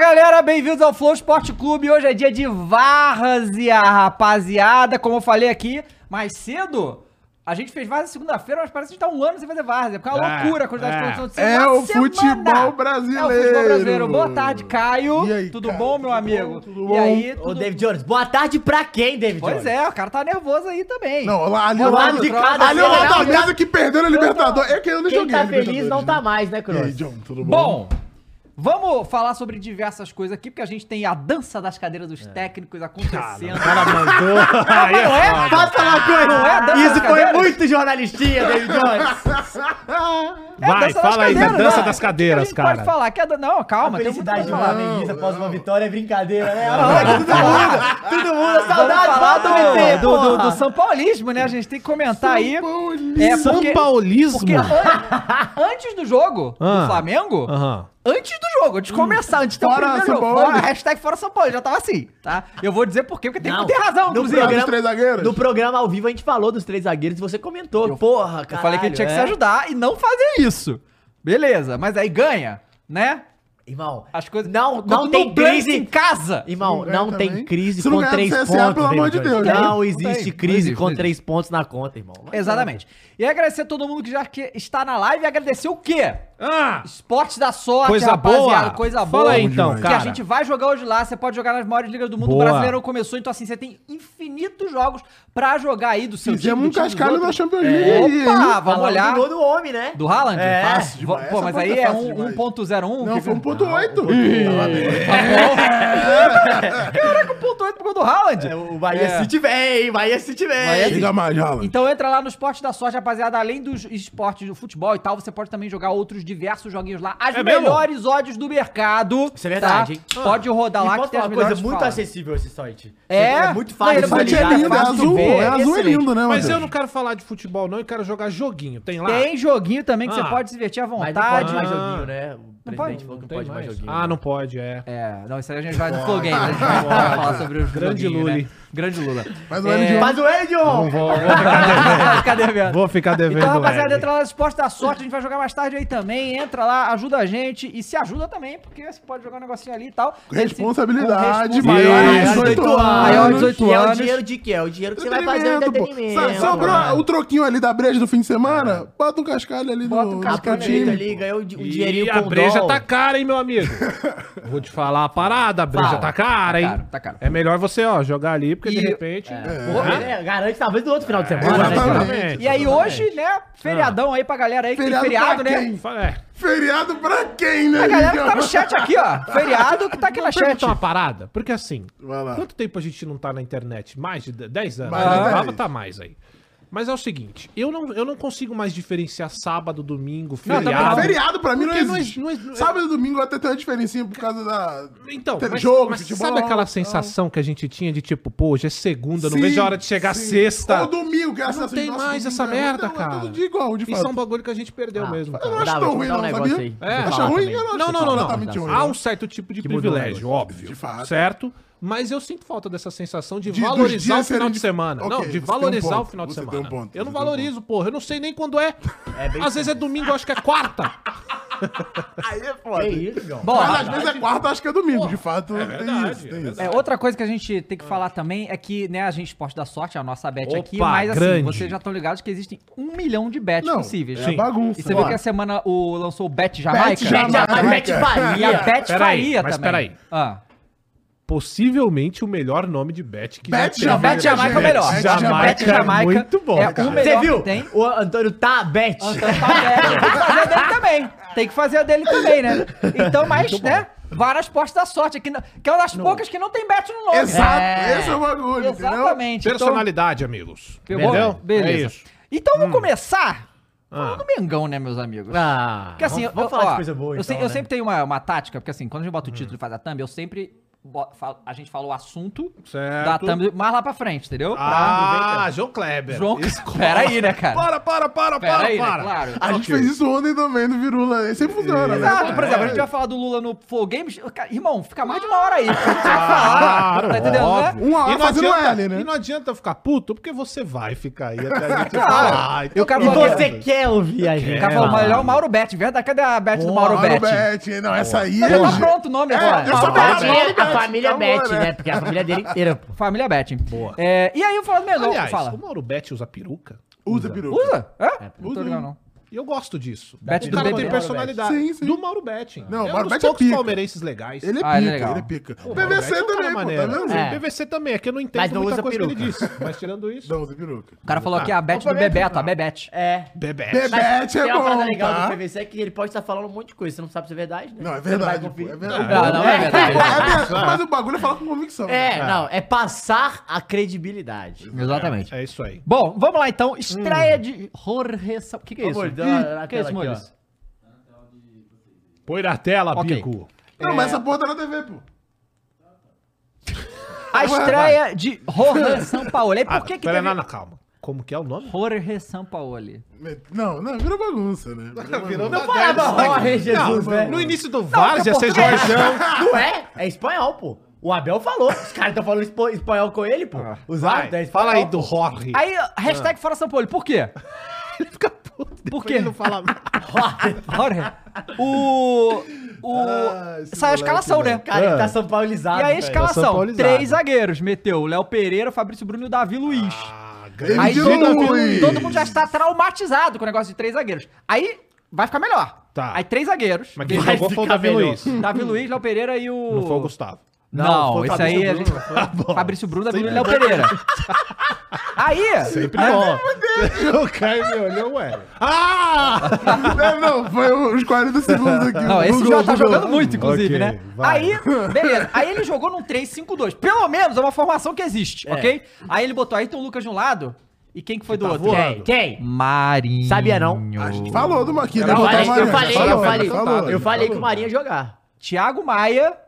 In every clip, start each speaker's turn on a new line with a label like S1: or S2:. S1: galera, bem-vindos ao Flow Esporte Clube. Hoje é dia de várzea, rapaziada. Como eu falei aqui mais cedo, a gente fez várzea segunda-feira, mas parece que a gente tá um ano sem fazer várzea, porque é uma
S2: É,
S1: loucura a quantidade
S2: é.
S1: de produção de
S3: É
S1: semana.
S3: o futebol brasileiro.
S1: É o futebol brasileiro. Boa tarde, Caio.
S3: E aí,
S1: tudo
S3: Caio?
S1: bom, meu
S3: Tudo
S1: amigo?
S3: bom, tudo bom?
S1: E aí,
S4: Ô,
S1: tudo...
S4: David Jones, boa tarde pra quem, David
S1: Pois
S4: Jones?
S1: é, o cara tá nervoso aí também.
S3: Não, lá, ali,
S4: Ao
S3: lá,
S4: lado de cada
S3: ali é o
S4: lateral,
S3: Rodalgado que perdeu na Libertadores. É que eu não
S4: Quem
S3: joguei
S4: tá
S3: na
S4: feliz não tá
S3: Libertadores,
S4: mais, né,
S3: né? E aí,
S4: Cross?
S3: John, tudo
S1: Bom,
S3: bom?
S1: vamos falar sobre diversas coisas aqui, porque a gente tem a dança das cadeiras
S2: É.
S1: dos técnicos acontecendo.
S2: Aí é foda.
S4: Posso falar uma coisa?
S1: Não é dança
S4: Ah, Isso
S1: das
S4: foi
S1: cadeiras?
S4: muito jornalistinha, David Jones.
S1: É a
S2: Vai,
S1: dança das
S2: fala aí da
S1: cadeiras,
S2: dança né?
S1: vai.
S2: das
S1: A
S2: cadeiras,
S1: gente
S2: cara.
S1: Pode falar que é da- não, calma,
S4: A
S1: tem muito
S4: felicidade
S1: pra
S4: de
S1: falar. é
S4: uma menina após uma vitória é brincadeira, né? Todo mundo, todo mundo,
S1: Vamos
S4: saudade,
S1: falar
S4: volta o
S1: do, do,
S4: VT,
S1: do, do
S4: porra.
S1: São Paulismo, né? A gente tem que comentar aí.
S3: Paulinho.
S1: É,
S2: São
S1: porque-
S2: Paulismo?
S1: porque é an- antes do jogo do
S2: Ah.
S1: Flamengo,
S2: Aham.
S1: antes do jogo, antes de começar, antes do
S3: Fora
S1: primeiro
S3: São
S1: jogo,
S3: Paulo.
S1: fora, hashtag fora São Paulo, já tava assim, tá? Eu vou dizer por quê, porque tem
S4: Não.
S1: que ter razão,
S4: No
S1: inclusive.
S3: Lá dos
S4: programa-
S3: três zagueiros.
S4: No programa ao vivo a gente falou dos três zagueiros e você comentou. porra, é. cara.
S1: eu falei que ele tinha que se ajudar e não fazer isso. Beleza, mas aí ganha, né?
S4: Irmão,
S1: As coisas.
S4: Não,
S1: Quando
S4: não tem
S1: Blanks
S4: crise.
S1: em casa.
S4: Irmão,
S3: Se não
S4: não,
S3: ganhar
S4: tem
S3: também.
S4: crise
S3: Se não
S4: com
S3: ganhar do
S4: três
S3: CSA,
S4: pontos.
S3: pelo amor de
S4: David
S3: Deus,
S4: Jones.
S3: né?
S4: Não
S1: Não
S4: existe
S1: tem, não
S4: crise
S1: existe, É,
S4: com
S1: não existe.
S4: três pontos na conta, irmão. Vai
S1: Exatamente. E agradecer a todo mundo que já que está na live e agradecer o quê?
S2: Ah!
S1: Esporte da sorte,
S2: Coisa boa.
S1: Coisa
S2: Fala
S1: boa.
S2: aí, então,
S1: que
S2: cara.
S1: a gente vai jogar hoje lá. Você pode jogar nas maiores ligas do mundo.
S2: Boa.
S1: O brasileiro começou, então assim, você tem infinitos jogos pra jogar aí do seu
S3: Fizemos um
S1: do time dos
S3: cascalho na
S1: outros.
S3: Champions
S1: É.
S3: League. hein?
S1: Opa,
S4: Vamos
S1: vamos
S4: olhar.
S1: olhar.
S4: Do gol do homem, né?
S1: Do Haaland?
S4: É.
S3: Fácil demais.
S1: Pô,
S3: Essa
S1: mas
S3: parte
S1: aí
S3: é
S1: é
S3: fácil
S1: um-
S3: demais.
S1: 1.01.
S3: Não,
S1: que-
S3: foi um ponto oito.
S1: Caraca, 1.8 pro gol do Haaland.
S4: É, o Bahia
S1: É.
S4: City vem, Bahia City vem.
S1: Bahia
S3: Chega mais, Alan.
S1: Então entra lá no Esporte da Sorte, rapaziada. Além dos esportes do futebol e tal, você pode também jogar outros diversos joguinhos lá. As
S2: É mesmo?
S1: melhores odds do mercado. tá?
S4: Isso é verdade, hein?
S1: Pode rodar tá
S4: E
S1: lá
S4: posso
S1: que tem as
S4: falar uma coisa
S1: melhores
S4: muito
S1: falas.
S4: acessível esse site.
S1: É?
S4: muito
S1: Não,
S4: fácil
S1: ele
S3: Esse
S4: de
S1: vai
S3: site
S1: te
S3: é
S4: lidar,
S1: ligar,
S3: lindo, é
S1: fácil de
S3: azul.
S1: ver,
S3: É azul e
S1: excelente.
S3: lindo, né, mano?
S2: Mas eu não quero falar de futebol, não. Eu quero jogar joguinho. Tem lá?
S1: Tem joguinho também que
S2: Ah.
S1: você pode se divertir à
S4: Mas não pode
S1: vontade.
S4: mais
S2: Ah.
S4: joguinho, né? O
S1: pode?
S4: presidente falou que não pode mais joguinho.
S2: Ah, não pode, é.
S1: É, não, isso aí a gente vai no Flow Games, a gente vai falar sobre os
S2: Grande
S1: joguinhos,
S2: Lully.
S1: Né? Grande Lula.
S3: Mas o LG
S4: Faz o Elion!
S2: Vou,
S1: Cadê mesmo?
S2: vou ficar devendo.
S1: Então, rapaziada,
S2: Ed.
S1: entra lá no Esporte da Sorte, a gente vai jogar mais tarde aí também. Entra lá, ajuda a gente e se ajuda também, porque você pode jogar um negocinho ali e tal.
S3: Responsabilidade
S1: Com
S3: maior
S2: Isso.
S3: de 18
S1: É, anos. Maior de
S3: anos.
S1: 18
S4: E é o
S1: anos.
S4: dinheiro de quê? É o dinheiro que você vai fazer o
S3: Entretenimento, pô.
S4: entretenimento.
S3: Sabe, Sobrou
S4: mano.
S3: o troquinho ali da breja do fim de semana? Bota um cascalho ali
S1: Bota um
S3: no
S1: cascalho
S4: Capitão
S3: escantinho.
S4: ali, ganhou um di- um dinheirinho
S2: E
S4: com
S2: a
S4: o
S2: breja
S4: dólar.
S2: tá cara, hein, meu amigo? Vou te falar a parada, a breja
S1: Fala.
S2: tá cara, hein?
S1: Tá caro, tá caro.
S2: É melhor você, ó, jogar ali, porque
S1: E-
S2: de repente...
S4: Pô, né? Garante talvez do outro final de semana, né? cara?
S3: Exatamente.
S1: E aí hoje, né, feriadão aí pra galera aí que
S3: Feriado
S1: tem feriado,
S3: pra
S1: né?
S3: quem?
S2: Fala, É,
S3: Feriado pra quem, né?
S1: A galera que tá
S3: Miguel?
S1: no chat aqui, ó. Feriado que tá aqui na chat.
S2: pergunta uma parada, porque assim,
S3: Vai lá.
S2: quanto tempo a gente não tá na internet? Mais de 10 anos?
S3: Mais de
S2: Ah,
S3: 10.
S2: tá mais aí. Mas é o seguinte, eu não, eu não consigo mais diferenciar sábado, domingo,
S1: Não, também não.
S2: feriado.
S3: tá Feriado pra mim não
S2: Porque não
S3: existe.
S2: ex- não ex-
S3: Sábado e domingo até tem uma diferencinha por causa da...
S2: Então,
S3: Tem
S2: mas,
S3: jogo,
S2: mas
S3: futebol,
S2: sabe aquela
S3: tal.
S2: sensação que a gente tinha de tipo, pô, hoje é segunda, não
S3: Sim,
S2: vejo a hora de chegar
S3: sim.
S2: sexta.
S3: Ou domingo, que é
S2: Mas não
S3: essa-
S2: tem
S3: nossa,
S2: mais
S3: domingo
S2: essa
S3: é-
S2: merda,
S3: é
S2: cara.
S3: todo dia igual, de
S2: Isso é
S3: fato.
S2: um bagulho que a gente perdeu mesmo.
S3: Eu
S2: cara.
S3: não acho
S4: Dá,
S3: tão
S4: vou
S3: ruim,
S4: te dar um
S3: não,
S4: negócio
S3: sabia?
S4: aí.
S2: É.
S3: Acha
S2: Fala
S3: ruim?
S4: também.
S3: Eu não acho
S2: Não, não, não,
S3: completamente
S2: não.
S3: ruim,
S2: Há
S3: né?
S2: um certo tipo de
S4: Que mudou
S2: privilégio, óbvio.
S3: De fato. é.
S2: Certo? Mas eu sinto falta dessa sensação de,
S3: De- dos
S2: valorizar
S3: dias
S2: o final
S3: serem
S2: de
S3: de-
S2: semana.
S3: Ok,
S2: não,
S3: você
S2: de
S3: tem um
S2: valorizar o
S3: ponto,
S2: final de
S3: você tem
S2: semana.
S3: um ponto,
S2: eu não
S3: você tem um
S2: valorizo, porra. Eu não sei nem quando é.
S4: bem
S2: Às vezes é domingo, eu acho que é quarta.
S4: Que isso, João?
S1: Bom,
S3: Mas às vezes é quarta, acho que é domingo, de fato. tem
S2: verdade,
S3: isso,
S2: é
S3: tem isso.
S1: É, outra coisa que a gente tem que falar também é que, né, a gente pode dar sorte, é a nossa bet
S2: Opa,
S1: aqui, mas assim,
S2: grande.
S1: vocês já estão ligados que existem um milhão de bets
S3: Não,
S1: possíveis.
S3: é
S1: Sim.
S3: bagunça.
S1: E você viu
S3: Ó.
S1: que a semana o, lançou o Bet Jamaica?
S3: Bet
S4: Mete
S3: Jamaica.
S4: a mão, mete
S1: E a
S4: Bahia.
S1: Bet
S2: Peraí,
S1: Faria
S2: mas
S1: também.
S2: peraí.
S1: Ah,
S2: Possivelmente o melhor nome de bet que
S3: Bet
S2: já
S1: não,
S2: teve.
S1: Bet Jamaica é o melhor.
S2: Bet
S3: Bet
S2: Jamaica,
S1: Bet Jamaica
S2: é muito bom.
S1: é
S2: cara.
S1: o
S4: Você
S1: melhor que
S4: viu?
S1: tem.
S4: O Antônio tá bet.
S1: Então tá aberto. Tem que fazer a dele também. Tem que fazer a dele também, né? Então, mas, né? Várias portas da sorte. Aqui, que é uma das poucas que não tem bet no nome. né?
S3: Exato,
S4: É.
S3: esse é o bagulho, Exatamente.
S1: Exatamente. Então,
S2: Personalidade, amigos.
S1: pegou?
S2: Entendeu?
S1: Beleza.
S2: É isso.
S1: Então vamos começar
S2: Ah.
S1: falando do Mengão, né, meus amigos?
S4: Ah,
S1: Porque assim,
S4: vamos, vamos
S1: eu,
S4: falar
S1: ó,
S4: de coisa boa
S1: eu,
S4: então,
S1: se- eu
S4: né?
S2: Hum.
S1: sempre tenho uma, uma tática, porque assim, quando a gente bota o título e faz a thumb, eu sempre bo- fal- a gente fala o assunto
S2: Certo.
S1: da thumb mais lá pra frente, entendeu?
S2: Ah, João Kleber.
S1: João,
S2: Escola.
S1: peraí, né, cara?
S2: Para, para, para, para,
S1: Pera aí, né?
S2: para.
S1: Claro.
S3: A gente fez isso ontem também no Virula. Isso sempre funciona, né?
S1: Exato, por exemplo, a gente vai falar do Lula no Flow Games. Cara, irmão, fica mais de uma hora aí. porque a gente vai falar, tá entendendo, né?
S2: óbvio.
S3: Uma hora
S2: e não
S3: fazendo
S2: adianta,
S3: L, né?
S2: E não adianta eu ficar puto, porque você vai ficar aí até a gente falar. Ah, então
S1: eu quero
S4: E
S1: falar-
S4: você quer ouvir a gente?
S1: O cara falou,
S4: falar.
S1: melhor o Mauro Bet, verdade? Cadê a Bet do Mauro Bet?
S3: Bet. Não, essa aí é
S1: Já tá
S3: hoje.
S1: pronto o nome né? agora.
S3: eu sou
S4: A
S3: Mauro
S4: família-
S3: Bet,
S4: a família
S3: acabou,
S4: Bet,
S3: né?
S4: né? Porque é a família dele inteira, pô.
S1: Família Bet.
S2: Boa.
S1: É, e aí eu falando melhor,
S2: Aliás, o
S1: fala.
S2: Mauro Betti usa peruca.
S3: Usa peruca.
S1: Usa? É? Não tô
S3: usa.
S1: ligado, não.
S2: E eu gosto disso.
S1: Bet
S2: o
S1: do
S2: cara
S1: BBB.
S2: tem personalidade.
S3: Sim, sim.
S2: Do Mauro Betti.
S3: Não,
S2: é
S3: Mauro
S2: um dos
S3: Betti é
S2: poucos
S3: pica.
S2: palmeirenses legais.
S3: Ele é
S1: Ah, ele é
S3: pica,
S1: legal.
S3: ele é pica.
S2: Pô, Mauro Betti é
S3: PVC
S2: um cara
S3: também, pô, tá
S2: maneiro.
S3: vendo?
S4: É.
S2: PVC também, é que eu não entendo
S4: Mas não
S2: muita
S4: usa
S2: coisa que ele
S4: peruca.
S2: disse. Mas tirando isso,
S3: Não, usa peruca.
S1: O cara falou aqui a Bet do
S4: Vamos pra
S1: Bebeto, a Bebete.
S4: É.
S2: Bebeto.
S3: Bebete
S4: Mas
S3: é
S4: tem uma
S3: bom,
S4: parada legal
S3: tá?
S4: do PVC é que ele pode estar falando um monte de coisa, você não sabe se é verdade, né?
S3: Não, é
S4: Você
S3: verdade,
S4: vai
S3: pô, é
S4: conferir.
S3: verdade.
S1: Não, não é verdade.
S3: É verdade, Mas o bagulho é falar com convicção.
S4: É,
S3: né?
S4: não, é passar a credibilidade.
S1: Exatamente.
S2: É isso aí.
S1: Bom, vamos lá então. Estreia de Jorge Sa- O que, que é isso?
S4: Amor, dá
S1: Ih, O
S4: uma-
S1: que é
S4: naquela
S1: isso,
S4: aqui,
S1: Mules?
S2: Põe na tela,
S1: Ok.
S2: Bico.
S3: Não, mas essa porra tá na TV, pô.
S1: A estreia de Jorge Sampaoli. E
S2: Ah,
S1: por que que
S2: pera,
S1: teve...
S2: não, não, calma. Como que é o nome?
S1: Jorge Sampaoli.
S3: Não, não, virou bagunça, né?
S2: Tá
S3: Virou bagunça.
S4: Falava Jorge Jesus, né?
S2: No início do Várzea,
S1: porque
S2: você
S1: é
S2: é Jorgão.
S4: Não é, é espanhol, pô. O Abel falou. Os caras estão falando espo- espanhol com ele, pô.
S3: Ah,
S4: Os
S2: Vai,
S4: árbitros, é espanhol,
S2: fala aí
S4: pô.
S2: do Jorge.
S1: Aí, hashtag fora Sampaoli. Por quê?
S2: ele fica puto.
S1: Por
S2: depois
S1: quê?
S2: Ele não fala nada.
S1: Jorge. O... O...
S2: Ah,
S3: esse
S1: Saiu a
S3: moleque,
S1: escalação, né?
S4: Cara, ele
S2: É.
S3: Ah.
S4: tá São Paulizado.
S1: E aí a
S4: velho.
S2: Tá São
S1: escalação.
S2: Paulizado.
S1: Três zagueiros. Meteu o Léo Pereira, Fabrício Bruno e o Davi Luiz.
S2: Ah,
S3: Ele
S1: Aí
S3: de
S1: todo,
S3: Luiz.
S1: mundo, todo mundo já está traumatizado com o negócio de três zagueiros. Aí vai ficar melhor.
S2: Tá.
S1: Aí três zagueiros.
S2: Mas quem
S4: Vai
S2: jogou foi o
S4: ficar
S2: Davi
S4: melhor.
S2: Luiz.
S1: Davi Luiz, Léo Pereira e o...
S2: Não foi o Gustavo.
S4: Não,
S1: Não,
S4: foi
S1: esse
S4: Fabrício
S1: aí a gente. Fabrício Bruno, Davi Luiz e Léo Pereira. Aí.
S2: Sempre bom. o Caio me olhou, ué.
S1: Tá
S2: Ah!
S3: Não, É, não, foi uns 40 segundos aqui.
S1: Não, esse
S3: Google,
S1: já tá
S3: Google.
S1: jogando muito, inclusive,
S2: Ok,
S1: né?
S2: vai.
S1: Aí, beleza. Aí ele jogou num 3-5-2. Pelo menos é uma formação que
S4: É.
S1: existe, ok? Aí ele botou Ayrton Lucas de um lado e quem que foi do outro?
S4: Quem? Quem?
S1: Marinho.
S4: tá Sabia não.
S3: A gente falou do né? Maquina.
S4: Eu
S2: Não,
S4: falei,
S2: tá,
S4: eu
S2: Marinho,
S4: falei,
S2: falou,
S4: eu falei.
S2: tá falado,
S4: Eu falei que o Marinho ia jogar.
S1: Thiago Maia,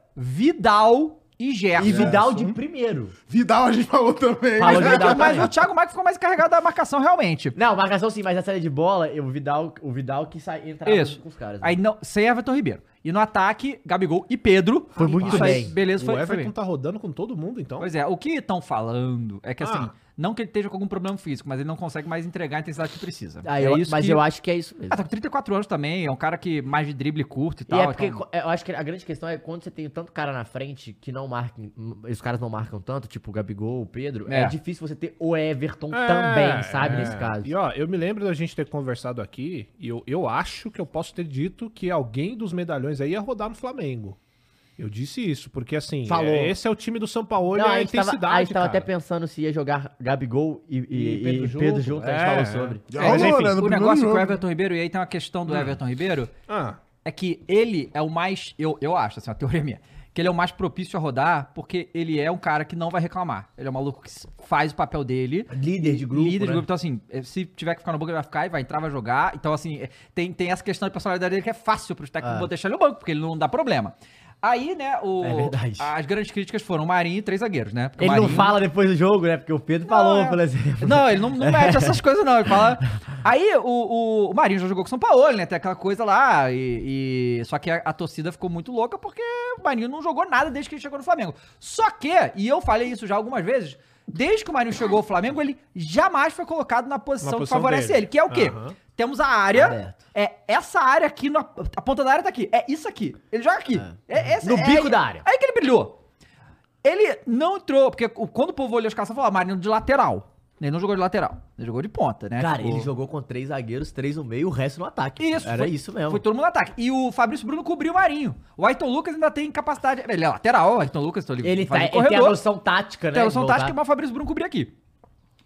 S1: Vidal e Gerson.
S4: E Vidal de primeiro.
S3: Vidal a gente falou também.
S4: Falou de Vidal
S1: Mas
S4: também.
S1: o Thiago Maia que ficou mais carregado da marcação, realmente.
S4: Não, marcação sim, mas na saída de bola, eu- o Vidal, o Vidal que sai, entrava
S1: Isso.
S4: com os caras. né?
S1: Aí não, sem Everton Ribeiro. E no ataque, Gabigol e Pedro.
S4: Foi muito
S1: Isso aí,
S4: bem.
S1: Beleza, foi,
S2: o
S1: foi
S2: Everton
S1: bem.
S2: tá rodando com todo mundo, então.
S1: Pois é, o que estão falando é que assim,
S2: Ah.
S1: não que ele esteja com algum problema físico, mas ele não consegue mais entregar a intensidade que precisa.
S4: Ah,
S1: é
S4: eu-
S1: isso
S4: mas
S1: que-
S4: eu acho que é isso mesmo.
S1: Ah, tá com 34 anos também, é um cara que mais de drible curto e
S4: E
S1: tal.
S4: é porque
S1: então-
S4: co- eu acho que a grande questão é quando você tem tanto cara na frente que não marquem, hum, os caras não marcam tanto, tipo o Gabigol, o Pedro, é.
S1: É.
S4: difícil você ter o Everton
S2: É,
S4: também, sabe,
S2: é.
S4: nesse caso.
S2: E ó, eu me lembro da gente ter conversado aqui, e eu, eu acho que eu posso ter dito que alguém dos medalhões aí ia rodar no Flamengo. Eu disse isso, porque assim,
S4: Falou.
S2: é- esse é o time do São Paulo e
S4: Não,
S2: a,
S4: a gente tava,
S2: intensidade,
S4: a gente tava
S2: cara.
S4: até pensando se ia jogar Gabigol e, e-
S2: E Pedro
S4: e
S2: junto,
S4: Pedro junto, a gente
S2: é.
S4: falou sobre.
S3: Já
S2: É, mas
S3: rolou,
S2: enfim,
S3: né, no
S1: o
S3: primeiro
S1: negócio com o
S3: jogo. Hum.
S1: Everton Ribeiro, e aí tem uma questão do Everton Ribeiro,
S2: Ah,
S1: é que ele é o mais. Eu, eu acho, assim, a teoria minha. Que ele é o mais propício a rodar, porque ele é um cara que não vai reclamar. Ele é um maluco que s- faz o papel dele.
S4: Líder de grupo,
S1: líder de
S4: né?
S1: grupo. Então, assim, eh, se tiver que ficar no banco, ele vai ficar e vai entrar, vai jogar. Então, assim, eh, tem, tem essa questão de personalidade dele que é fácil pros técnicos
S4: Ah.
S1: deixar ele no banco, porque ele não dá problema. Aí, né, o,
S4: É verdade.
S1: as grandes críticas foram o Marinho e três zagueiros, né? Porque o
S4: Ele não
S1: Marinho-
S4: fala depois do jogo, né? Porque o Pedro falou,
S1: é.
S4: por exemplo.
S1: Não, ele não, não mete essas coisas, não. Ele fala. Aí o, o, o Marinho já jogou com o São Paulo, né? Tem aquela coisa lá. E, e- Só que a, a torcida ficou muito louca porque o Marinho não jogou nada desde que ele chegou no Flamengo. Só que, e eu falei isso já algumas vezes, desde que o Marinho chegou ao Flamengo, ele jamais foi colocado na posição,
S2: Na posição
S1: que favorece
S2: dele.
S1: ele, que é o quê?
S2: Aham.
S1: Temos a área.
S4: Aberto.
S1: É essa área aqui, na, a ponta da área tá aqui. É isso aqui. Ele joga aqui. É. esse-
S4: No
S1: é-
S4: bico da área.
S1: Aí que ele brilhou. Ele não entrou, porque o- quando o povo olhou os caras, falou, ah, Marinho de lateral. Ele não jogou de lateral, ele jogou de ponta, né?
S4: Cara,
S1: Tipo,
S4: ele jogou com três zagueiros, três no meio, e o resto no ataque.
S1: Isso,
S4: Era
S1: foi-
S4: isso mesmo.
S1: Foi todo mundo no ataque. E o Fabrício Bruno cobriu o Marinho. O Ayrton Lucas ainda tem capacidade. Ele é lateral, o Ayrton Lucas, tô ligado.
S4: Ele, tá,
S1: faz um o
S4: ele tem a noção tática, né?
S1: Então, são
S4: de voltar.
S1: táticas, mas o Fabrício Bruno cobria aqui.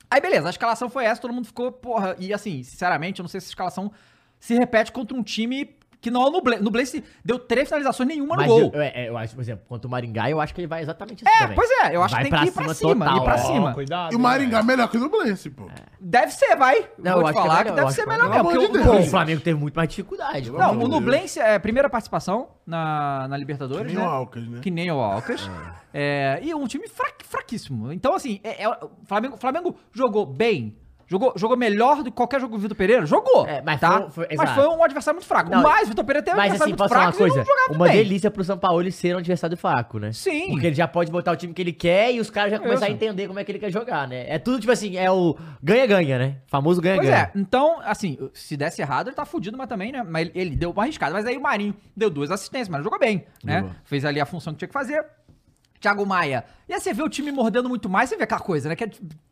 S1: Aí, beleza, a escalação foi essa, todo mundo ficou, porra. E assim, sinceramente, eu não sei se a escalação se repete contra um time que não é o Nublé. O Nublé se- deu três finalizações, nenhuma
S4: Mas
S1: no gol.
S4: eu, eu- é, eu acho, por exemplo, quanto o Maringá, eu acho que ele vai exatamente assim
S1: É,
S4: também.
S1: pois é, eu acho
S4: Vai
S1: que tem que ir pra cima,
S4: total,
S1: ir pra
S4: ó.
S1: cima.
S2: Cuidado. né?
S3: E o Maringá é melhor que o Nublense, pô.
S1: Deve ser, vai.
S4: Não,
S1: Vou
S4: eu
S1: te
S4: acho que é
S1: falar que,
S4: melhor, eu
S1: deve
S4: acho
S1: ser
S4: que é
S1: melhor
S3: melhor.
S1: mesmo.
S3: Pelo
S1: porque
S3: amor de
S1: o-
S4: Pô, o Flamengo teve muito mais dificuldade.
S3: Pelo
S1: Não,
S3: amor
S1: o
S3: de Deus.
S1: Nublense é a primeira participação na, na Libertadores,
S3: Que nem
S1: né?
S3: o Alcas, né?
S1: Que nem o Alcas. É, e um time fra- fraquíssimo. Então, assim, é- é- o Flamengo, o Flamengo jogou bem. Jogou, jogou melhor do que qualquer jogo do Vitor Pereira? Jogou.
S4: É, mas
S1: tá?
S4: foi- foi-
S1: mas
S4: exato.
S1: foi um adversário muito fraco.
S4: Não,
S1: mas o Vitor Pereira teve um
S4: Mas
S1: adversário
S4: assim,
S1: muito
S4: posso falar uma
S1: fraco e
S4: coisa?
S1: não jogava
S4: Uma
S1: bem.
S4: delícia pro São Paulo ser um adversário fraco, né?
S1: Sim.
S4: Porque ele já pode botar o time que ele quer e os caras já começar a
S1: Isso.
S4: entender como é que ele quer jogar, né? É tudo tipo assim, é o ganha-ganha, né? Famoso
S1: Pois
S4: ganha-ganha.
S1: é, então, assim, se desse errado, ele tá fudido, mas também, né? Mas ele, ele deu uma arriscada. Mas aí o Marinho deu duas assistências, mas jogou bem, né?
S4: Jogou.
S1: Fez ali a função que tinha que fazer. Thiago Maia. E aí você vê o time mordendo muito mais, você vê aquela coisa, né? Que é-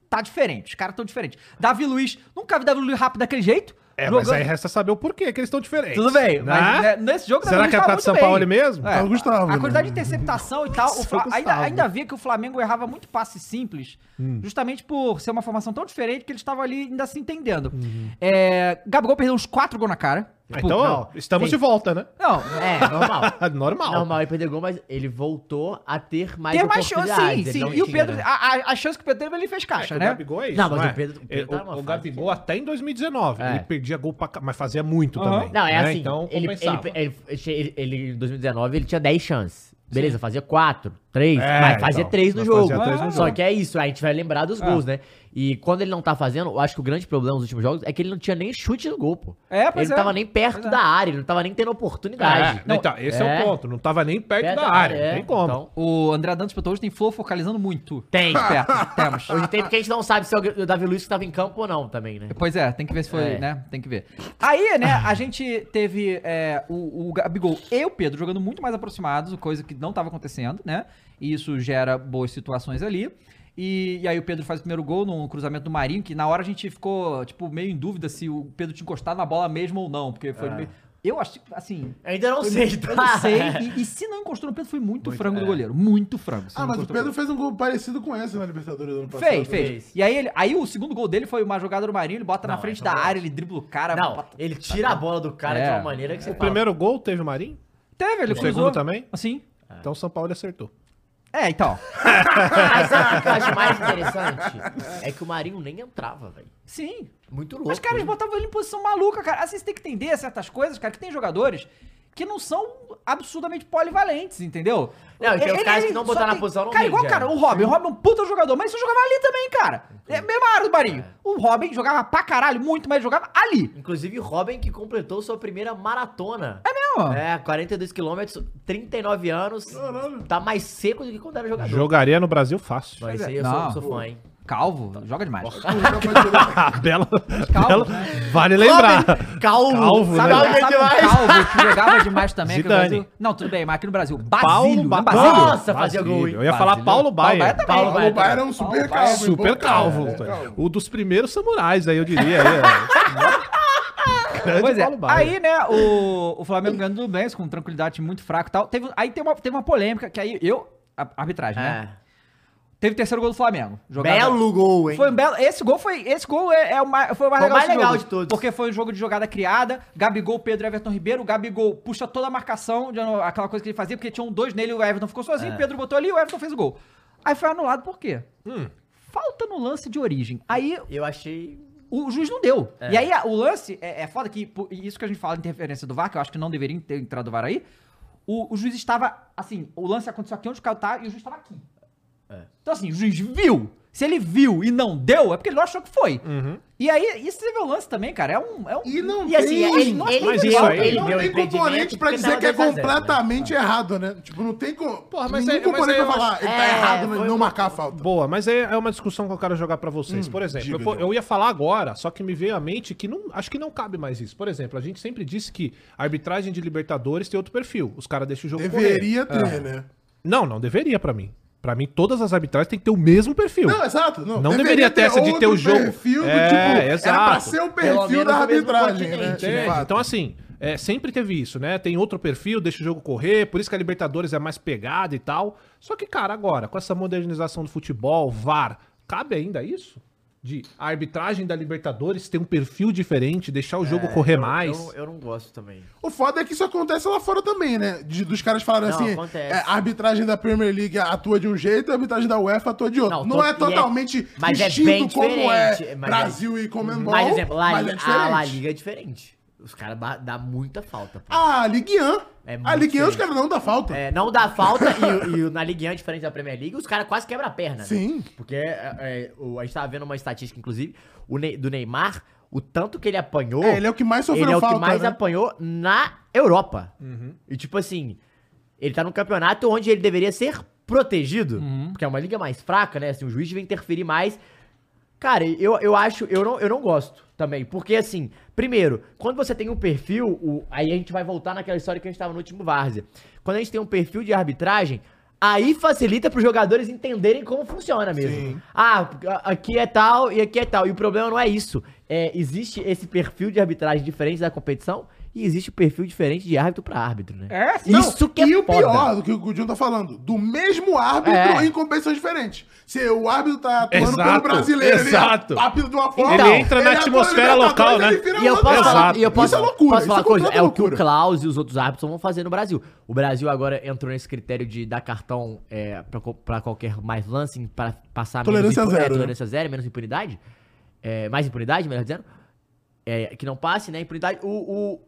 S1: tá diferente, os caras tão diferentes. Davi Luiz, nunca vi Davi Luiz rápido daquele jeito.
S2: É, mas
S1: jogando-
S2: aí resta saber o porquê que eles estão diferentes.
S1: É Tudo bem, mas né,
S2: né?
S1: nesse jogo
S2: Será que é
S1: Luiz
S2: por
S1: tava
S2: causa do São
S1: muito bem.
S2: Paulo mesmo?
S1: É,
S3: Só o Gustavo,
S1: a quantidade
S3: né?
S1: de interceptação e tal, o Fla-
S2: Só o
S1: ainda,
S2: Gustavo.
S1: ainda via que o Flamengo errava muito passe simples, justamente por ser uma formação tão diferente que eles estavam ali ainda se entendendo. É, Gabigol perdeu uns quatro gols na cara.
S2: Ah, Então, ó,
S4: não,
S2: estamos
S4: sim.
S2: de volta, né?
S1: Não,
S4: É, normal.
S2: Normal.
S4: normal ele perder gol, mas ele voltou a ter mais
S1: tem
S2: um
S1: mais chance,
S4: oportunidades.
S1: sim,
S4: ele
S1: sim.
S4: não
S1: E o
S4: tinha,
S1: Pedro, Ah.
S4: né?
S1: a, a- a chance que o Pedro teve, ele fez
S2: É que
S1: caixa,
S2: O
S1: né?
S2: Gabigol é isso.
S4: Não, mas
S2: é?
S4: o Pedro- o Pedro
S2: Ele-
S4: tá
S2: o,
S4: numa
S2: o
S4: fase
S2: Gabigol
S4: que-
S2: até em 2019,
S4: É.
S2: ele perdia gol pra ca- mas fazia muito
S1: Aham.
S2: também.
S4: Não, é
S2: né?
S4: assim.
S2: Então,
S4: ele,
S2: compensava.
S4: ele- ele- ele- ele- em 2019, ele tinha 10 chances. Beleza, fazia 4, 3,
S2: É,
S4: mas fazia
S2: então,
S4: 3 no
S2: mas
S4: jogo.
S2: fazia três no
S4: Só
S2: jogo.
S4: que é isso, a gente vai lembrar dos
S1: É.
S4: gols, né? E quando ele não tá fazendo, eu acho que o grande problema nos últimos jogos é que ele não tinha nem chute no gol, pô.
S1: É,
S4: Ele
S1: pois
S4: não
S1: é.
S4: tava nem perto
S1: Pois é.
S4: da área, ele não tava nem tendo oportunidade.
S2: É, então, esse é.
S4: é.
S2: o ponto. Não tava nem perto,
S4: Perto
S2: da,
S4: da
S2: área.
S4: área,
S2: Não
S4: é.
S2: tem como.
S4: Então-
S1: O André Dantas perguntou hoje tem Flow focalizando muito.
S4: Tem.
S1: Esperto, temos.
S4: Hoje tem porque a gente não sabe se é o Davi Luiz que tava em campo ou não também, né?
S1: Pois é, tem que ver se foi,
S4: É.
S1: né? Tem que ver. Aí, né, a gente teve é, o, o Gabigol e o Pedro jogando muito mais aproximados, coisa que não estava acontecendo, né? E isso gera boas situações ali. E, e aí o Pedro faz o primeiro gol no cruzamento do Marinho, que na hora a gente ficou, tipo, meio em dúvida se o Pedro tinha encostado na bola mesmo ou não, porque
S4: É.
S1: foi... meio- Eu acho que, assim...
S4: Eu ainda não
S1: foi
S4: sei,
S1: muito-
S4: tá?
S1: Eu não sei. E, e se não encostou no Pedro, foi muito, frango
S4: é.
S1: do goleiro. Muito frango. se
S3: Ah,
S1: não
S3: mas o
S1: encostou
S3: Pedro fez um gol parecido com esse na Libertadores do ano passado.
S1: Fez,
S3: né?
S1: fez. E aí, ele, aí o segundo gol dele foi uma jogada do Marinho, ele bota na
S4: Não,
S1: frente
S4: é
S1: da
S4: só-
S1: área, ele dribla o cara.
S4: Não,
S1: bota-
S4: ele tira a bola do cara de
S1: É.
S4: uma maneira que você
S2: O
S4: fala.
S2: primeiro gol teve o Marinho?
S1: Teve, ele
S2: O é segundo também?
S1: Assim.
S2: Então o São Paulo acertou.
S1: É, então.
S4: Mas sabe o que eu acho mais interessante? É que o Marinho nem entrava, velho.
S1: Sim.
S4: Muito louco.
S1: Mas, cara, eles
S4: né?
S1: botavam ele em posição maluca, cara. Assim, você tem que entender certas coisas, cara, que tem jogadores que não são absurdamente polivalentes, entendeu?
S4: Não, e tem os
S1: Ele-
S4: caras que
S1: ele
S4: não
S1: só
S4: botaram na posição, não
S1: Cara, igual,
S4: rende,
S1: cara,
S4: é.
S1: o Robin. O Robin é um puta jogador, mas isso jogava ali também, cara. É, mesma área do Marinho. O Robin jogava pra caralho, muito, mas jogava ali.
S4: Inclusive, Robin, que completou sua primeira maratona.
S1: É mesmo?
S4: É, 42 quilômetros, 39 anos.
S3: Caralho.
S4: Tá mais seco do que quando era jogador.
S2: Jogaria no Brasil fácil.
S4: Mas isso aí eu
S1: Não.
S4: sou, sou fã, hein?
S1: Calvo, joga demais.
S2: Ah, bela,
S1: Calma.
S2: bela- Vale lembrar.
S4: Robin, calvo.
S2: Calvo,
S4: sabe
S2: né?
S4: é alguém
S1: Sabe um
S4: demais?
S1: calvo que jogava demais também aqui no
S2: Zidane.
S1: Brasil? Não, tudo bem, mas aqui no Brasil.
S2: Paulo
S1: Basílio,
S2: Ba-
S1: né? Basílio?
S4: Nossa, fazia
S2: Basílio.
S4: gol, hein?
S2: Eu ia falar
S4: Basílio. tá
S2: Paulo
S1: Paulo Baia
S2: Baia.
S1: também.
S4: Paulo Baia
S3: O Bayern é um super calvo. hein?
S2: Super
S3: Pô,
S2: calvo. Tá.
S3: cara, é calvo.
S2: O dos primeiros samurais, aí eu diria. Aí, é. Grande
S1: Pois é,
S2: Paulo Baia.
S1: aí, né, o, o Flamengo ganhando do Nublense com tranquilidade, time muito fraco e tal. Teve, aí teve uma, teve uma polêmica, que aí eu... a- Arbitragem, né?
S4: É.
S1: Teve o terceiro gol do Flamengo. Jogada-
S4: Belo gol, hein?
S1: Foi um belo... Esse gol foi... Esse gol é, é o mais, foi o mais
S4: Foi o
S1: legal,
S4: mais
S1: desse
S4: legal
S1: jogo,
S4: de todos.
S1: Porque foi um jogo de jogada criada, Gabigol, Pedro e Everton Ribeiro. O Gabigol puxa toda a marcação, de- aquela coisa que ele fazia, porque tinham dois nele, o Everton ficou
S4: É.
S1: sozinho, o Pedro botou ali, o Everton fez o gol. Aí foi anulado por quê? Falta no lance de origem. Aí
S4: Eu achei...
S1: o juiz não deu.
S4: É.
S1: E aí a- o lance é, é foda que, pô, e isso que a gente fala de interferência do VAR, que eu acho que não deveria ter entrado o VAR aí. O, o juiz estava, assim, o lance aconteceu aqui onde o cara tá e o juiz estava aqui.
S4: É.
S1: Então, assim, o juiz viu. Se ele viu e não deu, é porque ele não achou que foi. E aí, isso você vê o lance também, cara. É um. É um
S3: E não
S4: Uhum. E assim,
S3: tem-
S4: ele,
S3: Nossa,
S4: ele,
S2: mas
S4: deu-
S2: isso aí-
S4: ele
S3: não
S4: deu
S3: tem
S4: impedimento
S3: componente pra
S4: porque
S3: dizer
S4: tava
S3: que é
S4: 2 a 0, né?
S3: completamente errado, né? Tipo, não tem como. Porra,
S2: mas
S3: nenhum
S2: aí- mas
S3: componente
S2: aí
S3: pra
S2: eu
S3: falar, ele tá
S4: É,
S3: errado, mas
S4: foi
S3: não
S4: um-
S3: marcar a falta.
S2: Boa, mas é, é uma discussão que eu quero jogar pra vocês. Por exemplo,
S3: Hum, diga,
S2: eu,
S3: Diogo.
S2: eu ia falar agora, só que me veio à mente que não, acho que não cabe mais isso. Por exemplo, a gente sempre disse que a arbitragem de Libertadores tem outro perfil. Os caras deixam o jogo correr.
S3: Deveria
S4: É.
S3: ter, né?
S2: Não, não deveria pra mim. Pra mim, todas as arbitragens têm que ter o mesmo perfil.
S3: Não, exato. Não,
S2: Não deveria ter essa de ter o
S3: outro
S2: jogo.
S3: Perfil do,
S2: É,
S3: tipo, Era pra
S2: exato.
S3: ser o
S4: Pelo
S3: perfil
S4: menos
S3: da
S4: no mesmo
S3: arbitragem, né?
S4: continente,
S3: De
S2: É,
S3: fato.
S2: então, assim, é, sempre teve isso, né? Tem outro perfil, deixa o jogo correr, por isso que a Libertadores é mais pegada e tal. Só que, cara, agora, com essa modernização do futebol, VAR, cabe ainda isso? de arbitragem da Libertadores ter um perfil diferente, deixar o jogo correr
S4: É, eu-
S2: mais.
S4: Eu, eu não gosto também.
S3: O foda é que isso acontece lá fora também, né? De- dos caras falarem
S4: Não,
S3: assim,
S4: acontece.
S3: é, a arbitragem da Premier League atua de um jeito e a arbitragem da UEFA atua de outro.
S4: Não,
S3: Não,
S4: to-
S3: é
S4: e é-
S3: totalmente
S4: mas é bem
S3: como é
S4: diferente, mas é-
S3: Brasil e Comembol,
S4: Mas, exemplo, lá,
S3: mas é
S4: a La
S3: diferente.
S4: Liga é diferente. Os caras ba- dá muita falta. pô.
S3: A Ligue 1,
S4: É muito
S3: a Ligue 1 os
S4: diferente.
S3: caras não dá falta.
S4: É, não dá falta e, o- e o- na Ligue 1, diferente da Premier League, os caras quase quebram a perna. né?
S3: Sim.
S4: Porque é, é, o- a gente tava vendo uma estatística, inclusive, o Ney- do Neymar, o tanto que ele apanhou.
S3: É, ele é o que mais sofreu
S4: ele é o
S3: falta,
S4: que mais
S3: né?
S4: apanhou na Europa. E tipo assim, ele tá num campeonato onde ele deveria ser protegido, porque é uma liga mais fraca, né? Assim, o juiz vai interferir mais. Cara, eu, eu acho, eu não, eu não gosto também, porque assim, primeiro, quando você tem um perfil, o- aí a gente vai voltar naquela história que a gente tava no último Várzea. Quando a gente tem um perfil de arbitragem, aí facilita pros jogadores entenderem como funciona mesmo. Ah, a- aqui é tal e aqui é tal. E o problema não é isso. É, existe esse perfil de arbitragem diferente da competição e existe o perfil diferente de árbitro pra árbitro, né?
S1: É,
S4: sim. Isso que é
S3: E o
S4: foda.
S3: pior do que o Gudinho tá falando, do mesmo árbitro
S4: É.
S3: em competições diferentes. Se o árbitro tá atuando
S2: Exato,
S3: pelo brasileiro,
S2: exato.
S3: ele apita de uma forma.
S4: Então, Ele
S2: entra na
S3: atua
S2: atmosfera
S3: Libertadores,
S2: local, né?
S3: ele vira
S4: E
S3: outra
S4: eu posso
S3: coisa.
S4: falar,
S2: Exato.
S4: e eu posso,
S3: Isso é loucura.
S4: posso falar
S3: isso
S4: uma coisa,
S3: completa
S4: é o que o
S3: loucura.
S4: Klaus e os outros árbitros vão fazer no Brasil. O Brasil agora entrou nesse critério de dar cartão é, pra, co- pra qualquer mais lance, pra passar
S3: Tolerância
S4: menos impu- é,
S3: zero, né?
S4: tolerância zero, menos impunidade. É, mais impunidade, melhor dizendo. É, que não passe, né? Impunidade. O, o-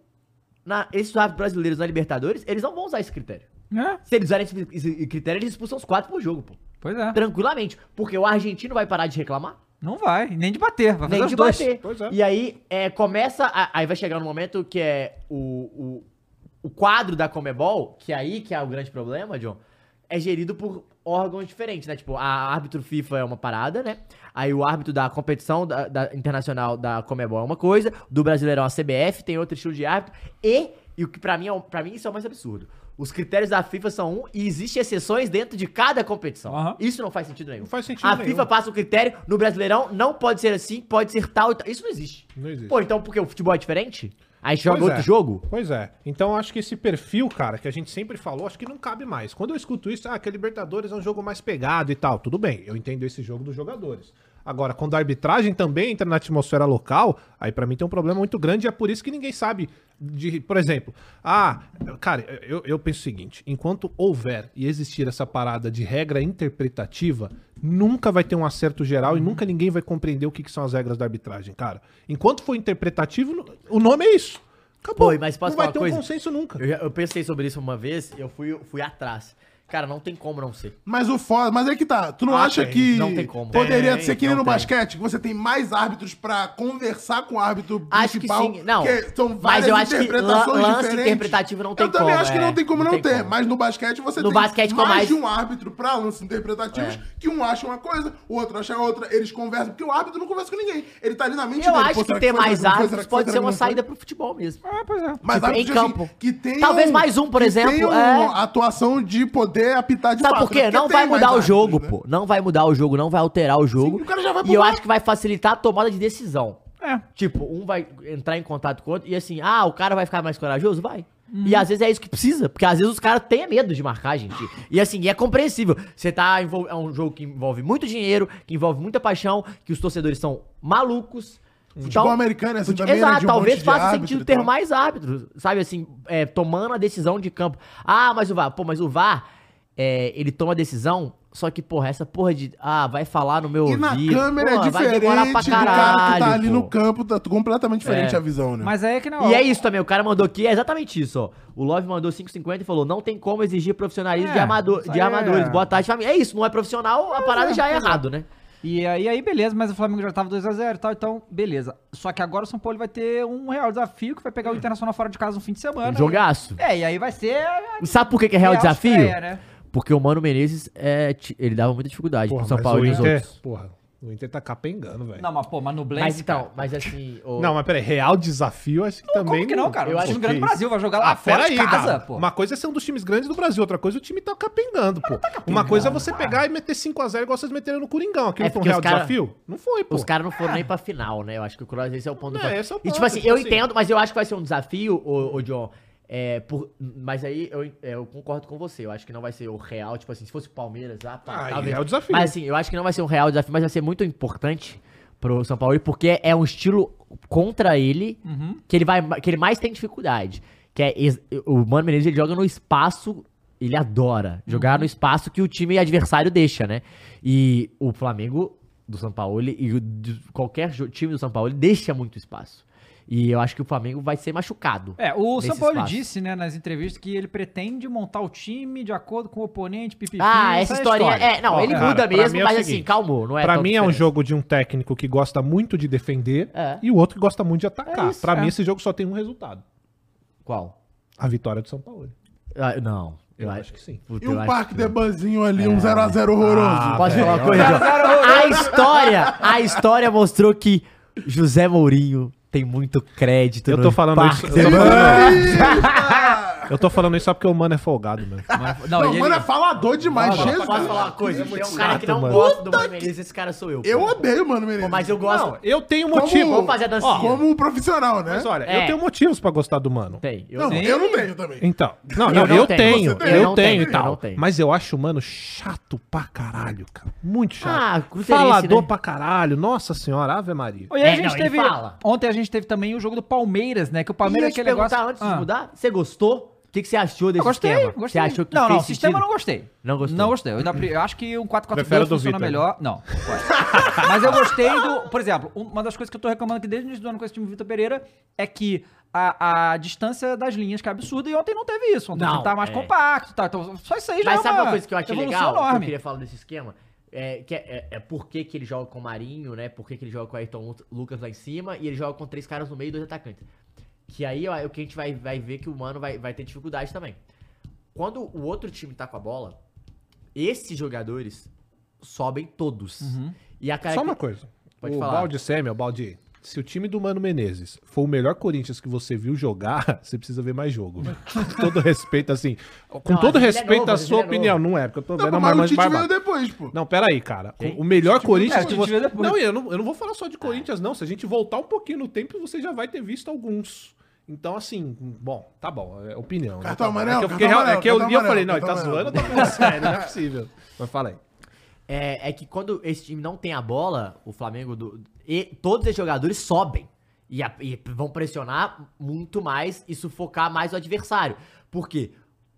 S4: na- esses árbitros brasileiros na Libertadores, eles não vão usar esse critério.
S1: É,
S4: Se eles usarem esse, esse critério, eles expulsam os quatro por jogo, pô.
S1: pois é.
S4: Tranquilamente. Porque o argentino vai parar de reclamar.
S1: Não vai, nem de bater, vai fazer
S4: Nem
S1: os
S4: de
S1: dois.
S4: bater.
S2: Pois é.
S4: E aí é, começa. a- aí vai chegar um momento que é o, o, o quadro da Comebol, que aí que é o grande problema, John, é gerido por órgãos diferentes, né? Tipo, a árbitro FIFA é uma parada, né? Aí o árbitro da competição da, da internacional da Comebol é uma coisa, do Brasileirão a CBF tem outro estilo de árbitro, e, e o que pra mim, é, para mim isso é o mais absurdo. Os critérios da FIFA são um e existem exceções dentro de cada competição.
S1: Aham.
S4: Isso não faz sentido nenhum.
S2: Não faz sentido
S4: A
S2: nenhum.
S4: FIFA passa um critério, no Brasileirão não pode ser assim, pode ser tal e tal. Isso não existe.
S2: Não existe.
S4: Pô, então porque o futebol é diferente? Aí joga
S2: Pois
S4: outro
S2: é.
S4: jogo?
S2: Pois é. Então acho que esse perfil, cara, que a gente sempre falou, acho que não cabe mais. Quando eu escuto isso, ah, que a Libertadores é um jogo mais pegado e tal. Tudo bem, eu entendo esse jogo dos jogadores. Agora, quando a arbitragem também entra na atmosfera local, aí pra mim tem um problema muito grande e é por isso que ninguém sabe de, por exemplo, ah, cara, eu, eu penso o seguinte, enquanto houver e existir essa parada de regra interpretativa, nunca vai ter um acerto geral e nunca ninguém vai compreender o que, que são as regras da arbitragem, cara. Enquanto for interpretativo, o nome é isso. Acabou.
S4: Pô, mas posso
S2: não vai
S4: falar
S2: ter
S4: uma coisa?
S2: um consenso nunca.
S4: Eu, já- eu pensei sobre isso uma vez, eu fui, fui atrás. Cara, não tem como não ser.
S3: Mas o foda, mas é que tá. Tu não
S4: Ah,
S3: acha
S4: tem,
S3: que
S4: não tem como.
S3: poderia
S4: Tem,
S3: ser que nem
S4: não
S3: no
S4: tem.
S3: basquete, que você tem mais árbitros pra conversar com o árbitro
S4: Acho que
S3: principal?
S4: sim. Não,
S3: porque são
S4: mas
S3: várias
S4: eu acho que
S3: interpretações
S4: lan- lance
S3: diferentes.
S4: interpretativo não tem
S3: Eu também
S4: como,
S3: acho que
S4: é.
S3: não tem como
S4: Não
S3: não,
S4: tem
S3: ter,
S4: como.
S3: mas no basquete você
S4: No
S3: tem
S4: basquete com
S3: mais,
S4: mais.
S3: de um árbitro pra lances interpretativos,
S4: É.
S3: que um acha uma coisa, o outro acha outra, eles conversam, porque o árbitro não conversa com ninguém. Ele tá ali na mente
S4: Eu
S3: dele.
S4: acho
S3: pô,
S4: que
S3: será
S4: ter
S3: foi, será
S4: mais
S3: que não foi, será
S4: árbitros
S3: que foi,
S4: pode
S3: será
S4: ser
S3: que
S4: uma
S3: não foi?
S4: saída pro futebol mesmo.
S1: É, pois é.
S3: Mas
S4: Tipo, em
S3: árbitros, assim,
S4: campo.
S3: que tenham,
S4: Talvez mais um, por
S3: que
S4: exemplo,
S3: tenham
S4: é.
S3: atuação de poder apitar de
S4: Sabe
S3: fato,
S4: por quê?
S3: né?
S4: Não
S3: Porque
S4: vai
S3: tem mais
S4: mudar o
S3: árbitros,
S4: jogo,
S3: né?
S4: pô. Não vai mudar o jogo, não vai alterar o jogo.
S3: o cara já vai
S4: e eu
S3: pular.
S4: acho que vai facilitar a tomada de decisão.
S1: É.
S4: Tipo, um vai entrar em contato com o outro e assim, ah, o cara vai ficar mais corajoso? Vai.
S3: Uhum.
S4: E às vezes é isso que precisa, porque às vezes os caras têm medo de marcar, gente. E assim, e é compreensível. Você tá envol- é um jogo que envolve muito dinheiro, que envolve muita paixão, que os torcedores são malucos. Então,
S3: Futebol americano é assim também, né?
S4: Exato,
S3: De um
S4: talvez
S3: monte de
S4: faça
S3: árbitro
S4: sentido
S3: e
S4: ter
S3: tal.
S4: mais árbitros, sabe assim, é, tomando a decisão de campo. Ah, mas o VAR, pô, mas o VAR, é, ele toma a decisão, só que, porra, essa porra de, ah, vai falar no meu
S3: E na
S4: ouvido.
S3: câmera
S4: Pô,
S3: é
S4: vai
S3: diferente
S4: demorar pra
S3: do cara que tá
S4: caralho,
S3: ali no
S4: pô.
S3: campo, tá completamente diferente
S4: É.
S3: a visão, né?
S1: Mas aí é que não.
S4: E é isso também, o cara mandou aqui, é exatamente isso, ó. O Love mandou 5,50 e falou: não tem como exigir profissionalismo
S1: É,
S4: de, armador,
S1: isso aí
S4: de armadores.
S1: é-
S4: Boa tarde, família. É isso, não é profissional, a parada já é errado, né?
S1: E aí, aí, beleza, mas o Flamengo já tava 2x0 e tal, então, beleza. Só que agora o São Paulo vai ter um real desafio que vai pegar o Internacional fora de casa no fim de semana.
S4: Jogaço.
S1: É, e aí vai ser. a
S4: Sabe por que, que é Um real desafio?
S1: estreia, né?
S4: Porque o Mano Menezes, é, ti- ele dava muita dificuldade pro São
S2: mas
S4: Paulo
S2: o
S4: e nos
S2: Inter, é-
S4: outros.
S2: Porra, o Inter tá capengando, velho.
S1: Não, mas pô, mas no Blaze.
S4: Mas então, mas assim. o-
S2: Não, mas peraí, real desafio acho que também.
S1: como que não, cara?
S4: eu
S1: o
S4: acho
S1: time
S4: que Ah,
S1: grande do
S2: isso.
S1: Brasil vai jogar lá fora de
S2: Dado.
S1: casa, pô.
S2: Uma coisa é ser um dos times grandes do Brasil, outra coisa é o time tá capengando, pô. Uma coisa é você pegar e meter 5x0 igual vocês meteram no Coringão. Aquilo
S4: É
S2: foi um
S4: porque os
S2: real
S4: cara-
S2: desafio? Não foi, pô.
S4: Os caras não foram nem pra final, né? Eu acho que o Cross esse é o ponto
S2: É,
S4: do
S2: esse é o
S4: E tipo
S2: ponto,
S4: assim,
S2: tipo
S4: eu
S2: assim.
S4: entendo, mas eu acho que vai ser um desafio, ô, ô, John. É, por, mas aí eu, é, eu concordo com você. Eu acho que não vai ser o real, tipo assim, se fosse o Palmeiras lá, pá,
S2: Ah, aí
S4: talvez.
S2: é o desafio.
S4: Mas assim, eu acho que não vai ser um real desafio, mas vai ser muito importante pro São Paulo, porque é um estilo contra ele
S1: Uhum.
S4: que, ele vai, que ele mais tem dificuldade. Que é, ex- o Mano Menezes ele joga no espaço, ele adora jogar no espaço que o time adversário deixa, né? E o Flamengo do São Paulo ele- e o de qualquer jo- time do São Paulo ele deixa muito espaço. E eu acho que o Flamengo vai ser machucado.
S1: É, o
S4: nesse
S1: São Paulo
S4: espaço.
S1: disse, né, nas entrevistas, que ele pretende montar o time de acordo com o oponente, pipipi.
S4: Ah, essa historinha. É, não,
S2: Ó,
S4: ele
S2: cara,
S4: muda
S2: pra
S4: mesmo,
S2: mim é o
S4: mas assim,
S2: seguinte,
S4: calmou, não é
S2: pra
S4: tão
S2: mim é um
S4: diferente.
S2: jogo de um técnico que gosta muito de defender
S4: É.
S2: e o outro que gosta muito de atacar.
S1: É isso,
S2: pra
S1: é.
S2: mim esse jogo só tem um resultado.
S4: Qual?
S2: A vitória do São Paulo.
S4: Ah, não.
S2: Eu acho que é sim.
S4: Puta,
S3: E
S4: eu
S3: um
S4: acho
S3: parque
S4: que
S3: de
S4: não. Ah,
S3: banzinho ali, um 0x0 horroroso.
S4: Posso
S2: velho,
S4: falar uma coisa? A história, a história mostrou que José Mourinho tem muito crédito
S2: Eu
S4: no
S2: tô falando
S4: Parque
S2: isso.
S4: de
S2: Eu tô falando,
S3: Eita!
S2: eu tô falando isso só porque o mano é folgado, mano.
S1: Não,
S3: Não,
S1: e
S3: mano,
S1: ele-
S3: é falador demais,
S4: Banco.
S3: Jesus.
S4: Posso falar uma coisa?
S3: Cristo.
S4: Tem um cara que não
S2: mano.
S4: gosta do Mano Menezes, esse cara sou eu.
S3: Eu
S4: pô.
S3: odeio, mano,
S4: Pô,
S3: menino.
S4: Mas eu
S2: Não,
S4: gosto. Tipo,
S2: eu tenho
S3: Como-
S2: motivo.
S4: Vamos fazer a dancinha.
S2: Ó,
S3: Como profissional, né?
S2: mas olha,
S4: É.
S2: eu tenho motivos pra gostar do mano.
S4: Tem. Eu
S3: Não,
S4: tenho.
S3: eu não tenho também.
S2: Então, não,
S4: Eu
S2: eu,
S4: não
S2: eu
S4: tenho.
S2: tenho,
S3: Você tem.
S2: eu
S4: Eu não
S2: tenho e
S4: tenho, eu não
S2: tal.
S4: tenho.
S2: Mas eu acho o mano chato pra caralho, cara. Muito chato.
S4: Ah, cruzeirense,
S2: Falador
S4: né?
S2: pra caralho. Nossa senhora, Ave Maria.
S1: E aí
S4: É,
S1: a gente
S4: não, ele
S1: teve.
S4: fala.
S1: Ontem a gente teve também o jogo do Palmeiras, né? Que o
S4: Eu
S1: Palmeiras é
S4: ia te
S1: aquele
S4: perguntar
S1: negócio.
S4: antes de
S1: Ah.
S4: mudar. Você gostou? O que, que você achou desse
S1: Eu Ah, gostei,
S4: sistema?
S1: gostei.
S4: Você achou que
S1: não,
S4: fez
S1: não, o sistema eu
S4: sentido?
S1: não gostei.
S4: Não gostou.
S1: Não gostei. Eu, ainda pre- eu acho que um 4-4-2
S2: Prefere o do
S1: funciona
S2: Vitor, né?
S1: melhor. Não. gosto. Mas eu gostei do. Por exemplo, um, uma das coisas que eu tô reclamando aqui desde o início do ano com esse time do Vitor Pereira é que. A, a distância das linhas que é absurda e ontem não teve isso. Ontem
S4: Não,
S1: o time tá mais
S4: é.
S1: compacto, tá? Então, só isso aí já
S4: Mas
S1: é
S4: sabe
S1: uma
S4: uma coisa que eu achei
S1: evolução
S4: legal? Que eu
S1: enorme.
S4: queria falar desse esquema. É, que é, é- é por que, que ele joga com o Marinho, né? Por que, que ele joga com o Ayrton Lu- Lucas lá em cima e ele joga com três caras no meio e dois atacantes. Que aí ó, é o que a gente vai, vai ver que o Mano vai, vai ter dificuldade também. Quando o outro time tá com a bola, esses jogadores sobem todos.
S1: Uhum.
S4: E a cara
S2: Só uma coisa.
S4: Pode
S2: o
S4: falar.
S2: balde Samuel, balde. Se o time do Mano Menezes for o melhor Corinthians que você viu jogar, você precisa ver mais jogo. velho. Com todo respeito, assim. Com
S4: Não,
S2: todo
S4: às vezes ele é
S2: respeito
S4: novo,
S2: à
S4: às vezes
S2: sua
S4: ele é
S2: opinião,
S4: novo.
S2: não é? Porque eu tô
S3: Não,
S2: vendo a
S3: Então, mas o
S2: Marmanjo
S3: Tite
S2: Barbada.
S3: veio depois, pô.
S2: Não, peraí, cara.
S4: Quem?
S2: O melhor Corinthians
S1: é,
S2: que
S1: o Tite
S2: você.
S1: veio depois.
S2: Não, eu não, eu não vou falar só de Corinthians, não. Se a gente voltar um pouquinho no tempo, você já vai ter visto alguns. Então, assim, bom, tá bom. É opinião. né?
S3: Cartão
S2: Tá bom.
S3: amarelo,
S2: É que eu, fiquei,
S3: cartão
S2: real- é que eu li
S3: amarelo,
S2: e eu falei, não, ele tá
S3: cartão
S2: zoando,
S3: amarelo.
S2: tá falando sério, não é possível. Mas fala aí.
S4: É, é que quando esse time não tem a bola, o Flamengo. do- e todos esses jogadores sobem. E, a- e vão pressionar muito mais e sufocar mais o adversário. Porque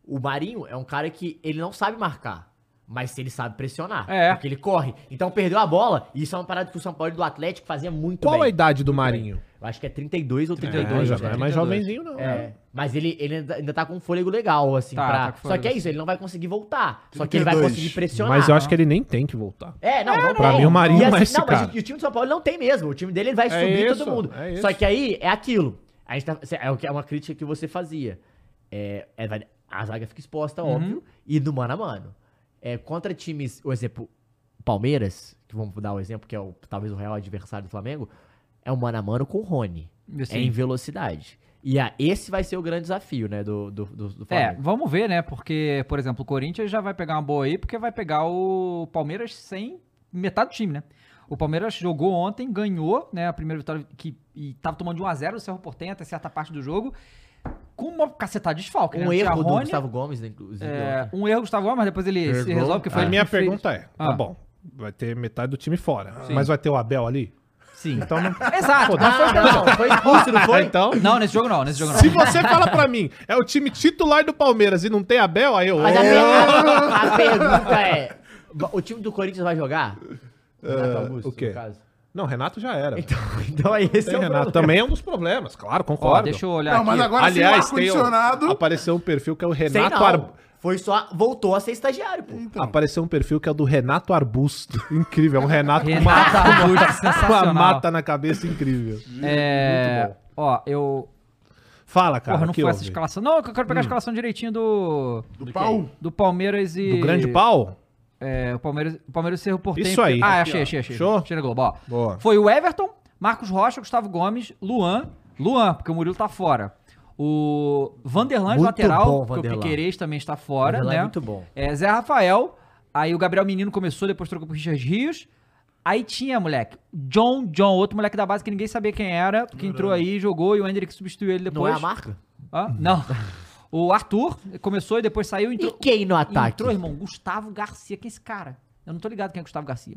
S4: o Marinho é um cara que ele não sabe marcar. Mas ele sabe pressionar.
S1: É.
S4: Porque ele corre. Então perdeu a bola. E isso é uma parada que o São Paulo e do Atlético fazia muito
S2: Qual
S1: é?
S4: bem.
S2: a idade do
S4: Muito bem.
S2: Marinho?
S4: Eu acho que é 32 ou 32.
S1: 32,
S2: já
S1: né?
S2: não é
S4: é.
S2: mais
S1: 32.
S2: jovenzinho, não. né?
S4: É, mas ele, ele ainda- ainda tá com um fôlego legal, assim.
S1: Tá,
S4: pra-
S1: tá com
S4: Só
S1: fôlego,
S4: que é isso, ele não vai conseguir voltar. Só que ele vai
S3: 32.
S4: conseguir pressionar.
S2: Mas eu acho que ele nem tem que voltar.
S4: É, não, não
S2: pra
S4: tem.
S2: mim o Marinho
S4: E assim,
S2: não é esse
S4: não, mas
S2: cara.
S4: o- e o time do São Paulo não tem mesmo. O time dele ele vai
S2: É
S4: subir
S2: isso,
S4: todo mundo.
S2: é isso.
S4: Só que aí é aquilo. A gente tá- é, o que- é uma crítica que você fazia. É, é, vai- a zaga fica exposta, óbvio, e do mano a mano. É, contra times, por exemplo, Palmeiras, que vamos dar um exemplo, que é o, talvez o real adversário do Flamengo, é o mano a mano com o Rony.
S1: Sim.
S4: É em velocidade. E a, esse vai ser o grande desafio, né, do, do, do, do
S1: É,
S4: Flamengo.
S1: vamos ver, né? Porque, por exemplo, o Corinthians já vai pegar uma boa aí, porque vai pegar o Palmeiras sem metade do time, né? O Palmeiras jogou ontem, ganhou, né? A primeira vitória que e tava tomando de 1x0 o Cerro Portenho até certa parte do jogo. Com uma cacetada de desfalque, né?
S4: Um
S1: Não tinha
S4: erro do
S1: Rony,
S4: Gustavo Gomes, né, inclusive.
S1: é,
S4: ontem.
S1: um erro, Gustavo, Gomes, mas depois ele se
S4: Errou.
S1: resolve, porque foi...
S2: A
S1: ele
S2: minha
S1: que fez.
S2: pergunta é,
S1: Ah.
S2: tá bom, vai ter metade do time fora,
S1: Sim.
S2: mas vai ter o Abel ali?
S1: Sim.
S2: Então não...
S1: Exato, mas foi...
S4: Ah, não, foi expulso, não foi?
S2: então...
S1: Não, nesse jogo não, nesse jogo não.
S2: Se você fala pra mim, é o time titular do Palmeiras e não tem Abel, aí eu...
S4: Mas a, pergunta- a pergunta é: o time do Corinthians vai jogar?
S1: É,
S4: Renato Augusto,
S2: o quê?
S4: no caso.
S2: Não, Renato já era.
S4: Então, então é esse
S2: Tem
S4: é o
S2: Renato
S4: problema.
S2: também é um dos problemas, claro,
S1: Ó,
S2: concordo.
S1: deixa eu olhar
S3: Não, mas
S1: aqui.
S3: agora sim, o
S2: Aliás, tem um,
S3: ar-condicionado.
S2: apareceu um perfil que é o
S4: Sei
S2: Renato
S4: não.
S2: Ar...
S4: Foi só. Voltou a ser estagiário, pô.
S2: Apareceu um perfil que é o do Renato Arbusto. incrível, é um Renato com uma,
S1: Renato Augusto,
S2: com uma
S1: sensacional.
S2: mata na cabeça incrível.
S1: É,
S2: Muito bom.
S1: Ó, eu...
S2: Fala, cara,
S1: Porra, não
S2: que Hum.
S1: foi essa
S2: houve?
S1: escalação. Não, eu quero pegar a escalação direitinho do...
S3: Do pau.
S1: Do Palmeiras e.
S2: Do grande pau?
S1: É, o Palmeiras, o Palmeiras Cerro Porteño.
S2: Isso aí.
S1: Ah,
S2: Aqui,
S1: achei,
S2: ó.
S1: achei, achei.
S2: Show?
S1: Achei na Globo, ó.
S2: Boa.
S1: Foi o Everton, Marcos Rocha, Gustavo Gomes, Luan. Luan, porque o Murilo tá fora. O Vanderlan, de
S4: Muito
S1: lateral,
S4: bom,
S1: porque
S4: Vanderlan.
S1: o Piquerez também está fora,
S4: Vanderlan é
S1: né?
S4: muito bom.
S1: É, Zé Rafael. Aí o Gabriel Menino começou, depois trocou pro Richard Rios. Aí tinha, moleque, John John, outro moleque da base que ninguém sabia quem era, que entrou aí, jogou e o Hendrick substituiu ele
S4: Não
S1: depois.
S4: é a marca?
S1: Hã? Não. O Arthur começou e depois saiu.
S4: E
S1: Entrou,
S4: quem no ataque?
S1: Entrou, irmão, Gustavo Garcia. Quem é esse cara? Eu não tô ligado quem é Gustavo Garcia.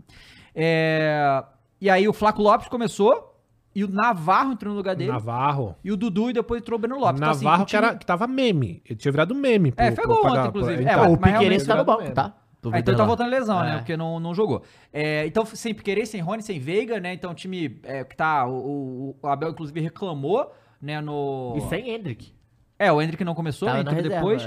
S1: É, E aí o Flaco Lopes começou e o Navarro entrou no lugar dele.
S2: Navarro.
S1: E o Dudu e depois entrou o Breno Lopes. Então, assim,
S2: Navarro
S1: o
S2: que,
S1: time-
S2: era, que tava meme. Ele tinha virado meme.
S1: É, foi gol ontem,
S2: pagar-
S1: inclusive.
S2: Então,
S1: É,
S2: o
S1: mas- mas
S2: Piqueires
S1: realmente-
S4: Piqueires tá no
S2: virado
S4: banco,
S2: meme.
S4: tá? Tô
S1: Ah, então
S4: vendo
S1: tá
S4: lá.
S1: voltando lesão,
S4: É.
S1: né? Porque não, não jogou. É, então, sem Piquerez, sem Rony, sem Veiga, né? Então, o time é, que tá. O, o- o Abel, inclusive, reclamou, né? No.
S4: E sem Hendrick.
S1: É, o Hendrick não começou, né?
S4: Tava na
S1: Entrou
S4: reserva,
S1: depois.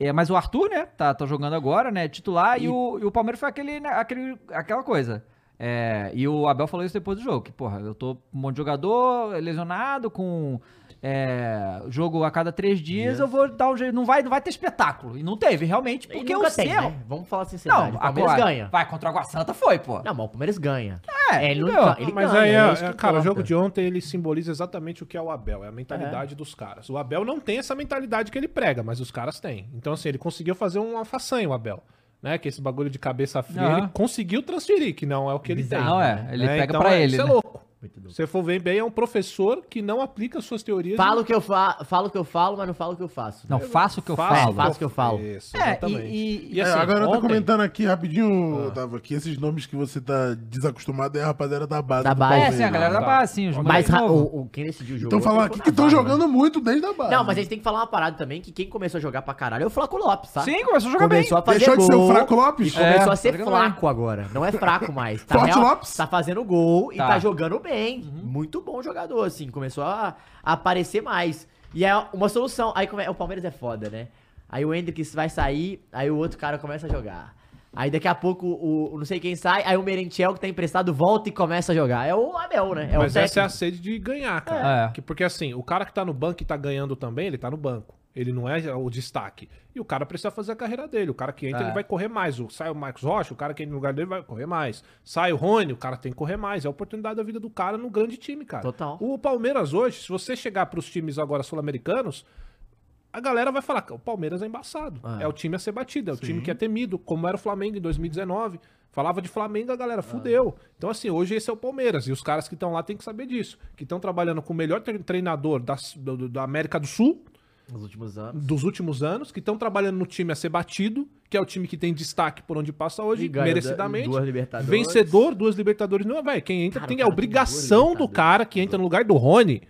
S4: é.
S1: É, mas o Arthur, né? Tá, tá jogando agora, né? Titular. E,
S4: E-
S1: o, e o Palmeiras foi aquele, né, aquele, aquela coisa. É, e o Abel falou isso depois do jogo. Que, porra, eu tô com um monte de jogador lesionado, com é, jogo a cada três dias, eu vou dar um jeito. Não vai, não vai ter espetáculo. E não teve, realmente,
S4: E
S1: porque é o
S4: nunca tem,
S1: Cerro...
S4: né? Vamos falar sinceridade.
S1: Não,
S4: o Palmeiras
S1: agora-
S4: ganha.
S1: Vai, contra o Água Santa foi, pô.
S4: Não, mas o Palmeiras ganha.
S1: É,
S4: ele não
S1: entendeu?
S4: ganha, ele
S2: Mas
S4: ganha,
S2: aí,
S4: é
S2: é-
S4: isso que
S2: cara, o
S4: importa.
S2: jogo de ontem ele simboliza exatamente o que é o Abel, é a mentalidade dos caras. O Abel não tem essa mentalidade que ele prega, mas os caras têm. Então, assim, ele conseguiu fazer uma façanha, o Abel. Né? Que esse bagulho de cabeça fria,
S1: Aham.
S2: ele conseguiu transferir, que não é o que ele tem.
S4: Bizarro,
S1: Não, é.
S4: né?
S1: Ele
S2: né?
S1: pega
S2: Então,
S1: pra
S2: é,
S1: ele,
S2: Isso
S1: né?
S2: é louco.
S4: Muito doido.
S2: Se você for ver bem, é um professor que não aplica suas teorias.
S4: Falo o que eu fa... falo o que eu falo, mas não falo o que eu faço.
S1: Não, faço o que eu
S2: Fala,
S1: falo.
S4: É, faço o que eu falo.
S2: Isso,
S1: É,
S2: exatamente.
S1: e- e-
S2: assim,
S3: é, a galera
S2: ontem-
S3: tá comentando aqui rapidinho, Otávio, que esses nomes que você tá desacostumado é a rapaziada da base.
S4: Da
S3: do
S4: base.
S1: É,
S3: Palmeiras.
S1: assim, a galera
S2: Tá.
S1: da base, sim. Os
S4: Mas
S1: moleques
S4: ra-
S1: novos.
S4: o, o- quem decidiu o jogo?
S3: Estão falando
S4: foi
S3: Então aqui
S4: o
S3: que estão
S4: Navarro, né?
S3: jogando muito desde a base.
S4: Não, mas a gente tem que falar uma parada também, que quem começou a jogar pra caralho é o Flaco Lopes, tá?
S1: Sim, começou a jogar
S4: Começou a fazer
S3: Deixou de
S4: gol.
S3: ser o Fraco Lopes?
S4: E começou
S1: É,
S4: a ser
S1: tá ligado?
S4: flaco agora. Não é fraco mais. Tá,
S3: Forte Lopes?
S4: tá fazendo gol e
S1: Tá. Uhum.
S4: tá, jogando bem. Muito bom jogador, assim. Começou a, a aparecer mais. E é uma solução. Aí come- o Palmeiras é foda, né? Aí o Hendrick vai sair, aí o outro cara começa a jogar. Aí daqui a pouco o, o não sei quem sai, aí o Merentiel que tá emprestado volta e começa a jogar. É o Abel, né? É
S2: Mas
S4: o técnico.
S2: essa é a sede de ganhar,
S1: É.
S2: cara. Que- porque assim, o cara que tá no banco e tá ganhando também, ele tá no banco. Ele não é o destaque. E o cara precisa fazer a carreira dele. O cara que entra,
S1: É.
S2: ele vai correr mais. O, sai o Marcos Rocha, o cara que entra no lugar dele vai correr mais. Sai o Rony, o cara tem que correr mais. É a oportunidade da vida do cara no grande time, cara.
S4: Total.
S2: O Palmeiras hoje, se você chegar pros times agora sul-americanos, a galera vai falar que o Palmeiras é embaçado.
S4: Ah.
S2: É o time a ser batido, é o time que é temido, como era o Flamengo em 2019. Falava de Flamengo, a
S4: Ah.
S2: galera fudeu. Então, assim, hoje esse é o Palmeiras. E os caras que estão lá têm que saber disso. Que estão trabalhando com o melhor tre- treinador da, do- da América do Sul
S4: Nos últimos anos.
S2: dos últimos anos, que estão trabalhando no time a ser batido, que é o time que tem destaque por onde passa hoje,
S4: E ganha
S2: merecidamente.
S4: duas Libertadores.
S2: Vencedor, duas Libertadores. Não, velho. Quem entra
S4: Cara, o
S2: tem a
S4: cara tem
S2: obrigação
S4: duas
S2: do cara que entra no lugar do Rony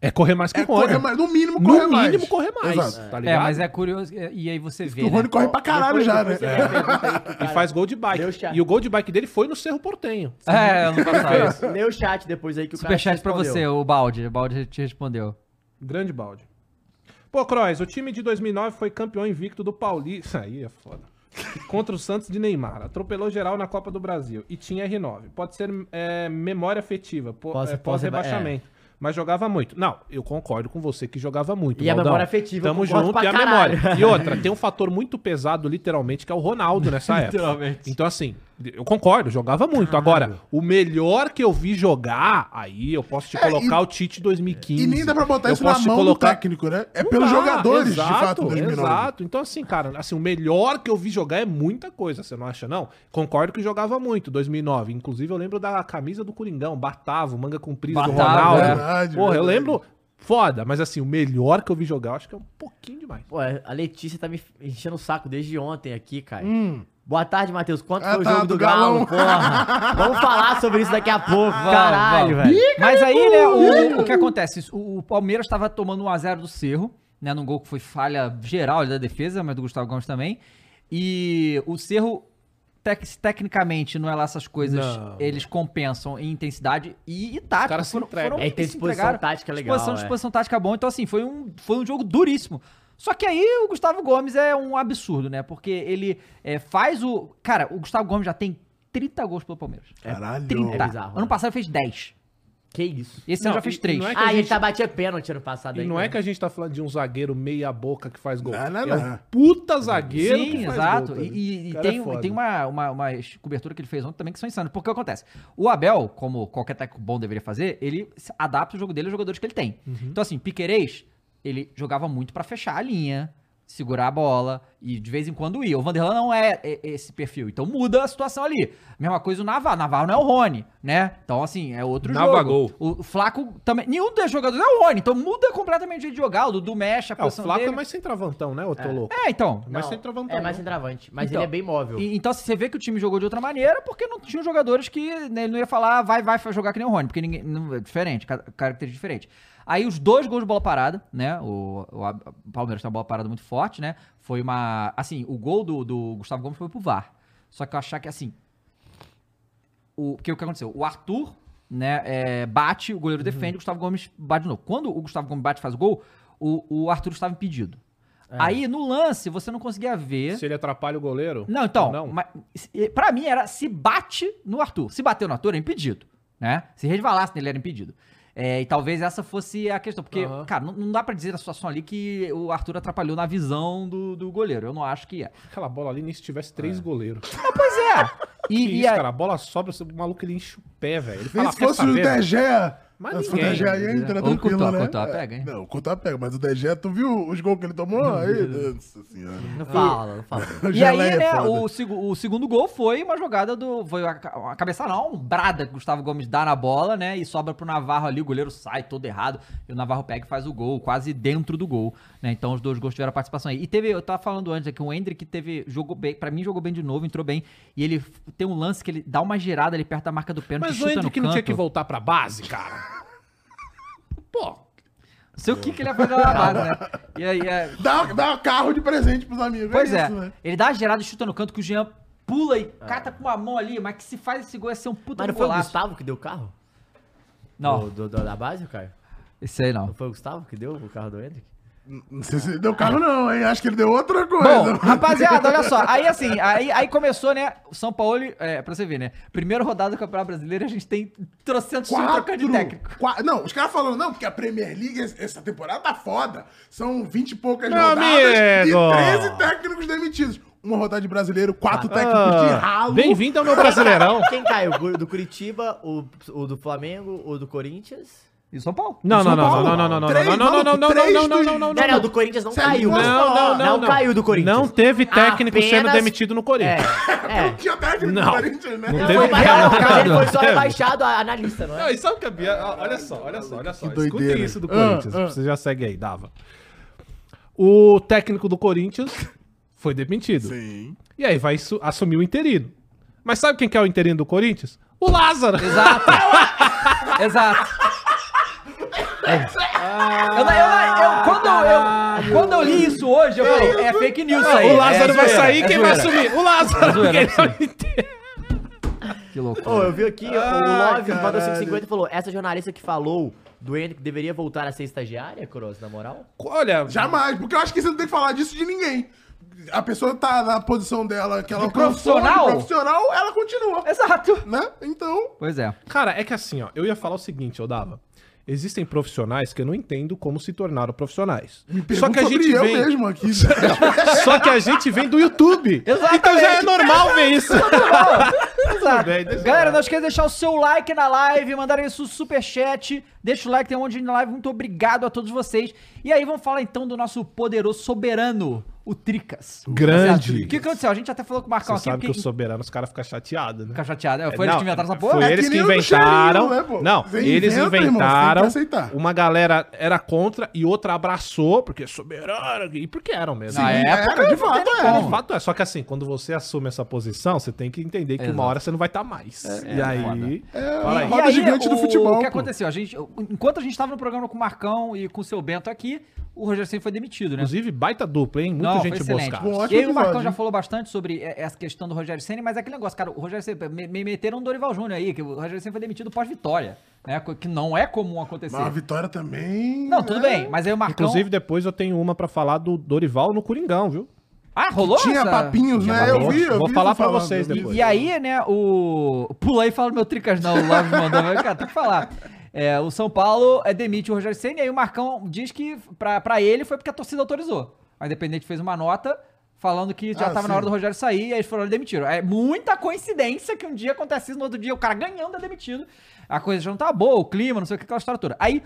S2: é correr mais que
S3: É
S2: o Rony.
S3: correr mais, no mínimo
S2: No
S3: correr mais.
S2: mínimo correr mais.
S3: Exato.
S2: Tá
S1: É,
S2: ligado?
S1: mas é curioso. é, E aí você vê.
S3: O
S1: né?
S3: Rony corre pra caralho
S4: Depois-
S3: já, né?
S4: depois você vê a pergunta aí que o
S2: E
S4: cara-
S2: faz gol de bike.
S4: Deu chá.
S2: E o gol de bike dele foi no Cerro Portenho.
S1: É, eu não passava isso.
S4: Lê o chat depois aí que o cara.
S1: Superchat pra
S4: respondeu.
S1: você, o Balde. O Balde te respondeu.
S2: Grande balde. Pô, Crois, o time de 2009 foi campeão invicto do Paulista. Aí é foda. Contra o Santos de Neymar. Atropelou geral na Copa do Brasil. E tinha R9. Pode ser é, memória afetiva, pô-
S4: Pós-
S2: é,
S4: pós-reba-
S2: pós-rebaixamento. Mas jogava muito. Não, eu concordo com você que jogava muito.
S4: E a
S2: Valdão.
S4: memória afetiva, eu
S2: Tamo
S4: concordo
S2: junto
S4: pra
S2: e a
S4: caralho.
S2: memória. E outra, tem um fator muito pesado, literalmente, que é o Ronaldo nessa época.
S1: Literalmente.
S2: Então, assim, eu concordo, jogava muito. Agora, o melhor que eu vi jogar, aí eu posso te
S4: É,
S2: colocar o Tite 2015.
S3: E nem dá pra botar
S2: Eu
S3: isso na
S2: posso te
S3: mão
S2: colocar-
S3: do técnico, né? É
S2: Não
S3: pelos
S2: dá,
S3: jogadores,
S2: exato,
S3: de fato, em 2009.
S2: Exato. Então, assim, cara, assim, o melhor que eu vi jogar é muita coisa, você não acha, não? Concordo que jogava muito, 2009. Inclusive, eu lembro da camisa do Coringão, Batavo, manga comprida do
S1: Batavo,
S2: Ronaldo.
S1: é.
S3: Verdade,
S2: Porra, eu
S3: verdade.
S2: lembro... Foda, mas assim, o melhor que eu vi jogar, eu acho que é um pouquinho demais.
S4: Pô, a Letícia tá me enchendo o saco desde ontem aqui, cara.
S2: Hum.
S4: Boa tarde, Matheus. Quanto
S3: Ah,
S4: foi
S3: tá,
S4: o jogo
S3: do
S4: do,
S3: Galão.
S4: Galo, porra? Vamos falar sobre isso daqui a pouco.
S1: Vamos,
S4: Caralho,
S1: vamos.
S4: velho.
S1: Mas aí, né, o, o que acontece? O, o Palmeiras tava tomando 1x0 do Cerro, né? Num gol que foi falha geral da defesa, mas do Gustavo Gomes também. E o Cerro, tec- tecnicamente, não é lá essas coisas.
S2: Não.
S1: Eles compensam em intensidade e, e tática.
S2: caras se entregam.
S4: É, tem
S1: se
S4: disposição
S1: entregaram.
S4: tática legal,
S1: Disposição,
S4: é.
S1: disposição tática bom. Então, assim, foi um, foi um jogo duríssimo. Só que aí o Gustavo Gomes é um absurdo, né? Porque ele é, faz o. Cara, o Gustavo Gomes já tem 30 gols pelo Palmeiras.
S4: É
S3: Caralho.
S1: 30.
S4: bizarro,
S1: ano
S4: né?
S1: passado ele fez 10.
S4: Que isso?
S1: Esse
S2: Não,
S1: ano já fez
S2: e-
S1: 3.
S2: não é que
S4: ah,
S2: a
S4: ele
S2: gente-
S4: tá batia pênalti ano passado né?
S2: E
S4: aí.
S2: não é
S1: né?
S2: que a gente tá falando de um zagueiro meia boca que faz gol.
S3: Não, não,
S2: é um
S3: não.
S2: puta zagueiro que
S1: Sim,
S2: faz
S1: exato.
S2: gol.
S1: E-
S2: tá ligado?
S1: e e
S2: Cara, é
S1: tem,
S2: foda.
S1: tem uma, uma, uma cobertura que ele fez ontem também que são insanas. Porque acontece? O Abel, como qualquer técnico bom deveria fazer, ele se adapta o jogo dele aos jogadores que ele
S2: Uhum.
S1: tem. Então, assim, Piquerez, ele jogava muito pra fechar a linha, segurar a bola, E de vez em quando ia. O Vanderlan não é é, esse perfil. Então muda a situação ali. Mesma coisa o Navarro. Navarro não é o Rony, né? Então, assim, é outro
S5: Nava
S1: jogo. O Flaco também. Nenhum dos jogadores é o Rony. Então muda completamente o jeito de jogar. O Dudu mexe a
S2: É, o
S1: posição
S2: Flaco
S1: dele.
S2: é mais centravantão, né, ô Tolo?
S1: É, então.
S2: É mais
S4: Não,
S2: centroavantão,
S4: É mais
S2: né?
S4: centroavante, mas
S1: Então,
S4: ele é bem móvel.
S1: E- então se você vê que o time jogou de outra maneira porque não tinha jogadores que né, ele não ia falar vai vai jogar que nem o Rony, porque ninguém não, é diferente, ca- característica diferente. Aí os dois gols de bola parada, né? O, o Ab- o Palmeiras tem uma bola parada muito forte, né? Foi uma assim, o gol do, do Gustavo Gomes foi pro VAR. Só que eu achar que assim, o porque o que aconteceu? O Arthur, né, é, bate, o goleiro defende, o Gustavo Gomes bate de novo. Quando o Gustavo Gomes bate e faz o gol, o, o Arthur estava impedido. Aí no lance você não conseguia ver.
S2: Se ele atrapalha o goleiro.
S1: Não, então,
S2: ou Não.
S1: mas, se- pra mim era se bate no Arthur. Se bateu no Arthur, era impedido, né? Se resvalasse nele, era impedido. É, e talvez essa fosse a questão, porque,
S2: Aham.
S1: cara, não, não dá pra dizer na situação ali que o Arthur atrapalhou na visão do, do goleiro. Eu não acho que é.
S2: Aquela bola ali, nem se tivesse três goleiros.
S1: Pois é.
S2: Que
S1: E, e
S2: isso,
S1: a-
S2: cara, a bola sobra, o maluco ele enche o pé, velho. Ele fala,
S3: E se fosse
S2: "Quer
S3: o
S2: saber, velho?"
S3: Degea.
S2: Mas
S3: se fosse o
S2: ninguém,
S3: Degea aí,
S1: né?
S3: entra
S1: Ou o
S3: tranquilo,
S1: Courtois,
S3: né?
S1: Courtois pega, hein?
S3: Não, o Courtois pega, mas o Degea, tu viu os gols que ele tomou? Aí, nossa senhora.
S4: Não fala, não fala.
S1: E aí,
S3: Geleia é
S1: né,
S3: foda.
S1: o, segu- o segundo gol foi uma jogada do. Foi uma, ca- uma cabeçada, uma ombrada que o Gustavo Gomes dá na bola, né? E sobra pro Navarro ali, o goleiro sai todo errado. E o Navarro pega e faz o gol, quase dentro do gol, né? Então os dois gols tiveram participação aí. E teve, eu tava falando antes aqui, o Hendrick teve. jogou bem, pra mim jogou bem de novo, entrou bem. E ele f- tem um lance que ele dá uma girada ali perto da marca do pênalti,
S2: Mas o
S1: chuta no
S2: Hendrick
S1: canto.
S2: não tinha que voltar pra base, cara. Pô,
S1: Não sei o que, que ele ia fazer na base, né? E aí, é,
S3: Dá, dá carro de presente pros amigos.
S1: Pois é.
S3: isso, né?
S1: Ele dá a gerada e chuta no canto que o Jean pula e cata com a mão ali, mas que se faz esse gol é ser um puta
S4: Mas
S1: de
S4: não foi o
S1: golaço.
S4: Gustavo que deu o carro?
S1: Não,
S4: Do, do- do- da base, Caio?
S1: esse aí
S4: Não
S1: não.
S4: foi o Gustavo que deu o carro do Hendrick?
S3: Não sei se ele deu carro, não, hein? Acho que ele deu outra
S1: Bom,
S3: coisa.
S1: rapaziada, olha só. Aí assim, aí, aí começou, né? O São Paulo, é, pra você ver, né? Primeira rodada do Campeonato Brasileiro, a gente tem trocentos times
S3: Quatro,
S1: trocando de técnico.
S3: qua- não, os caras falando, não, porque a Premier League es- essa temporada tá foda. São 20 e poucas
S2: Meu amigo!
S3: e 13 técnicos demitidos. Uma rodada de brasileiro, quatro
S1: Ah,
S3: técnicos de ralo.
S2: bem-vindo ao meu Brasileirão.
S4: Quem caiu? O do Curitiba, o, o do Flamengo, o do Corinthians?
S1: E o São Paulo?
S2: Não, não,
S3: São
S2: não,
S3: Paulo,
S2: não, não, não, não,
S3: três,
S2: não, não, não, não, não,
S3: maluco,
S2: não,
S3: três
S2: não, não,
S3: dos-
S2: não, não,
S4: Não, não,
S2: não.
S4: do Corinthians não
S3: Você
S4: caiu.
S3: não
S4: vamos
S3: não,
S4: falar.
S2: não, não.
S4: caiu do Corinthians.
S2: Não teve técnico sendo
S4: Apenas-
S2: demitido no Corinthians.
S4: É, é.
S3: Não tinha técnico
S2: Não.
S3: do Corinthians, né?
S2: Não
S4: Não
S2: teve
S4: foi rebaixado,
S2: rebaixado.
S4: mas ele foi só rebaixado a analista, não é?
S2: Não, e sabe o que é pior? Ó, Olha só, olha só, olha só.
S3: Que doideira.
S2: Escutem isso do
S3: Ah,
S2: Corinthians.
S3: ah.
S2: Você já segue aí, dava. O técnico do Corinthians foi demitido.
S3: Sim.
S2: E aí vai su- assumir o interino. Mas sabe quem que é o interino do Corinthians? O Lázaro!
S1: Exato. Exato. É. Eu, não- eu não-
S2: Ah,
S1: eu- quando, eu, quando eu li isso hoje, eu falei, é fake news isso
S2: Ah,
S1: aí.
S2: o Lázaro
S1: é
S2: vai
S1: zoeira,
S2: sair,
S1: é
S2: quem vai
S1: zoeira.
S2: assumir? O Lázaro!
S1: zoeira, é
S2: porque ele é o interino.
S1: Que loucura.
S4: Ô, eu vi aqui, o Love, do
S3: caralho.
S4: 550, falou: essa jornalista que falou do Hendrick deveria voltar a ser estagiária, Cross, na moral?
S2: Olha,
S3: Jamais, porque eu acho que você não tem que falar disso de ninguém. A pessoa tá na posição dela, que
S1: De
S3: ela alcançou, de
S1: profissional?
S3: profissional, ela continua,
S1: Exato.
S3: né? Então,
S1: Pois é.
S2: Cara, é que assim, ó, eu ia falar o seguinte, ô Dava. Existem profissionais que eu não entendo como se tornaram profissionais. Só que a gente
S3: pergunto sobre
S2: vem,
S3: eu mesmo aqui.
S2: só que a gente vem do YouTube.
S1: Exatamente.
S2: Então já é normal ver isso.
S1: Exato.
S2: bem, deixa
S1: Galera,
S2: lá.
S1: não esqueça de deixar o seu like na live, mandar isso superchat. Deixa o like, tem um monte de gente na live. Muito obrigado a todos vocês. E aí vamos falar então do nosso poderoso soberano, o Tricas. assim,
S2: Grande.
S1: O que aconteceu? A gente até falou com o Marcão aqui,
S2: Você sabe que
S1: porque
S2: os soberanos, os caras ficam chateados, né?
S1: fica chateado. É, Foi
S2: Não,
S1: eles que inventaram essa porra?
S2: Foi
S1: É.
S2: eles
S3: que
S2: que
S3: nem o
S2: inventaram.
S3: cheirinho, né, pô?
S2: não,
S3: Você
S2: eles
S3: inventa, irmão,
S2: inventaram.
S3: você tem que aceitar.
S2: uma galera era contra e outra abraçou, porque é soberano. E porque eram mesmo.
S3: é.
S1: Na época,
S3: de
S1: não tem
S3: fato,
S1: nem
S3: era,
S2: É,
S1: como.
S2: de fato é. Só que assim, quando você assume essa posição, você tem que entender que uma
S1: Exato.
S2: hora você não vai estar mais. e aí.
S3: É,
S2: Fala aí.
S1: E
S3: roda
S1: aí,
S3: gigante
S1: o,
S3: do futebol.
S1: O que
S3: pô.
S1: aconteceu? A gente, enquanto a gente tava no programa com o Marcão e com o seu Bento aqui, o Rogério Senna foi demitido, né?
S2: Inclusive, baita dupla, hein? Muita
S1: Não, foi
S2: gente boa, os
S1: excelente.
S2: caras.
S3: Bom,
S1: E
S3: ótimo
S1: aí o
S3: episódio,
S1: Marcão
S3: hein?
S1: já falou bastante sobre eh, essa questão do Rogério Senna, mas é aquele negócio, cara, o Rogério Senna, me, me meteram um Dorival Júnior aí, que o Rogério Senna foi demitido pós-vitória, né, co- que não é comum acontecer.
S3: Mas a vitória também.
S1: Não, tudo
S3: né?
S1: bem, mas aí o Marcão...
S2: Inclusive, depois eu tenho uma pra falar do Dorival no Coringão, viu?
S1: ah, rolou
S3: Tinha
S1: essa?
S3: papinhos,
S2: Tinha
S3: né? Eu
S2: papinhos.
S3: vi, eu
S2: Vou
S3: vi
S2: falar
S3: isso
S2: pra
S3: falando,
S2: vocês
S3: eu vi.
S2: depois.
S1: E aí, né, o... Pula aí e fala meu tricas não, o Love mandou, mas, cara, tem que falar. É, o São Paulo eh, demite o Rogério Senna e aí o Marcão diz que pra, pra ele foi porque a torcida autorizou. A Independente fez uma nota falando que já
S3: Ah,
S1: tava na
S3: sim.
S1: hora do Rogério sair, e aí eles foram lá e demitiram. É muita coincidência que um dia acontece isso, no outro dia o cara ganhando é demitido. A coisa já não tá boa, o clima, não sei o que, aquela história toda. Aí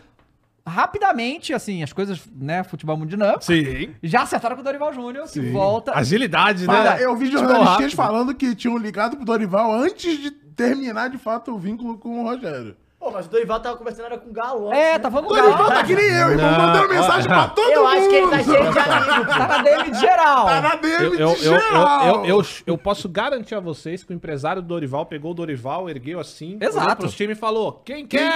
S1: rapidamente, assim, as coisas, né, futebol muito dinâmico,
S2: Sim.
S1: já acertaram com o Dorival Júnior, que volta.
S2: Agilidade, né?
S3: Cara, eu vi
S2: Futebol
S3: jornalistas
S2: rápido.
S3: falando que tinham ligado pro Dorival antes de terminar de fato o vínculo com o Rogério.
S4: Pô, mas o Dorival tava conversando era com o Galo. antes,
S1: É,
S4: né?
S1: tá vamos
S3: Dorival
S1: lá.
S3: tá que nem eu, irmão,
S2: Não,
S3: mandando
S2: ó,
S3: mensagem pra todo
S4: Eu
S3: mundo.
S4: acho que ele tá cheio de amigo.
S1: Tá na DM de geral.
S3: Tá na DM
S2: Eu, eu,
S3: de
S2: eu,
S3: geral.
S2: eu, eu, eu, eu posso garantir a vocês que o empresário do Dorival pegou o Dorival, ergueu assim,
S1: Exato.
S2: olhou pros times e falou: quem quer?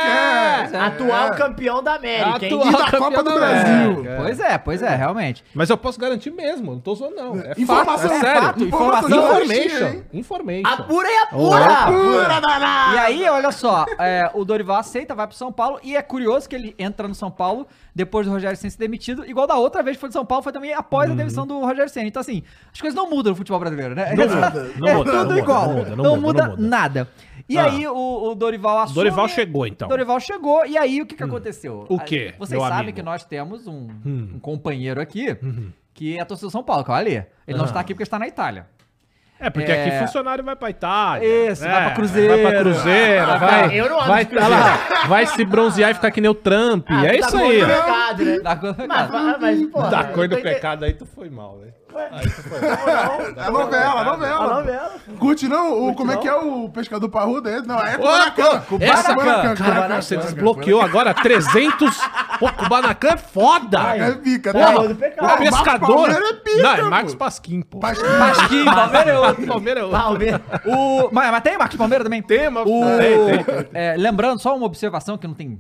S3: quer?
S4: Atual
S3: É.
S4: campeão da América, hein?
S2: Atual
S3: E da
S2: campeão
S3: Copa do
S2: América.
S3: Brasil.
S1: Pois é, pois é, realmente.
S2: Mas eu posso garantir mesmo, não tô zoando, não. É
S3: Informação,
S2: fato, é
S3: é
S2: sério.
S3: fato,
S2: informação.
S3: informação. é
S2: Information. Information.
S4: Apura e
S2: Opa.
S4: apura!
S3: Pura danada.
S1: E aí, olha só, é, o Dorival aceita, vai pro São Paulo, e é curioso que ele entra no São Paulo depois do Rogério Senna ser demitido, igual da outra vez que foi do São Paulo, foi também
S2: Uhum.
S1: após a demissão do Rogério Senna. Então, assim, as coisas não mudam no futebol brasileiro, né?
S2: Não muda, não
S1: é
S2: muda, não
S1: tudo
S2: muda,
S1: igual.
S2: não
S1: Não
S2: muda,
S1: muda,
S2: não muda, não muda.
S1: nada. E
S2: Ah.
S1: aí, o, o Dorival assume...
S2: Dorival chegou, então. Hum.
S1: Dorival chegou, e aí, o que, que aconteceu?
S2: O quê,
S1: Vocês
S2: meu
S1: sabem
S2: amigo? Hum.
S1: que nós temos um, um companheiro aqui, que é torcedor do São Paulo, que é o Alê. Ele
S2: Ah.
S1: não está aqui porque está na Itália.
S2: É, porque
S1: É.
S2: aqui funcionário vai pra Itália.
S1: Isso,
S2: é,
S1: vai pra Cruzeiro.
S2: Vai pra Cruzeiro,
S4: Ah,
S2: vai.
S4: cara, eu não amo
S2: vai,
S4: de Cruzeiro.
S2: olha lá, vai se bronzear e ficar que nem o Trump.
S4: Ah,
S2: é
S4: tá
S2: isso
S4: com
S2: aí.
S4: outro recado, né?
S1: Da coisa-
S4: Mas, mas, mas, pô,
S2: Da cor
S4: eu tô
S2: do
S4: entendendo.
S2: pecado aí, tu foi mal, né? velho.
S3: A É novela, a novela.
S4: A novela.
S3: Curte não? O, como é que é o pescador parrudo? É, não, é
S2: Ô,
S3: Kubanacan.
S2: Essa, cara, caralho, você desbloqueou agora 300. Pô, Kubanacan é foda.
S3: É pica,
S2: Pô,
S3: tá?
S4: mas o pecado.
S2: o pescador.
S3: Palmeiras é pica,
S2: Não, é
S3: pô.
S2: Marcos Pasquim, pô.
S3: Mas-
S1: Pasquim, Palmeiras é outro.
S2: Palmeiras é outro.
S4: Palmeiras.
S1: O... Mas, mas tem Marcos Palmeira também?
S2: Tem, mas-
S1: o...
S2: Tem,
S1: É, lembrando, só uma observação que não tem.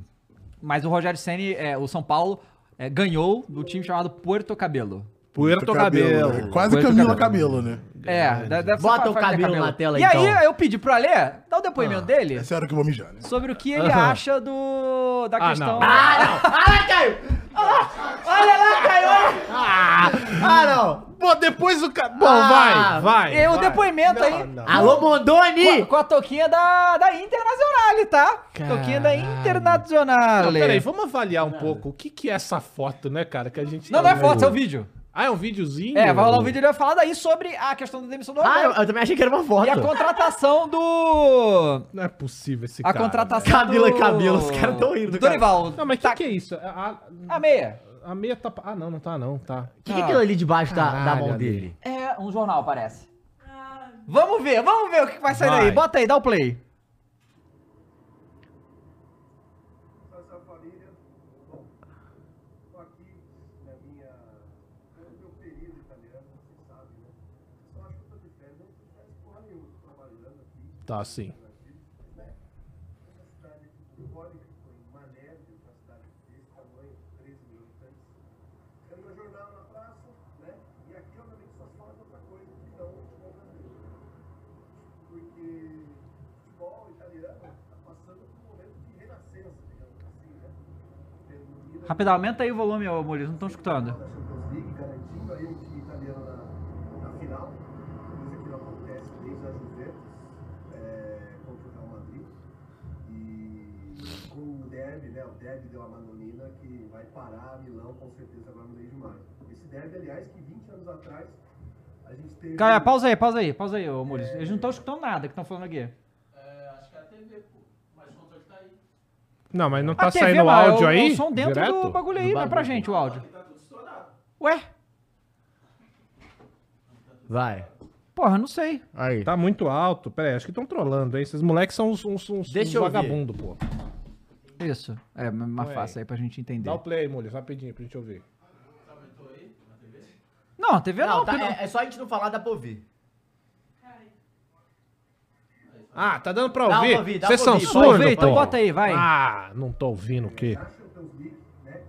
S1: Mas o Rogério Senni, é, o São Paulo, é, ganhou do time chamado Puerto Cabelo.
S2: Poeira teu cabelo.
S3: né? Quase
S1: Puerto
S3: Camila
S1: Cabelo.
S3: Cabelo, né?
S1: É, de- deve
S4: Bota
S1: fa-
S4: o
S1: fa-
S4: cabelo na tela,
S1: E
S4: então. Ah.
S1: aí eu pedi pro Alê dar o depoimento dele
S3: É sério que eu vou mijar, né?
S1: sobre o que ele acha do da
S2: Ah,
S1: questão.
S2: não.
S4: Ah, não! Ah, lá, Caio!
S1: Olha lá, Caio!
S4: Ah, não!
S2: Pô, depois o cara. Bom,
S4: Ah,
S2: vai, vai.
S1: E o
S2: vai.
S1: depoimento aí.
S4: Alô,
S1: Com a,
S4: Mondoni!
S1: com a touquinha da, da Internacional, tá? Touquinha da Internacional.
S2: Não, peraí, vamos avaliar um pouco o que, que é essa foto, né, cara? Que a gente.
S1: Não, não é foto, é um vídeo.
S2: Ah, é um videozinho?
S1: É, vai rolar um vídeo, ele vai falar daí sobre a questão da demissão do
S4: Ah, eu,
S1: Rogério.
S4: eu também achei que era uma foto.
S1: E a contratação do.
S2: Não é possível esse
S1: A
S2: cara.
S1: contratação. Tá.
S4: Camila,
S1: do...
S4: Camila, é os caras tão rindo,
S1: Do
S4: cara.
S1: Dorival.
S2: velho. Não, mas o que, que é isso? A,
S1: A meia.
S2: a, a meia tá. pa- Ah, não, não tá, não. Tá.
S4: O que, que é aquilo ali debaixo da, da mão
S2: Caralho,
S4: dele?
S1: É um jornal, parece. Vamos ver, vamos ver o que vai sair
S2: Vai.
S1: daí. Bota aí, dá o play.
S2: Tá, sim.
S1: Rapidão, aumenta aí o volume, ô Murilo, não estão escutando.
S5: é, né,
S1: Cara, pausa aí, pausa aí, pausa aí, ô Murilo. Eles não estão escutando nada que estão falando aqui.
S2: Não, mas não
S1: A
S2: tá
S1: TV,
S2: saindo o
S1: mas é
S2: áudio aí?
S1: É o som dentro
S2: direto?
S1: do bagulho aí,
S4: Do
S1: mas pra
S4: bagulho.
S1: gente o áudio. Ué?
S4: Vai.
S1: Porra, não sei.
S4: Aí.
S2: Tá muito alto. Peraí, acho que estão trolando, hein? Esses moleques são uns, uns, uns,
S4: Deixa eu ver.
S2: vagabundo, pô.
S1: Isso. É mais
S2: Ué.
S1: fácil aí pra gente entender.
S2: Dá o play aí, Molho, rapidinho, pra gente ouvir.
S1: Não, a TV não.
S4: Não, tá-
S1: porque não.
S4: é, é só a gente não falar, dá pra ouvir.
S2: Ah, tá dando pra
S4: Dá pra
S2: ouvir?
S4: ouvir, dá
S2: Vocês
S4: pra
S2: são
S4: ouvir.
S2: surdos,
S1: Aproveita,
S2: pô.
S1: então bota aí, vai.
S2: Ah, não tô ouvindo o quê?
S5: né,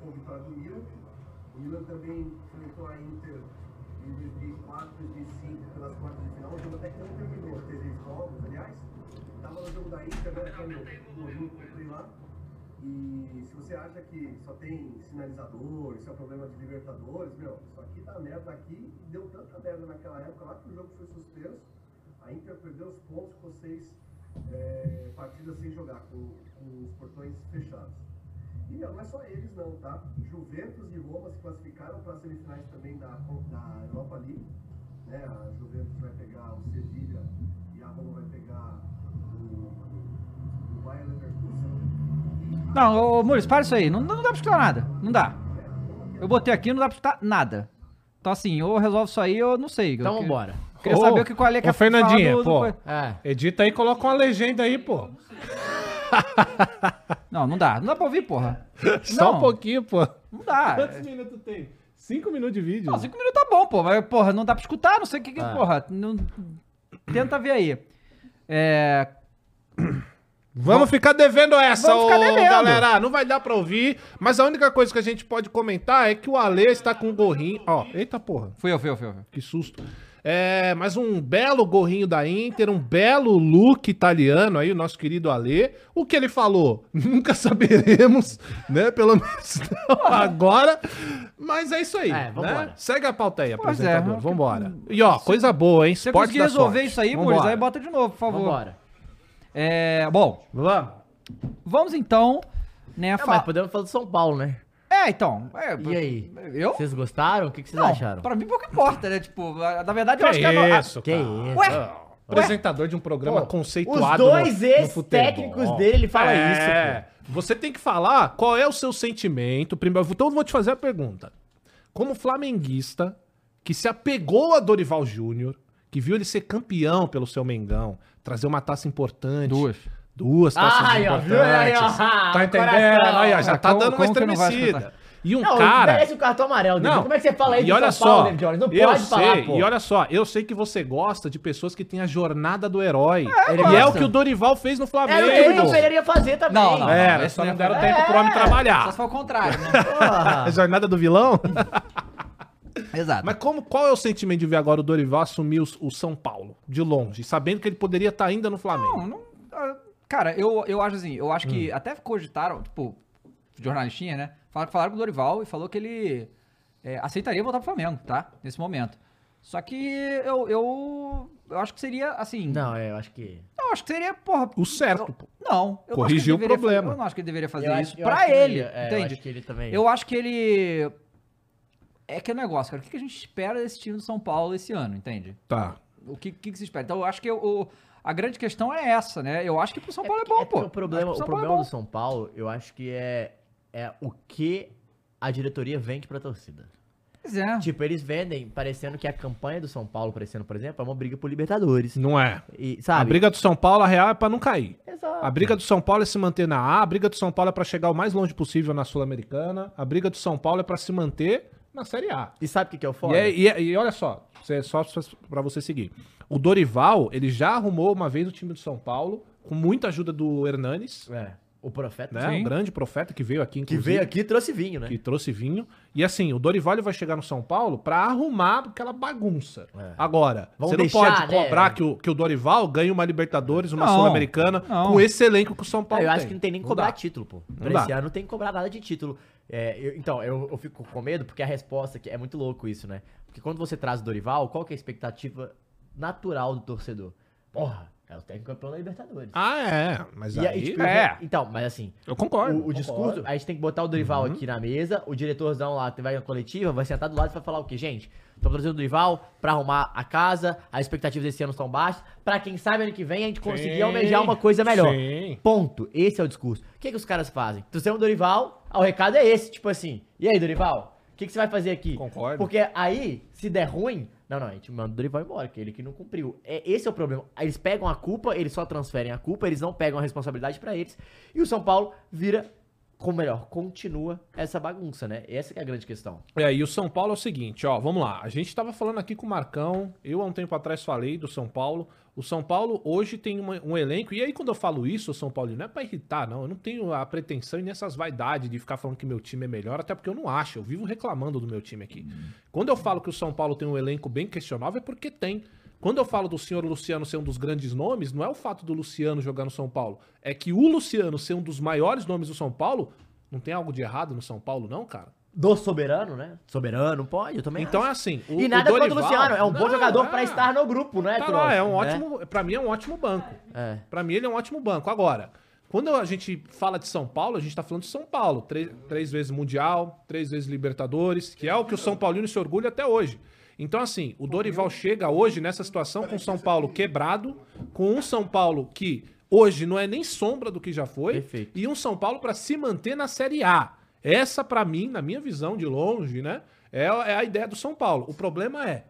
S5: né, E se você acha que só tem sinalizador, isso é problema de Libertadores, meu, isso aqui tá merda aqui, e deu tanta merda naquela época lá que o jogo foi suspenso, a Inter perdeu os pontos com seis é, partidas sem jogar, com, com os portões fechados. E meu, não é só eles não, tá? Juventus e Roma se classificaram para as semifinais também da, da Europa League, né? A Juventus vai pegar o Sevilha e a Roma vai pegar o, o Bayern Leverkusen. E
S1: Não, ô, ô Muris, para isso aí. Não, não dá pra escutar nada. Não dá. Eu botei aqui, não dá pra escutar nada. Então assim, ou resolve isso aí, ou não sei. Eu
S4: Então
S1: que-
S4: vambora.
S1: Queria
S2: Ô,
S1: saber o que o Ale
S2: ô,
S1: quer
S2: Fernandinha, pô.
S1: coi-
S4: É.
S2: Edita aí e coloca uma legenda aí, pô.
S1: Não, não dá. Não dá pra ouvir, porra.
S2: Só
S1: Não.
S2: um pouquinho, pô.
S1: Não dá.
S2: Quantos minutos tem? Cinco minutos de vídeo.
S1: Não, cinco minutos tá bom, pô. Mas, porra, não dá pra escutar, não sei o que
S4: Ah.
S1: que, porra. não- Tenta ver aí. É...
S2: Vamos ficar devendo essa,
S1: Vamos ficar
S2: ô,
S1: devendo.
S2: galera. Não vai dar pra ouvir, mas a única coisa que a gente pode comentar é que o Ale está com um gorrinho. Ó, eita porra,
S1: Fui eu, fui eu, fui eu. fui eu.
S2: que susto. É, mas um belo gorrinho da Inter, um belo look italiano aí, o nosso querido Ale. O que ele falou? Nunca saberemos, né? Pelo menos não agora. Mas é isso aí.
S4: É, vambora.
S2: né? Segue a pauta aí,
S1: Pois é,
S2: apresentador.
S1: que-
S2: Vambora. E ó, coisa boa, hein?
S1: Se você
S2: Esporte
S1: conseguir
S2: da
S1: resolver
S2: sorte.
S1: isso aí,
S2: Vambora.
S1: Muris, aí bota de novo, por favor.
S4: Vambora.
S1: É, bom,
S4: Vamos.
S1: vamos então, né,
S4: Não,
S1: fa-
S4: mas podemos falar do São Paulo, né?
S1: É, então. é,
S4: E aí?
S1: Eu?
S4: Vocês gostaram? O que, que vocês
S1: Não,
S4: acharam?
S1: pra mim pouco importa, né? Tipo, a- na verdade eu
S2: Que
S1: acho que a no- a-
S2: É isso,
S4: Que
S2: cara.
S4: isso?
S1: Ué,
S2: Apresentador de um programa
S4: Pô,
S2: conceituado.
S4: os dois
S2: no- no futebol.
S4: ex-técnicos dele, ele fala
S2: É, Você tem que falar qual é o seu sentimento. Primeiro, então eu vou te fazer a pergunta. Como flamenguista que se apegou a Dorival Júnior, que viu ele ser campeão pelo seu Mengão, trazer uma taça importante.
S1: Duas.
S2: Duas taças
S4: Ai, ó,
S2: importantes.
S4: viu? Aí, ó,
S2: Tá
S4: ah,
S2: entendendo?
S4: coração.
S2: Aí, ó, já
S1: É,
S2: tá
S1: como-
S2: dando uma
S1: como que não vai
S2: estremecida. E um
S4: Não, é
S2: cara...
S4: merece o cartão amarelo, David.
S2: Não.
S4: Como é que você fala aí
S2: E olha
S4: São Paulo,
S2: só,
S4: David Jones? Não
S2: eu
S4: pode
S2: sei,
S4: falar, pô.
S2: e olha só, eu sei que você gosta de pessoas que têm a jornada do herói.
S4: ele
S2: e é o
S4: gosta.
S2: que o Dorival fez no
S4: Era o
S2: Flamengo.
S4: que o Vitor Pereira ia fazer também.
S1: Não, não.
S2: Era,
S1: esse
S2: só
S1: não
S2: não
S1: é
S2: deram
S1: verdade.
S2: tempo pro homem
S1: Só
S2: trabalhar.
S1: se for o contrário, né?
S4: Porra.
S2: A jornada do vilão?
S1: Exato.
S2: Mas como, qual é o sentimento de ver agora o Dorival assumir os- o São Paulo, de longe, sabendo que ele poderia estar ainda no Flamengo?
S1: Não, não- ah, Cara, eu, eu acho assim, eu acho
S4: Hum.
S1: que até cogitaram, tipo, jornalistinha, né? Falaram, falaram com o Dorival e falou que ele é, aceitaria voltar pro Flamengo, tá? Nesse momento. Só que eu, eu, eu acho que seria, assim...
S4: Não, é, eu acho que...
S1: Eu acho que seria, porra...
S2: O certo,
S1: eu-
S2: pô.
S1: Não. eu não acho que ele
S2: Corrigiu o
S1: deveria fa-
S2: problema.
S1: Eu não acho que ele deveria fazer
S4: Eu acho-
S1: isso
S4: eu acho
S1: pra
S4: que
S1: ele,
S4: é, Eu
S1: entende?
S4: acho que ele também...
S1: Eu acho que ele. É que é o negócio, cara. O que que a gente espera desse time do São Paulo esse ano, entende?
S2: Tá.
S1: O que, que, que se espera? Então, eu acho que o, a grande questão é essa, né? Eu acho que pro São Paulo é,
S4: porque-
S1: bom, pô.
S4: porque O problema,
S1: Acho que
S4: o
S1: pro São Paulo
S4: problema do
S1: é bom.
S4: São Paulo, eu acho que é, é o que a diretoria vende pra torcida.
S1: Pois é.
S4: Tipo, eles vendem parecendo que a campanha do São Paulo, parecendo, por exemplo, é uma briga por Libertadores.
S2: Não é.
S4: E,
S2: A
S4: sabe?
S2: briga do São Paulo, a real, é pra não cair.
S4: Exato.
S2: A briga do São Paulo é se manter na A, a briga do São Paulo é pra chegar o mais longe possível na Sul-Americana, a briga do São Paulo é pra se manter na Série A.
S4: E sabe o que, que é o
S2: E,
S4: foda?
S2: é- e é- e olha só, cê- só para você seguir. O Dorival, ele já arrumou uma vez o time do São Paulo, com muita ajuda do Hernanes,
S4: É, o profeta.
S2: né? Um grande profeta que veio aqui,
S4: Que
S2: inclusive.
S4: veio aqui e trouxe vinho, né?
S2: Que trouxe vinho. E assim, o Dorival ele vai chegar no São Paulo pra arrumar aquela bagunça.
S4: É.
S2: Agora,
S4: Vão
S2: você não
S4: deixar,
S2: pode
S4: né?
S2: cobrar que, o, que o Dorival ganhe uma Libertadores, uma
S1: Não,
S2: Sul-Americana,
S1: não.
S2: com esse elenco que o São Paulo
S4: eu acho
S2: tem.
S4: que não tem nem que
S2: Não
S4: cobrar
S2: dá.
S4: título, pô.
S2: Não
S4: Pra
S2: dá.
S4: esse ano não tem que cobrar nada de título. É, eu- então, eu, eu fico com medo porque a resposta aqui é muito louco isso, né? Porque quando você traz o Dorival, qual que é a expectativa natural do torcedor? Porra, é o técnico campeão da Libertadores.
S2: Ah, é. Mas
S4: E
S2: aí,
S4: aí, tipo,
S2: é.
S4: Então, mas assim,
S2: Eu concordo. Uhum.
S4: o, o discurso, a gente tem que botar o Dorival aqui na mesa, o diretorzão lá vai na coletiva, vai sentar do lado e vai falar o quê, gente? Estamos trazendo o Dorival pra arrumar a casa, as expectativas desse ano estão baixas, pra quem sabe ano que vem a gente conseguir
S2: Sim,
S4: almejar uma coisa melhor.
S2: sim.
S4: Ponto. Esse é o discurso. O que, que os caras fazem? Trouxeram o Dorival, ah, o recado é esse, tipo assim, e aí, Dorival? O que, que você vai fazer aqui?
S2: Concordo.
S4: Porque aí, se der ruim, não, não, a gente manda o Dorival embora, que ele que não cumpriu. É, esse é o problema. Eles pegam a culpa, eles só transferem a culpa, eles não pegam a responsabilidade pra eles. E o São Paulo vira, ou melhor, continua essa bagunça, né? Essa que é a grande questão.
S2: É, e o São Paulo é o seguinte, ó, vamos lá. A gente tava falando aqui com o Marcão, eu há um tempo atrás falei do São Paulo. O São Paulo hoje tem uma- um elenco, e aí quando eu falo isso, São Paulo, não é pra irritar, não. Eu não tenho a pretensão e nem essas vaidades de ficar falando que meu time é melhor, até porque eu não acho, eu vivo reclamando do meu time aqui. Quando eu falo que o São Paulo tem um elenco bem questionável, é porque tem. Quando eu falo do senhor Luciano ser um dos grandes nomes, não é o fato do Luciano jogar no São Paulo. É que o Luciano ser um dos maiores nomes do São Paulo, não tem algo de errado no São Paulo, não, cara?
S4: Do soberano, né? Soberano, pode, eu também.
S2: Então
S4: acho.
S2: é assim.
S4: E nada contra o
S2: Dorival-
S4: Luciano, é um bom
S2: Não,
S4: jogador
S2: é.
S4: pra estar no grupo, né,
S2: Tá
S4: troço,
S2: lá, é um
S4: né?
S2: ótimo. Pra mim é um ótimo banco.
S4: É.
S2: Pra mim ele é um ótimo banco. Agora, quando a gente fala de São Paulo, a gente tá falando de São Paulo. Três, três vezes Mundial, três vezes Libertadores, que é o que o São Paulino se orgulha até hoje. Então, assim, o Dorival chega hoje nessa situação com o São Paulo quebrado, com um São Paulo que hoje não é nem sombra do que já foi.
S4: Perfeito.
S2: E um São Paulo para se manter na Série A. Essa, para mim, na minha visão de longe, né, é, é a ideia do São Paulo. O problema é.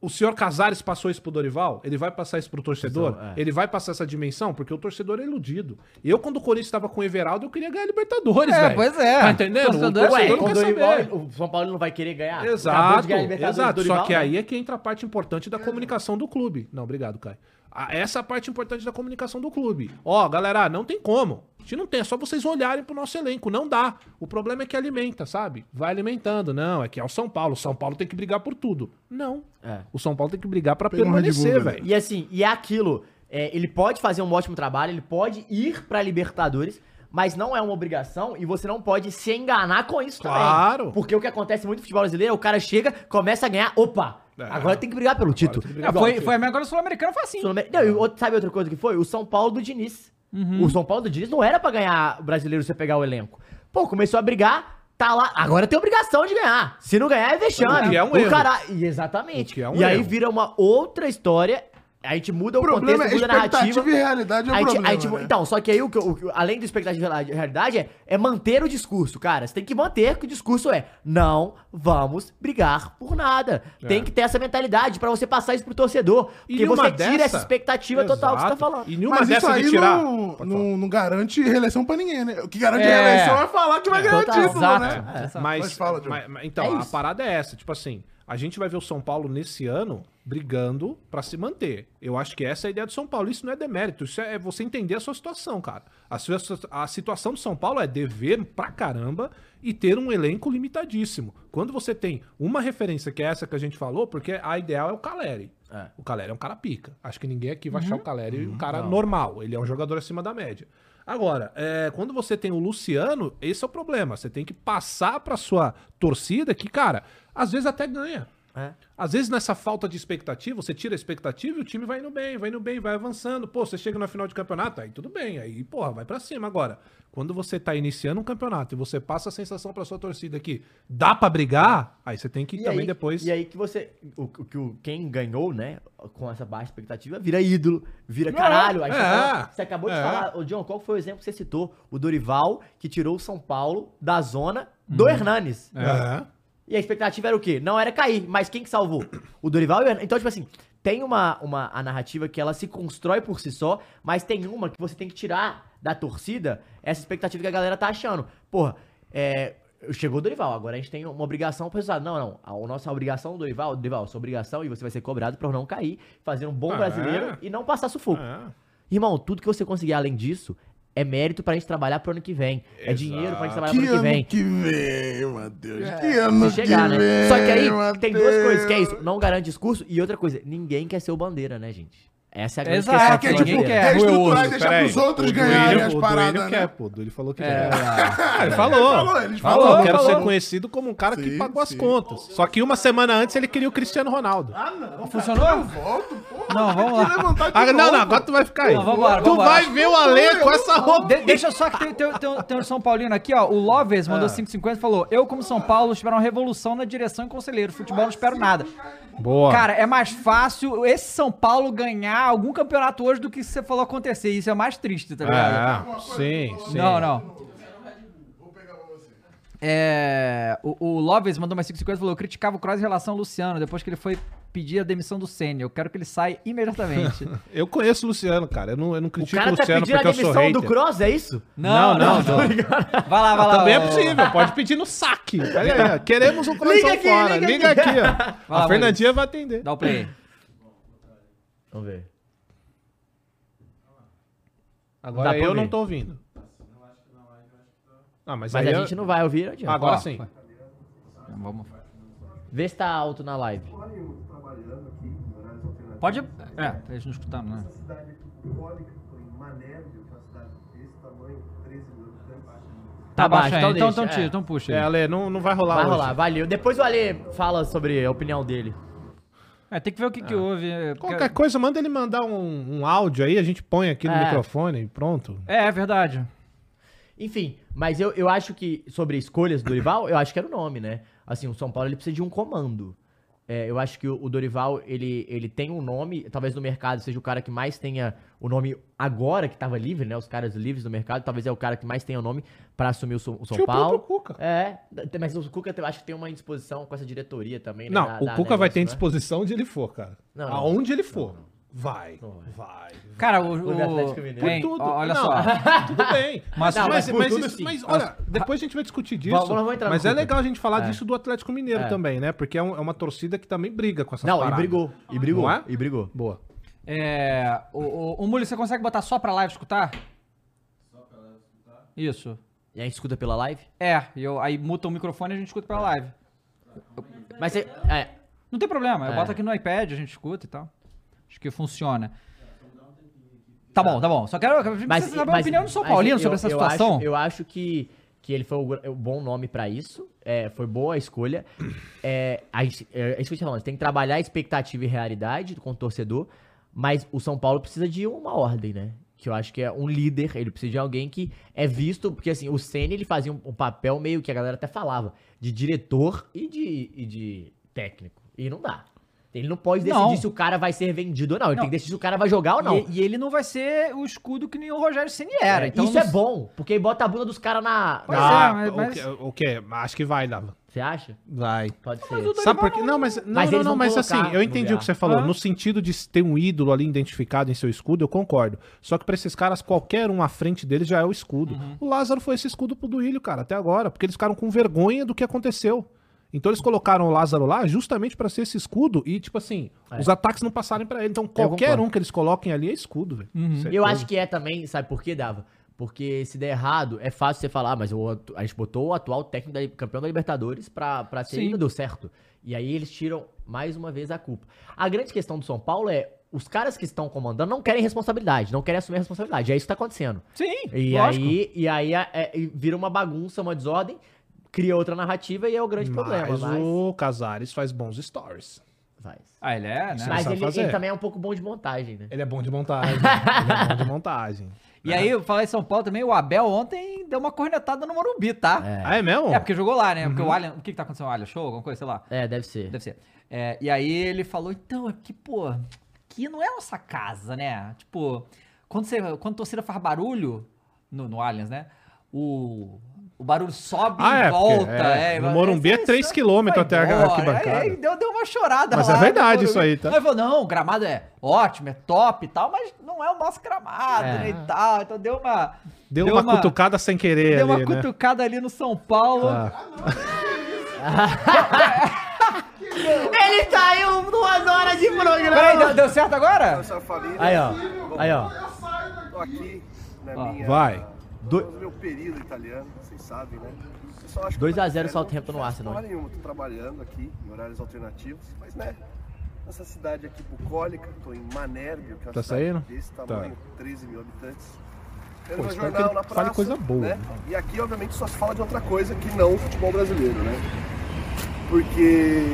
S2: O senhor Casares passou isso pro Dorival? Ele vai passar isso pro torcedor?
S4: Então, é.
S2: Ele vai passar essa dimensão? Porque o torcedor é iludido. Eu, quando o Corinthians estava com o Everaldo, eu queria ganhar a Libertadores,
S1: É,
S2: velho.
S1: pois é.
S2: Tá entendendo?
S1: Torcedor-
S2: o torcedor
S1: Ué,
S2: não
S4: é. com
S2: quer
S4: o Dorival,
S2: saber.
S4: o São Paulo não vai querer ganhar. Acabou de
S2: Exato,
S4: ganhar a Libertadores
S2: exato.
S4: do Dorival,
S2: Só que
S4: né?
S2: aí é que entra a parte importante da comunicação do clube. Não, obrigado, Caio. Ah, Essa é a parte importante da comunicação do clube. Ó, galera, não tem como. A gente não tem, é só vocês olharem pro nosso elenco. Não dá. O problema é que alimenta, sabe? Vai alimentando. Não, é que é o São Paulo. O São Paulo tem que brigar por tudo. Não.
S4: É.
S2: O São Paulo tem que brigar pra
S3: Pegou um Red Bull,
S2: permanecer,
S3: velho.
S2: velho.
S4: E assim, e é aquilo. é, ele pode fazer um ótimo trabalho, ele pode ir pra Libertadores, mas não é uma obrigação e você não pode se enganar com isso
S2: Claro.
S4: também. Porque o que acontece muito no futebol brasileiro é o cara chega, começa a ganhar, opa,
S2: É.
S4: agora tem que brigar pelo título.
S2: tem que
S1: É,
S2: brigar.
S1: foi,
S4: tipo-
S1: foi a minha agora sul-americana, foi assim.
S4: Sul-Amer- Não, e outro- sabe outra coisa que foi? O São Paulo do Diniz.
S3: Uhum.
S4: O São Paulo do Diniz não era pra ganhar o brasileiro se você pegar o elenco. Pô, começou a brigar, tá lá. Agora tem obrigação de ganhar. Se não ganhar, é vexame.
S2: O que é um
S4: o
S2: erro.
S4: cara... E Exatamente.
S2: O que é um
S4: e aí
S2: erro.
S4: vira uma outra história. A gente muda o,
S3: O problema
S4: contexto,
S3: é
S4: muda a narrativa.
S3: expectativa e realidade é o
S4: Aí, ti-
S3: problema,
S4: aí, tipo,
S3: né?
S4: Então, só que aí, o que, o que- além do expectativa e realidade, é, é manter o discurso, cara. Você tem que manter que o discurso é não vamos brigar por nada. Tem que ter essa mentalidade pra você passar isso pro torcedor. Porque
S2: É. numa
S4: você tira essa
S2: dessa-
S4: expectativa total que você tá
S2: Exato.
S4: falando.
S2: E nenhuma
S3: Mas isso
S2: dessas
S3: aí
S2: de tirar.
S3: não,
S2: Pode falar.
S3: não, não garante reeleição pra ninguém, né? O que garante
S1: É.
S3: reeleição é falar que vai ganhar
S4: Total.
S3: título,
S4: Exato.
S3: né?
S4: É.
S2: Mas,
S3: Mas fala, Diogo.
S2: mas- mas- então,
S4: É
S2: a
S4: isso.
S2: parada é essa. Tipo assim, a gente vai ver o São Paulo nesse ano brigando pra se manter. Eu acho que essa é a ideia do São Paulo. Isso não é demérito, isso é você entender a sua situação, cara. A, sua, a situação do São Paulo é dever pra caramba e ter um elenco limitadíssimo. Quando você tem uma referência que é essa que a gente falou, porque a ideal é o Caleri.
S4: É. Uhum.
S2: O Caleri é um cara pica. Acho que ninguém aqui vai achar o Caleri
S3: Uhum.
S2: um cara normal. Ele é um jogador acima da média. Agora, é, quando você tem o Luciano, esse é o problema. Você tem que passar pra sua torcida que, cara, às vezes até ganha.
S4: É.
S2: Às vezes, nessa falta de expectativa, você tira a expectativa e o time vai indo bem, vai indo bem, vai avançando. Pô, você chega na final de campeonato, aí tudo bem, aí, porra, vai pra cima. Agora, quando você tá iniciando um campeonato e você passa a sensação pra sua torcida que dá pra brigar, aí você tem que também
S4: aí,
S2: depois.
S4: E aí que você. O, o, que o- quem ganhou, né? Com essa baixa expectativa, vira ídolo, vira caralho. Aí você,
S2: é,
S4: fala- você acabou de
S2: é.
S4: falar, ô John, qual foi o exemplo que você citou? O Dorival, que tirou o São Paulo da zona do Hernanes.
S2: Hum. É.
S4: E a expectativa era o quê? Não era cair, mas quem que salvou? O Dorival e o Hernan- Então, tipo assim, tem uma, uma a narrativa que ela se constrói por si só, mas tem uma que você tem que tirar da torcida essa expectativa que a galera tá achando. Porra, é, chegou o Dorival, agora a gente tem uma obrigação pro resultado. Não, não, a nossa obrigação, Dorival, Dorival, sua obrigação e você vai ser cobrado pra não cair, fazer um bom
S2: Ah,
S4: brasileiro
S2: é?
S4: e não passar sufoco.
S2: É.
S4: Irmão, tudo que você conseguir além disso é mérito pra gente trabalhar pro ano que vem. É dinheiro pra gente trabalhar
S3: Que
S4: pro ano que vem.
S3: ano que vem, Matheus. Que ano
S4: Se chegar,
S3: que
S4: né?
S3: vem,
S4: Só que aí tem duas
S3: Matheus.
S4: coisas, que é isso. Não garante discurso. E outra coisa, ninguém quer ser o bandeira, né, gente? Essa é a grande
S1: Exato,
S4: questão.
S3: É que é
S4: do
S1: Ninguém
S3: tipo,
S4: bandeira.
S1: quer.
S3: reestruturar
S2: Peraí,
S3: e deixar pros outros
S2: o Duílio-
S3: ganharem
S2: o
S3: as
S2: Duílio
S3: paradas,
S2: quer,
S3: né?
S2: pô. O Duílio falou que
S1: É,
S2: quer. Ah, ele falou.
S3: Ele falou, ele
S2: falou.
S1: falou,
S2: quero
S1: falou.
S2: ser conhecido como um cara que
S3: Sim,
S2: pagou as
S3: sim.
S2: contas. Só que uma semana antes ele queria o Cristiano Ronaldo.
S3: Ah, não.
S1: Funcionou?
S4: tá
S3: Eu volto, porra.
S1: Não, vamos lá.
S3: Tem que levantar de
S2: Ah, não,
S3: novo.
S2: não, agora tu vai ficar aí.
S1: Não, vambora,
S2: tu
S1: vambora.
S2: vai ver o Ale com essa roupa.
S1: De- deixa só que tem, tem- tem um- tem um São Paulino aqui, ó. O Loves
S4: Ah.
S1: mandou 5,50 e falou: Eu, como São Paulo, espero uma revolução na direção e conselheiro. Futebol não espero nada.
S2: Boa.
S1: Cara, é mais fácil esse São Paulo ganhar algum campeonato hoje do que você falou acontecer. Isso é mais triste, tá ligado?
S2: é, sim, sim.
S1: Não, não. É, o, o Loves mandou mais 5,50 e falou: Eu criticava o Kroos em relação ao Luciano, depois que ele foi pedir a demissão do Senna. Eu quero que ele saia imediatamente.
S2: Eu conheço o Luciano, cara. Eu não, eu não
S4: O
S2: critico o
S4: cara tá
S2: Luciano
S4: pedindo a
S2: porque eu sou
S4: demissão
S2: hater.
S4: do Cross, é isso?
S1: Não, não, não. Vai lá, vai lá.
S2: Também é
S1: ô-
S2: possível, pode pedir no saque. Olha aí, ó, queremos um coração
S4: aqui,
S2: fora.
S4: liga
S2: Liga,
S4: aqui.
S2: aqui, ó.
S1: Vai lá,
S2: a Fernandinha vai atender.
S1: Dá o play.
S4: Vamos ver. Dá
S2: Agora
S4: pra
S2: eu
S4: ouvir.
S2: não tô ouvindo. Ah, mas,
S4: Mas
S2: aí
S4: a
S2: eu-
S4: gente não vai ouvir, não adianta.
S2: Agora
S1: Ó,
S2: sim.
S1: foi. Então, Vamos.
S4: Vê se tá alto na live.
S5: Olha eu tô trabalhando aqui, em horários alternativos.
S1: Pode. É, pra eles não escutaram, né?
S5: Essa cidade aqui, Cólica, em Manébio, que é uma cidade desse tamanho, 13 mil habitantes.
S1: Tá, baixo,
S4: baixo,
S1: então,
S4: então
S1: então,
S4: deixa,
S1: então, tira,
S4: é.
S1: então puxa.
S2: É,
S1: aí.
S2: Ale, não, não vai rolar
S4: Vai
S2: hoje.
S4: rolar, valeu. Depois o Ale fala sobre a opinião dele.
S1: É, tem que ver o que, que houve. é, porque-
S2: Qualquer coisa, manda ele mandar um, um áudio aí, a gente põe aqui no
S4: É.
S2: microfone e pronto.
S1: É, é verdade.
S4: Enfim, mas eu, eu acho que sobre escolhas do Dorival, eu acho que era o nome, né? Assim, o São Paulo ele precisa de um comando. É, eu acho que o, o Dorival ele, ele tem um nome, talvez no mercado seja o cara que mais tenha o nome agora que tava livre, né? Os caras livres do mercado, talvez é o cara que mais tenha o nome pra assumir o, So- o São
S2: Tinha o
S4: Paulo.
S2: próprio Cuca.
S4: É, mas o Cuca eu acho que tem uma indisposição com essa diretoria também. né,
S2: Não,
S4: da-
S2: o
S4: da
S2: Cuca vai
S4: negócio,
S2: ter
S4: né?
S2: disposição onde ele for, cara.
S4: Não, não.
S2: Aonde ele for. Vai, vai.
S1: Cara, o. o,
S4: Clube Atlético Mineiro.
S1: Hein,
S2: Por tudo.
S1: ó, Olha
S2: Não,
S1: só.
S2: Tudo bem. Mas,
S4: Não,
S2: mas,
S4: mas por
S2: mas
S4: tudo,
S2: isso-
S4: sim.
S2: mas, olha, depois a gente vai discutir disso.
S4: Vamos- vamos entrar no
S2: mas é
S4: Cuca.
S2: legal a gente falar disso do Atlético Mineiro também, né? Porque é, um- é uma torcida que também briga com essas
S4: Não,
S2: paradas.
S4: e brigou. E brigou.
S2: Não é?
S4: E brigou.
S2: Boa.
S1: É, o, o, o Muli, você consegue botar só pra live escutar? Só pra live escutar? Isso.
S4: E a gente escuta pela live.
S1: É, e eu, aí muta o microfone e a gente escuta pela live.
S4: Mas é. é,
S1: Não tem problema, eu
S4: É.
S1: boto aqui no iPad, a gente escuta e tal. Acho que funciona. Tá bom, tá bom. Só quero eu
S4: mas,
S1: preciso saber a
S4: mas-
S1: opinião do São
S4: mas
S1: Paulino
S4: eu-
S1: sobre essa
S4: eu
S1: situação.
S4: acho- eu acho que, que ele foi o, gr- o bom nome pra isso. É, foi boa a escolha. É, a gente, é, é isso que eu te falando. Tem que trabalhar expectativa e realidade com o torcedor. Mas o São Paulo precisa de uma ordem, né? Que eu acho que é um líder. Ele precisa de alguém que é visto. Porque assim, o Senna ele fazia um, um papel meio que a galera até falava. De diretor e de, e de técnico. E não dá. Ele não pode decidir
S1: Não.
S4: se o cara vai ser vendido ou não. Ele
S1: Não.
S4: tem que decidir se o cara vai jogar ou não.
S1: E, é e ele não vai ser o escudo que nem o Rogério Ceni era.
S4: É,
S1: então
S4: isso
S1: não-
S4: é bom, porque aí bota a bunda dos caras na.
S1: Pois
S4: na-
S1: é, mas-
S2: o
S1: mas-
S2: que- O que? Acho que vai, Dava.
S4: Você acha?
S2: Vai.
S4: Pode ser.
S2: Sabe por quê? Não, mas, não,
S4: Mas
S2: não,
S4: eles
S2: não,
S4: vão
S2: mas assim,
S4: colocar
S2: eu
S4: no
S2: entendi
S4: lugar.
S2: o que você falou.
S1: Ah.
S2: No sentido de ter um ídolo ali identificado em seu escudo, eu concordo. Só que pra esses caras, qualquer um à frente dele já é o escudo. O Lázaro foi esse escudo pro Duílio, cara, até agora, porque eles ficaram com vergonha do que aconteceu. Então eles colocaram o Lázaro lá justamente pra ser esse escudo e, tipo assim,
S4: É.
S2: os ataques não passarem pra ele. Então qualquer
S4: concordo.
S2: um que eles coloquem ali é escudo, velho. Certeza.
S4: Eu acho que é também, sabe por que, Dava? Porque se der errado, é fácil você falar, "Ah, mas o atu- a gente botou o atual técnico da, campeão da Libertadores pra, pra ser
S1: Sim.
S4: e não deu certo. E aí eles tiram mais uma vez a culpa. A grande questão do São Paulo é. Os caras que estão comandando não querem responsabilidade, não querem assumir a responsabilidade. É isso que tá acontecendo.
S1: Sim,
S4: E
S1: lógico.
S4: aí, e aí é- é- e vira uma bagunça, uma desordem, cria outra narrativa e é o grande problema.
S2: Mas o Casares faz bons stories.
S4: Faz.
S1: Ah, ele é, né?
S2: Isso
S4: Mas
S2: sabe
S4: ele,
S2: fazer.
S4: ele também é um pouco bom de montagem, né?
S2: Ele é bom de montagem. ele é bom de montagem.
S1: E aí, eu falei em São Paulo também, o Abel ontem deu uma cornetada no Morumbi, tá?
S2: Ah, é mesmo?
S1: É, porque jogou lá, né?
S2: Uhum.
S1: Porque o Alien... O que que tá acontecendo? O Alien Show? Alguma coisa, sei lá.
S4: É, deve ser.
S1: Deve ser. É, e aí ele falou, então, é que, pô, que não é nossa casa, né? Tipo, quando, você, quando a torcida faz barulho, no, no Allianz, né? O, o barulho sobe
S2: Ah,
S1: e
S2: é, porque,
S1: volta.
S2: é,
S1: é,
S2: no Morumbi é
S1: isso-
S2: três
S1: isso
S2: quilômetros
S1: vai
S2: até a
S1: embora.
S2: arquibancada.
S1: Aí deu, deu uma chorada
S2: Mas
S1: lá
S2: é
S1: no
S2: verdade isso
S1: Morumbi.
S2: aí, tá?
S1: Aí falou, não, o gramado é ótimo, é top e tal, mas não é o nosso gramado,
S4: É.
S1: né, e tal. Então deu uma...
S2: Deu, uma, cutucada sem querer
S1: Deu uma
S2: ali, né?
S1: cutucada ali no São Paulo.
S2: Ah,
S4: Ele saiu duas horas de
S1: Peraí,
S4: programa!
S1: deu, deu certo agora?
S5: Essa família.
S4: Aí, ó. Aí, ó.
S5: Tô aqui na
S1: Ó,
S5: minha.
S2: vai.
S5: Do... meu período italiano, vocês sabem, né? Eu só acho que
S4: 2 a
S5: eu tô
S4: 0
S5: velho,
S4: Southampton no
S5: não faço
S4: Arsenal.
S5: porra nenhuma, tô trabalhando aqui em horários alternativos, mas né, nessa cidade aqui bucólica, tô em Manérbio, que é uma
S2: Tá
S5: cidade
S2: saindo?
S5: desse
S2: Tá.
S5: tamanho, 13 mil habitantes. Pega
S2: Pô, espero
S5: meu
S2: que
S5: jornal
S2: ele
S5: na
S2: fale coisa boa, né?
S5: E aqui, obviamente, só se fala de outra coisa que não o futebol brasileiro, né? Porque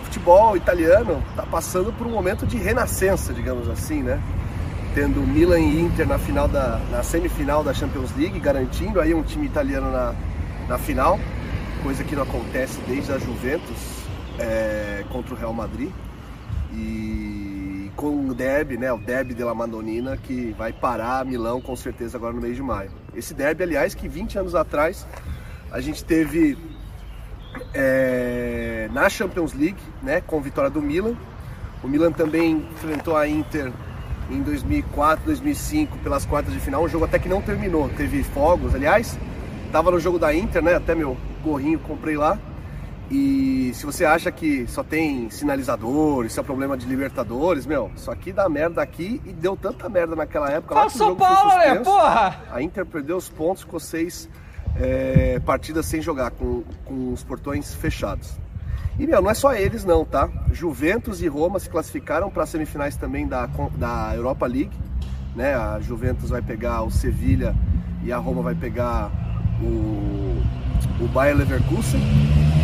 S5: o futebol italiano tá passando por um momento de renascença, digamos assim, né? tendo Milan e Inter na final da na semifinal da Champions League, garantindo aí um time italiano na, na final, coisa que não acontece desde a Juventus é, contra o Real Madrid e com o Derby, né, o Derby de la Madonnina que vai parar Milão com certeza agora no mês de maio. Esse Derby, aliás, que 20 anos atrás a gente teve é, na Champions League, né, com vitória do Milan. O Milan também enfrentou a Inter em 2004, 2005 pelas quartas de final, um jogo até que não terminou, teve fogos, aliás, tava no jogo da Inter, né, até meu gorrinho comprei lá. E se você acha que só tem sinalizadores, isso é problema de Libertadores, meu, isso aqui dá merda aqui e deu tanta merda naquela época. lá
S1: Fala
S5: que o
S1: São
S5: jogo foi
S1: Paulo, né,
S5: suspenso.
S1: porra!
S5: A Inter perdeu os pontos com seis é, partidas sem jogar, com, com os portões fechados. E, meu, não é só eles não, tá? Juventus e Roma se classificaram para as semifinais também da, con- da Europa League, né? A Juventus vai pegar o Sevilha e a Roma vai pegar o, o Bayer Leverkusen.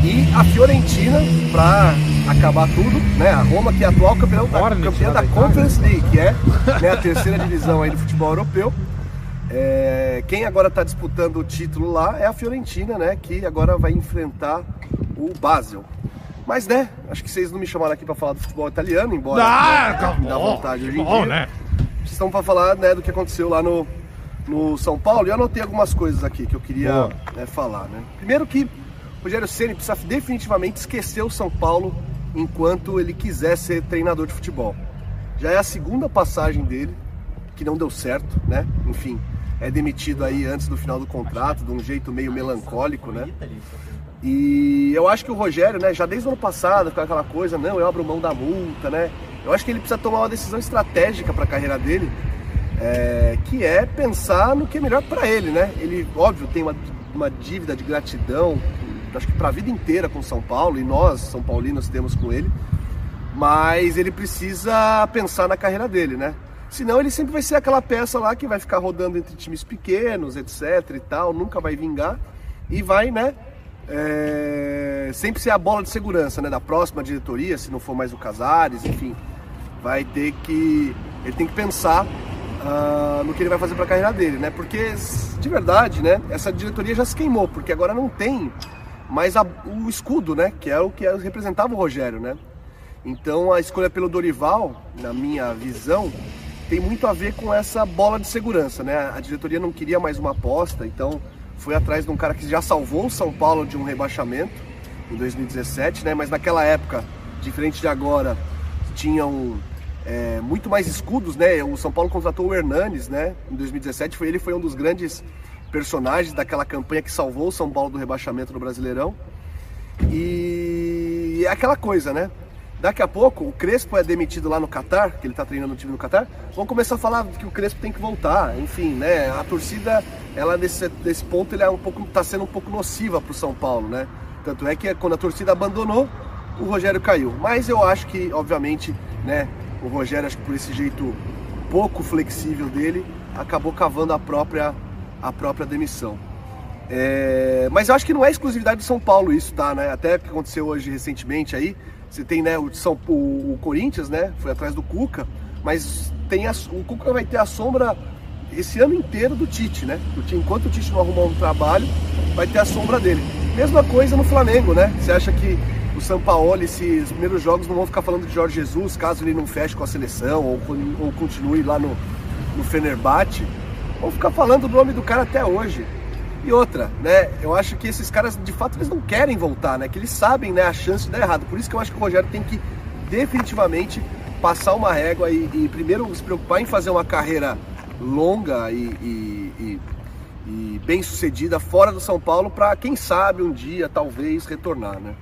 S5: E a Fiorentina, para acabar tudo, né? A Roma que é atual campeão da,
S2: Hornet,
S5: campeã
S2: lá
S5: da
S2: da Itália.
S5: Conference League, que é né, a terceira divisão aí do futebol europeu. É, quem agora está disputando o título lá é a Fiorentina, né? Que agora vai enfrentar o Basel. Mas né, acho que vocês não me chamaram aqui para falar do futebol italiano, embora
S2: Ah,
S5: né,
S2: tá
S5: me dá
S2: bom,
S5: vontade hoje em
S2: bom,
S5: dia.
S2: né?
S5: estão para falar né, do que aconteceu lá no, no São Paulo. E eu anotei algumas coisas aqui que eu queria
S2: Boa.
S5: né, falar. Né? Primeiro que o Rogério Ceni precisa definitivamente esquecer o São Paulo enquanto ele quiser ser treinador de futebol. Já é a segunda passagem dele que não deu certo, né? Enfim, é demitido aí antes do final do contrato, de um jeito meio melancólico, né? E eu acho que o Rogério, né, já desde o ano passado, com aquela coisa, não, eu abro mão da multa, né? Eu acho que ele precisa tomar uma decisão estratégica para a carreira dele, é, que é pensar no que é melhor para ele, né? Ele, óbvio, tem uma, uma dívida de gratidão, acho que para a vida inteira com São Paulo, e nós, São Paulinos, temos com ele, mas ele precisa pensar na carreira dele, né? Senão ele sempre vai ser aquela peça lá que vai ficar rodando entre times pequenos, etc e tal, nunca vai vingar e vai, né? é, sempre ser a bola de segurança, né? Da próxima diretoria, se não for mais o Casares, enfim, vai ter que ele tem que pensar ah, no que ele vai fazer para a carreira dele, né? Porque de verdade, né? Essa diretoria já se queimou, porque agora não tem mais a- o escudo, né? Que é o que representava o Rogério, né? Então a escolha pelo Dorival, na minha visão, tem muito a ver com essa bola de segurança, né? A diretoria não queria mais uma aposta, então foi atrás de um cara que já salvou o São Paulo de um rebaixamento em 2017, né? Mas naquela época, diferente de agora, tinham é, muito mais escudos, né? O São Paulo contratou o Hernanes, né? Em 2017, foi ele foi um dos grandes personagens daquela campanha que salvou o São Paulo do rebaixamento no Brasileirão. E é aquela coisa, né? Daqui a pouco o Crespo é demitido lá no Catar, que ele tá treinando o time no Catar. Vão começar a falar que o Crespo tem que voltar, enfim, né? A torcida, ela nesse, nesse ponto, ele é um pouco, tá sendo um pouco nociva pro São Paulo, né? Tanto é que quando a torcida abandonou, o Rogério caiu. Mas eu acho que, obviamente, né? O Rogério, acho que por esse jeito pouco flexível dele, acabou cavando a própria, a própria demissão. É, mas eu acho que não é exclusividade de São Paulo isso, tá? Né? Até que aconteceu hoje recentemente aí. Você tem né, o, São, o, o Corinthians, né? Foi atrás do Cuca, mas tem a- o Cuca vai ter a sombra esse ano inteiro do Tite, né? O Ti- enquanto o Tite não arrumar um trabalho, vai ter a sombra dele. Mesma coisa no Flamengo, né? Você acha que o Sampaoli, esses primeiros jogos, não vão ficar falando de Jorge Jesus, caso ele não feche com a seleção ou, con- ou continue lá no, no Fenerbahçe? Vão ficar falando do nome do cara até hoje. E outra, né? Eu acho que esses caras, de fato, eles não querem voltar, né? Que eles sabem, né? A chance de dar errado. Por isso que eu acho que o Rogério tem que definitivamente passar uma régua e, e primeiro se preocupar em fazer uma carreira longa e, e- e- e bem sucedida fora do São Paulo para quem sabe um dia talvez retornar, né?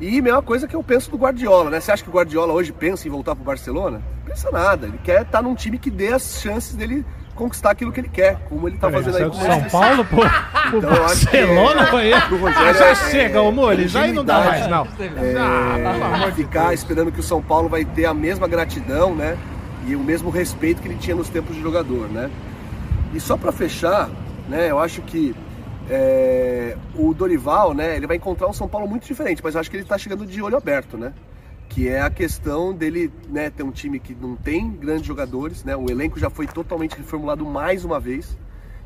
S5: E a mesma coisa que eu penso do Guardiola, né? Você acha que o Guardiola hoje pensa em voltar pro Barcelona? Pensa nada. Ele quer estar num time que dê as chances dele conquistar aquilo que ele quer, como ele tá
S2: Peraí,
S5: fazendo aí
S2: saiu
S5: com
S2: do
S5: o
S2: São
S5: Manchester
S2: Paulo, pô. Pro
S5: Então, eu acho que
S2: Barcelona, foi
S5: pro
S2: ele.
S5: Rogério
S2: Já
S5: é-
S2: chega, ô Mules, aí não dá mais,
S5: ingenuidade.
S2: não. Ah,
S5: é,
S2: pelo amor de
S5: ficar
S2: Deus.
S5: esperando que o São Paulo vai ter a mesma gratidão, né? E o mesmo respeito que ele tinha nos tempos de jogador, né? E só pra fechar, né? Eu acho que é, o Dorival, né? Ele vai encontrar um São Paulo muito diferente, mas eu acho que ele tá chegando de olho aberto, né? Que é a questão dele, né? Ter um time que não tem grandes jogadores, né? O elenco já foi totalmente reformulado mais uma vez.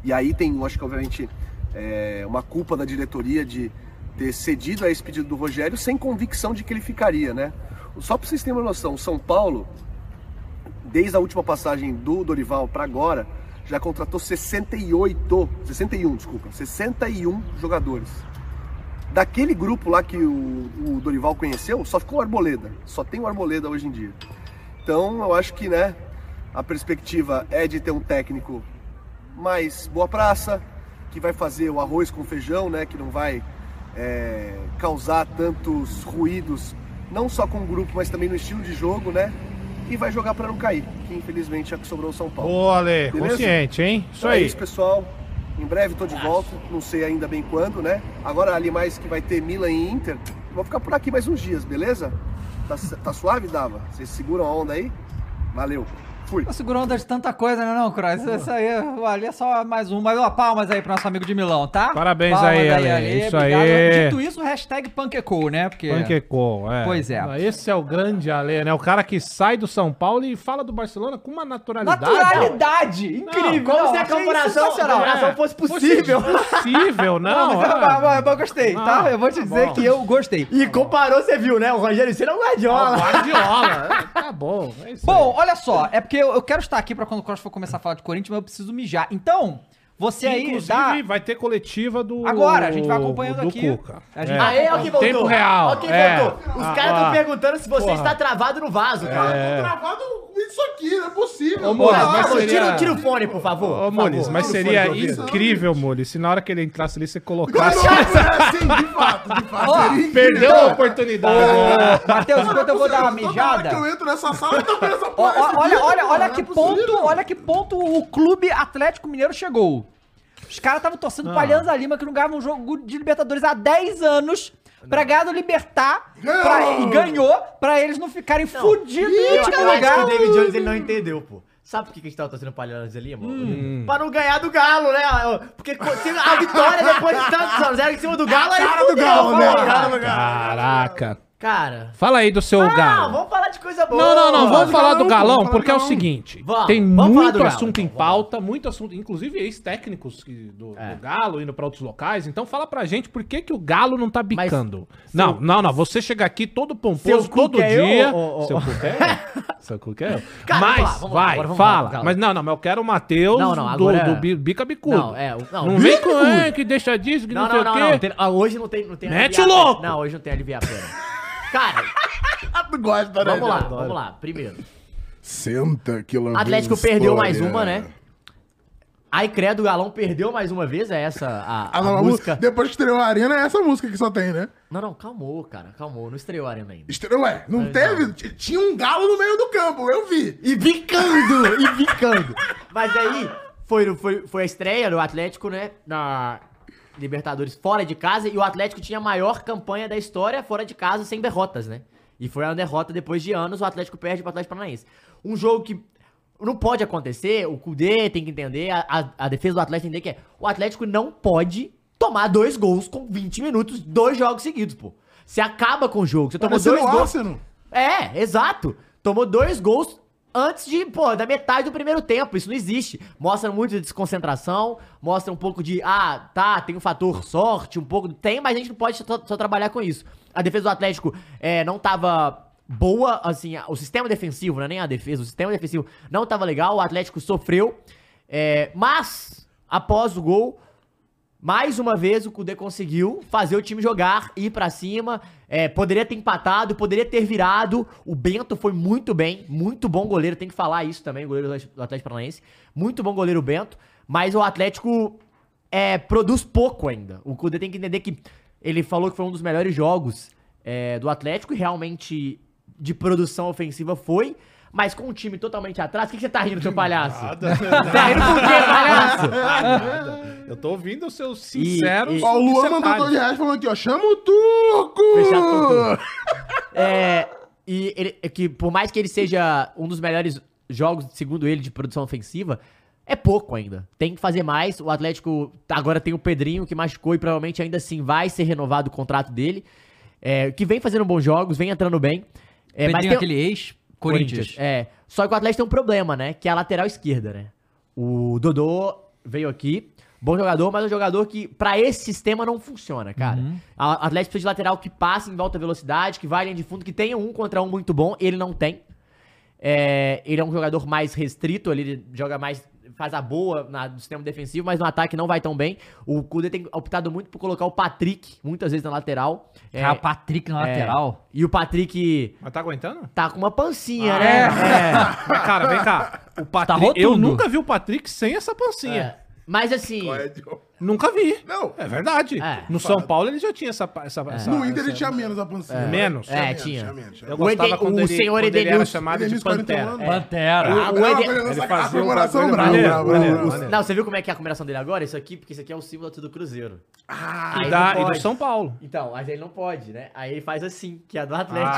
S5: E aí tem, eu acho que obviamente, é, uma culpa da diretoria de ter cedido a esse pedido do Rogério sem convicção de que ele ficaria, né? Só pra vocês terem uma noção, o São Paulo desde a última passagem do Dorival para agora, já contratou 68, 61, desculpa, 61 jogadores. Daquele grupo lá que o, o Dorival conheceu, só ficou o Arboleda. Só tem o Arboleda hoje em dia. Então, eu acho que, né, a perspectiva é de ter um técnico mais boa praça, que vai fazer o arroz com feijão, né? Que não vai é, causar tantos ruídos, não só com o grupo, mas também no estilo de jogo, né? E vai jogar para não cair, que infelizmente é o que sobrou o São Paulo.
S2: Ô, Ale,
S5: Beleza?
S2: consciente, hein? Isso
S5: Então é
S2: aí.
S5: isso, pessoal. Em breve tô de volta, não sei ainda bem quando, né? Agora ali mais que vai ter Milan e Inter. Vou ficar por aqui mais uns dias, beleza? Tá, tá suave, Dava? Vocês seguram a onda aí? Valeu. Fui.
S1: Tá segurando de tanta coisa, né, não, Cross? Isso aí, ali é só mais um. Mas, ó, palmas aí pro nosso amigo de Milão, tá?
S2: Parabéns
S1: palmas
S2: aí, Ale. Isso aí.
S1: Dito isso, hashtag Panquecou, né? Porque...
S2: Pancecol, é.
S1: Pois é.
S2: Esse é o grande Ale, né? O cara que sai do São Paulo e fala do Barcelona com uma naturalidade.
S1: Naturalidade! Incrível!
S4: Como se a
S1: achei
S4: comparação, a
S1: sensacional.
S4: comparação fosse possível.
S2: Possível,
S1: Não,
S2: É. não.
S1: mas eu,
S2: é.
S1: mas eu gostei, tá? Eu vou te
S2: tá
S1: dizer
S2: bom.
S1: que eu gostei.
S4: E comparou, você viu, né? O Rogério Ceni é um
S2: Ah, o
S4: Guardiola.
S2: Guardiola. tá bom. É isso
S1: Bom, olha só, é porque porque eu, eu quero estar aqui pra quando o Cross for começar a falar de Corinthians, mas eu preciso mijar. Então, você aí
S2: Inclusive,
S1: dá...
S2: vai ter coletiva do.
S1: Agora, a gente vai acompanhando
S2: do
S1: aqui.
S2: Cuca.
S1: A gente-
S2: É.
S1: Ah,
S4: Aê, ó quem voltou.
S2: Tempo real,
S4: Ó quem
S2: é.
S4: voltou. Os
S2: Ah,
S4: caras estão
S2: ah.
S4: perguntando se você
S2: Porra.
S4: está travado no vaso, cara.
S2: É.
S3: Eu tô travado isso aqui, não é possível.
S2: Ô, Moura,
S3: Não,
S4: Por
S2: mas
S4: favor,
S2: seria-
S4: tira, tira o fone, por favor.
S2: Ô,
S4: por
S2: Mules,
S4: favor.
S2: mas
S3: Tira o
S2: seria
S3: fone de ouvido.
S2: incrível, Mules, se na hora que ele entrasse ali você
S3: Claro,
S2: colocasse.
S3: é assim, de fato, de fato.
S1: Ó,
S3: seria incrível.
S2: Perdeu a oportunidade. né?
S1: Ô, Matheus, enquanto eu vou dar uma
S3: Toda hora
S1: mijada...
S3: que eu entro nessa sala, tá vendo essa
S1: Ó,
S3: porra,
S1: ó,
S3: esse
S1: olha,
S3: vídeo,
S1: olha,
S3: mano,
S1: olha
S3: não é
S1: que
S3: possível.
S1: ponto, olha que ponto o Clube Atlético Mineiro chegou. Os caras estavam torcendo
S2: Ah.
S1: pro Alianza Lima que não ganhava um jogo de Libertadores há 10 anos. Pra ganhar do Libertar,
S3: Ganhou!
S1: pra- e ganhou pra eles não ficarem fudidos
S4: Eu
S1: em
S4: acho
S1: último
S4: que
S1: lugar.
S4: o David Jones ele não entendeu, pô. Sabe por que que a gente tava torcendo pra Alianza ali, mano?
S2: Hum.
S4: Pra não ganhar do Galo, né? Porque se a vitória depois de tantos anos era em cima do Galo, aí
S3: Cara do
S4: fudeu,
S3: Galo,
S4: pô.
S3: né?
S4: Cara do Galo.
S2: Caraca.
S4: Cara.
S2: Fala aí do seu
S1: Ah,
S4: Não,
S2: galo.
S4: vamos falar de coisa boa.
S2: Não, não, não, vamos falar do
S3: Vamos
S2: galão,
S3: falar do
S2: porque é o
S3: galão.
S2: seguinte,
S4: Vamos,
S2: tem
S4: vamos falar do
S2: muito
S4: galo,
S2: assunto em
S4: então, vamos. É.
S2: pauta, muito assunto, inclusive ex-técnicos que- do, do Galo indo pra outros locais, então fala pra gente por que que o Galo não tá bicando. não, não, não, você chega aqui todo pomposo,
S4: Seu cu
S2: todo
S4: que é eu,
S2: dia...
S4: ô, ô, ô.
S2: Seu cu que é eu? Seu cu que é eu?
S4: Cara, vamos lá,
S2: Mas,
S4: vamos lá,
S2: vai,
S4: agora vamos falar do
S2: fala,
S4: Galo.
S2: mas não, não, mas eu quero o Matheus
S4: Não, não,
S2: do,
S4: agora-
S2: do bi- Bica Bicudo.
S4: Não, é, o- não,
S2: não
S4: Bica
S2: vem com é, que deixa disso, que não,
S4: Não, não,
S2: sei
S4: não,
S2: o quê.
S4: não. Tem- ah, hoje não tem, não tem
S2: Mete
S4: aliviar-
S2: o louco!
S4: Não, hoje não tem aliviar a pena. Cara,
S3: Ah, tu gosta, né?
S4: vamos lá,
S3: Adoro.
S4: vamos lá. Primeiro.
S3: Senta que lá vem
S4: Atlético perdeu
S3: história.
S4: mais uma, né? Ai, credo, o Galão perdeu mais uma vez, é essa a,
S3: Ah, A
S4: a
S3: nova música.
S4: música?
S3: Depois que estreou a Arena, é essa música que só tem, né?
S4: Não, não, calmou, cara, calmou, não estreou a Arena ainda.
S3: Estreou, ué, não teve? T- Tinha um galo no meio do campo, eu vi.
S4: E bicando, e bicando. Mas aí, foi, no- foi, foi a estreia do Atlético, né, na Libertadores fora de casa, e o Atlético tinha a maior campanha da história fora de casa, sem derrotas, né? E foi uma derrota depois de anos, o Atlético perde pro Atlético Paranaense. Um jogo que não pode acontecer, o Cudê tem que entender, a, a- a defesa do Atlético tem que entender que é, o Atlético não pode tomar dois gols com 20 minutos, dois jogos seguidos, pô. Você acaba com o jogo, você tomou
S3: Parecendo
S4: dois
S3: o
S4: gols.
S3: Arsenal.
S4: É, exato. Tomou dois gols antes de, pô, da metade do primeiro tempo. Isso não existe. Mostra muito de desconcentração, mostra um pouco de, ah, tá, tem um fator sorte, um pouco. Tem, mas a gente não pode só, só trabalhar com isso. A defesa do Atlético é, não tava boa, assim, a- o sistema defensivo, não é nem a defesa, o sistema defensivo não tava legal, o Atlético sofreu. é, mas, após o gol, mais uma vez o Kudê conseguiu fazer o time jogar, ir pra cima. é, poderia ter empatado, poderia ter virado. O Bento foi muito bem, muito bom goleiro, tem que falar isso também, goleiro do Atlético Paranaense. Muito bom goleiro o Bento, mas o Atlético é, produz pouco ainda. O Kudê tem que entender que ele falou que foi um dos melhores jogos é, do Atlético e realmente de produção ofensiva foi. Mas com o time totalmente atrás, o que, que você tá rindo, seu palhaço? Tá rindo por quê, palhaço?
S2: Eu tô ouvindo os seus sinceros.
S3: Ó, o
S4: é
S3: Luan mandou
S2: detalhes.
S3: dois reais falando aqui, ó. Chama o Turco!
S4: Fechar tudo. É, e ele- é que por mais que ele seja um dos melhores jogos, segundo ele, de produção ofensiva, é pouco ainda. Tem que fazer mais. O Atlético tá- agora tem o Pedrinho que machucou e provavelmente ainda assim vai ser renovado o contrato dele. É, que vem fazendo bons jogos, vem entrando bem. É, mas
S1: Pedrinho,
S4: tem-
S1: aquele ex-Corinthians.
S4: É. Só que o Atlético tem um problema, né? Que é a lateral esquerda, né? O Dodô veio aqui. Bom jogador, mas é um jogador que, pra esse sistema, não funciona, cara.
S1: Uhum.
S4: A- O Atlético precisa de lateral que passe em alta velocidade, que vá à linha de fundo, que tenha um contra um muito bom. Ele não tem. É, ele é um jogador mais restrito, ele joga mais. faz a boa na, no sistema defensivo, mas no ataque não vai tão bem. O Kudê tem optado muito por colocar o Patrick, muitas vezes na lateral. É,
S1: Ah, o Patrick na
S4: é,
S1: lateral.
S4: E o Patrick
S2: Mas tá aguentando?
S4: tá com uma pancinha,
S2: Ah,
S4: né? É.
S2: Mas, cara, vem cá. O Patrick,
S1: rotundo.
S2: eu nunca vi o Patrick sem essa
S4: É,
S2: pancinha.
S4: Mas assim,
S3: Ué, Diogo.
S2: Nunca vi.
S3: Não.
S2: É verdade.
S4: É.
S2: No São Paulo ele já tinha essa. pa- essa, essa
S3: No Inter
S2: essa-
S3: ele tinha menos a pancinha.
S2: Menos.
S4: É,
S3: menos,
S4: tinha.
S3: menos, tinha
S2: Eu
S3: menos.
S2: gostava
S4: Eden-
S2: quando
S4: o
S2: ele,
S4: senhor
S2: quando ele era
S4: Edenilson-
S2: chamado de
S3: Edenilson 41
S2: Pantera.
S1: É.
S3: anos.
S1: Pantera.
S3: Ah,
S4: o
S3: não,
S4: Eden-
S3: olha, nossa,
S2: ele fazia
S3: a
S2: um
S3: comemoração
S2: bagulho
S3: brava,
S2: maneiro,
S3: brava,
S2: maneiro,
S3: brava.
S2: maneiro.
S4: não, você viu como é que é a combinação dele agora? Isso aqui, porque isso aqui é o símbolo do Cruzeiro. Ah,
S2: E, da, e do São Paulo.
S4: Então, mas ele não pode, né? Aí ele faz assim, que é do Atlético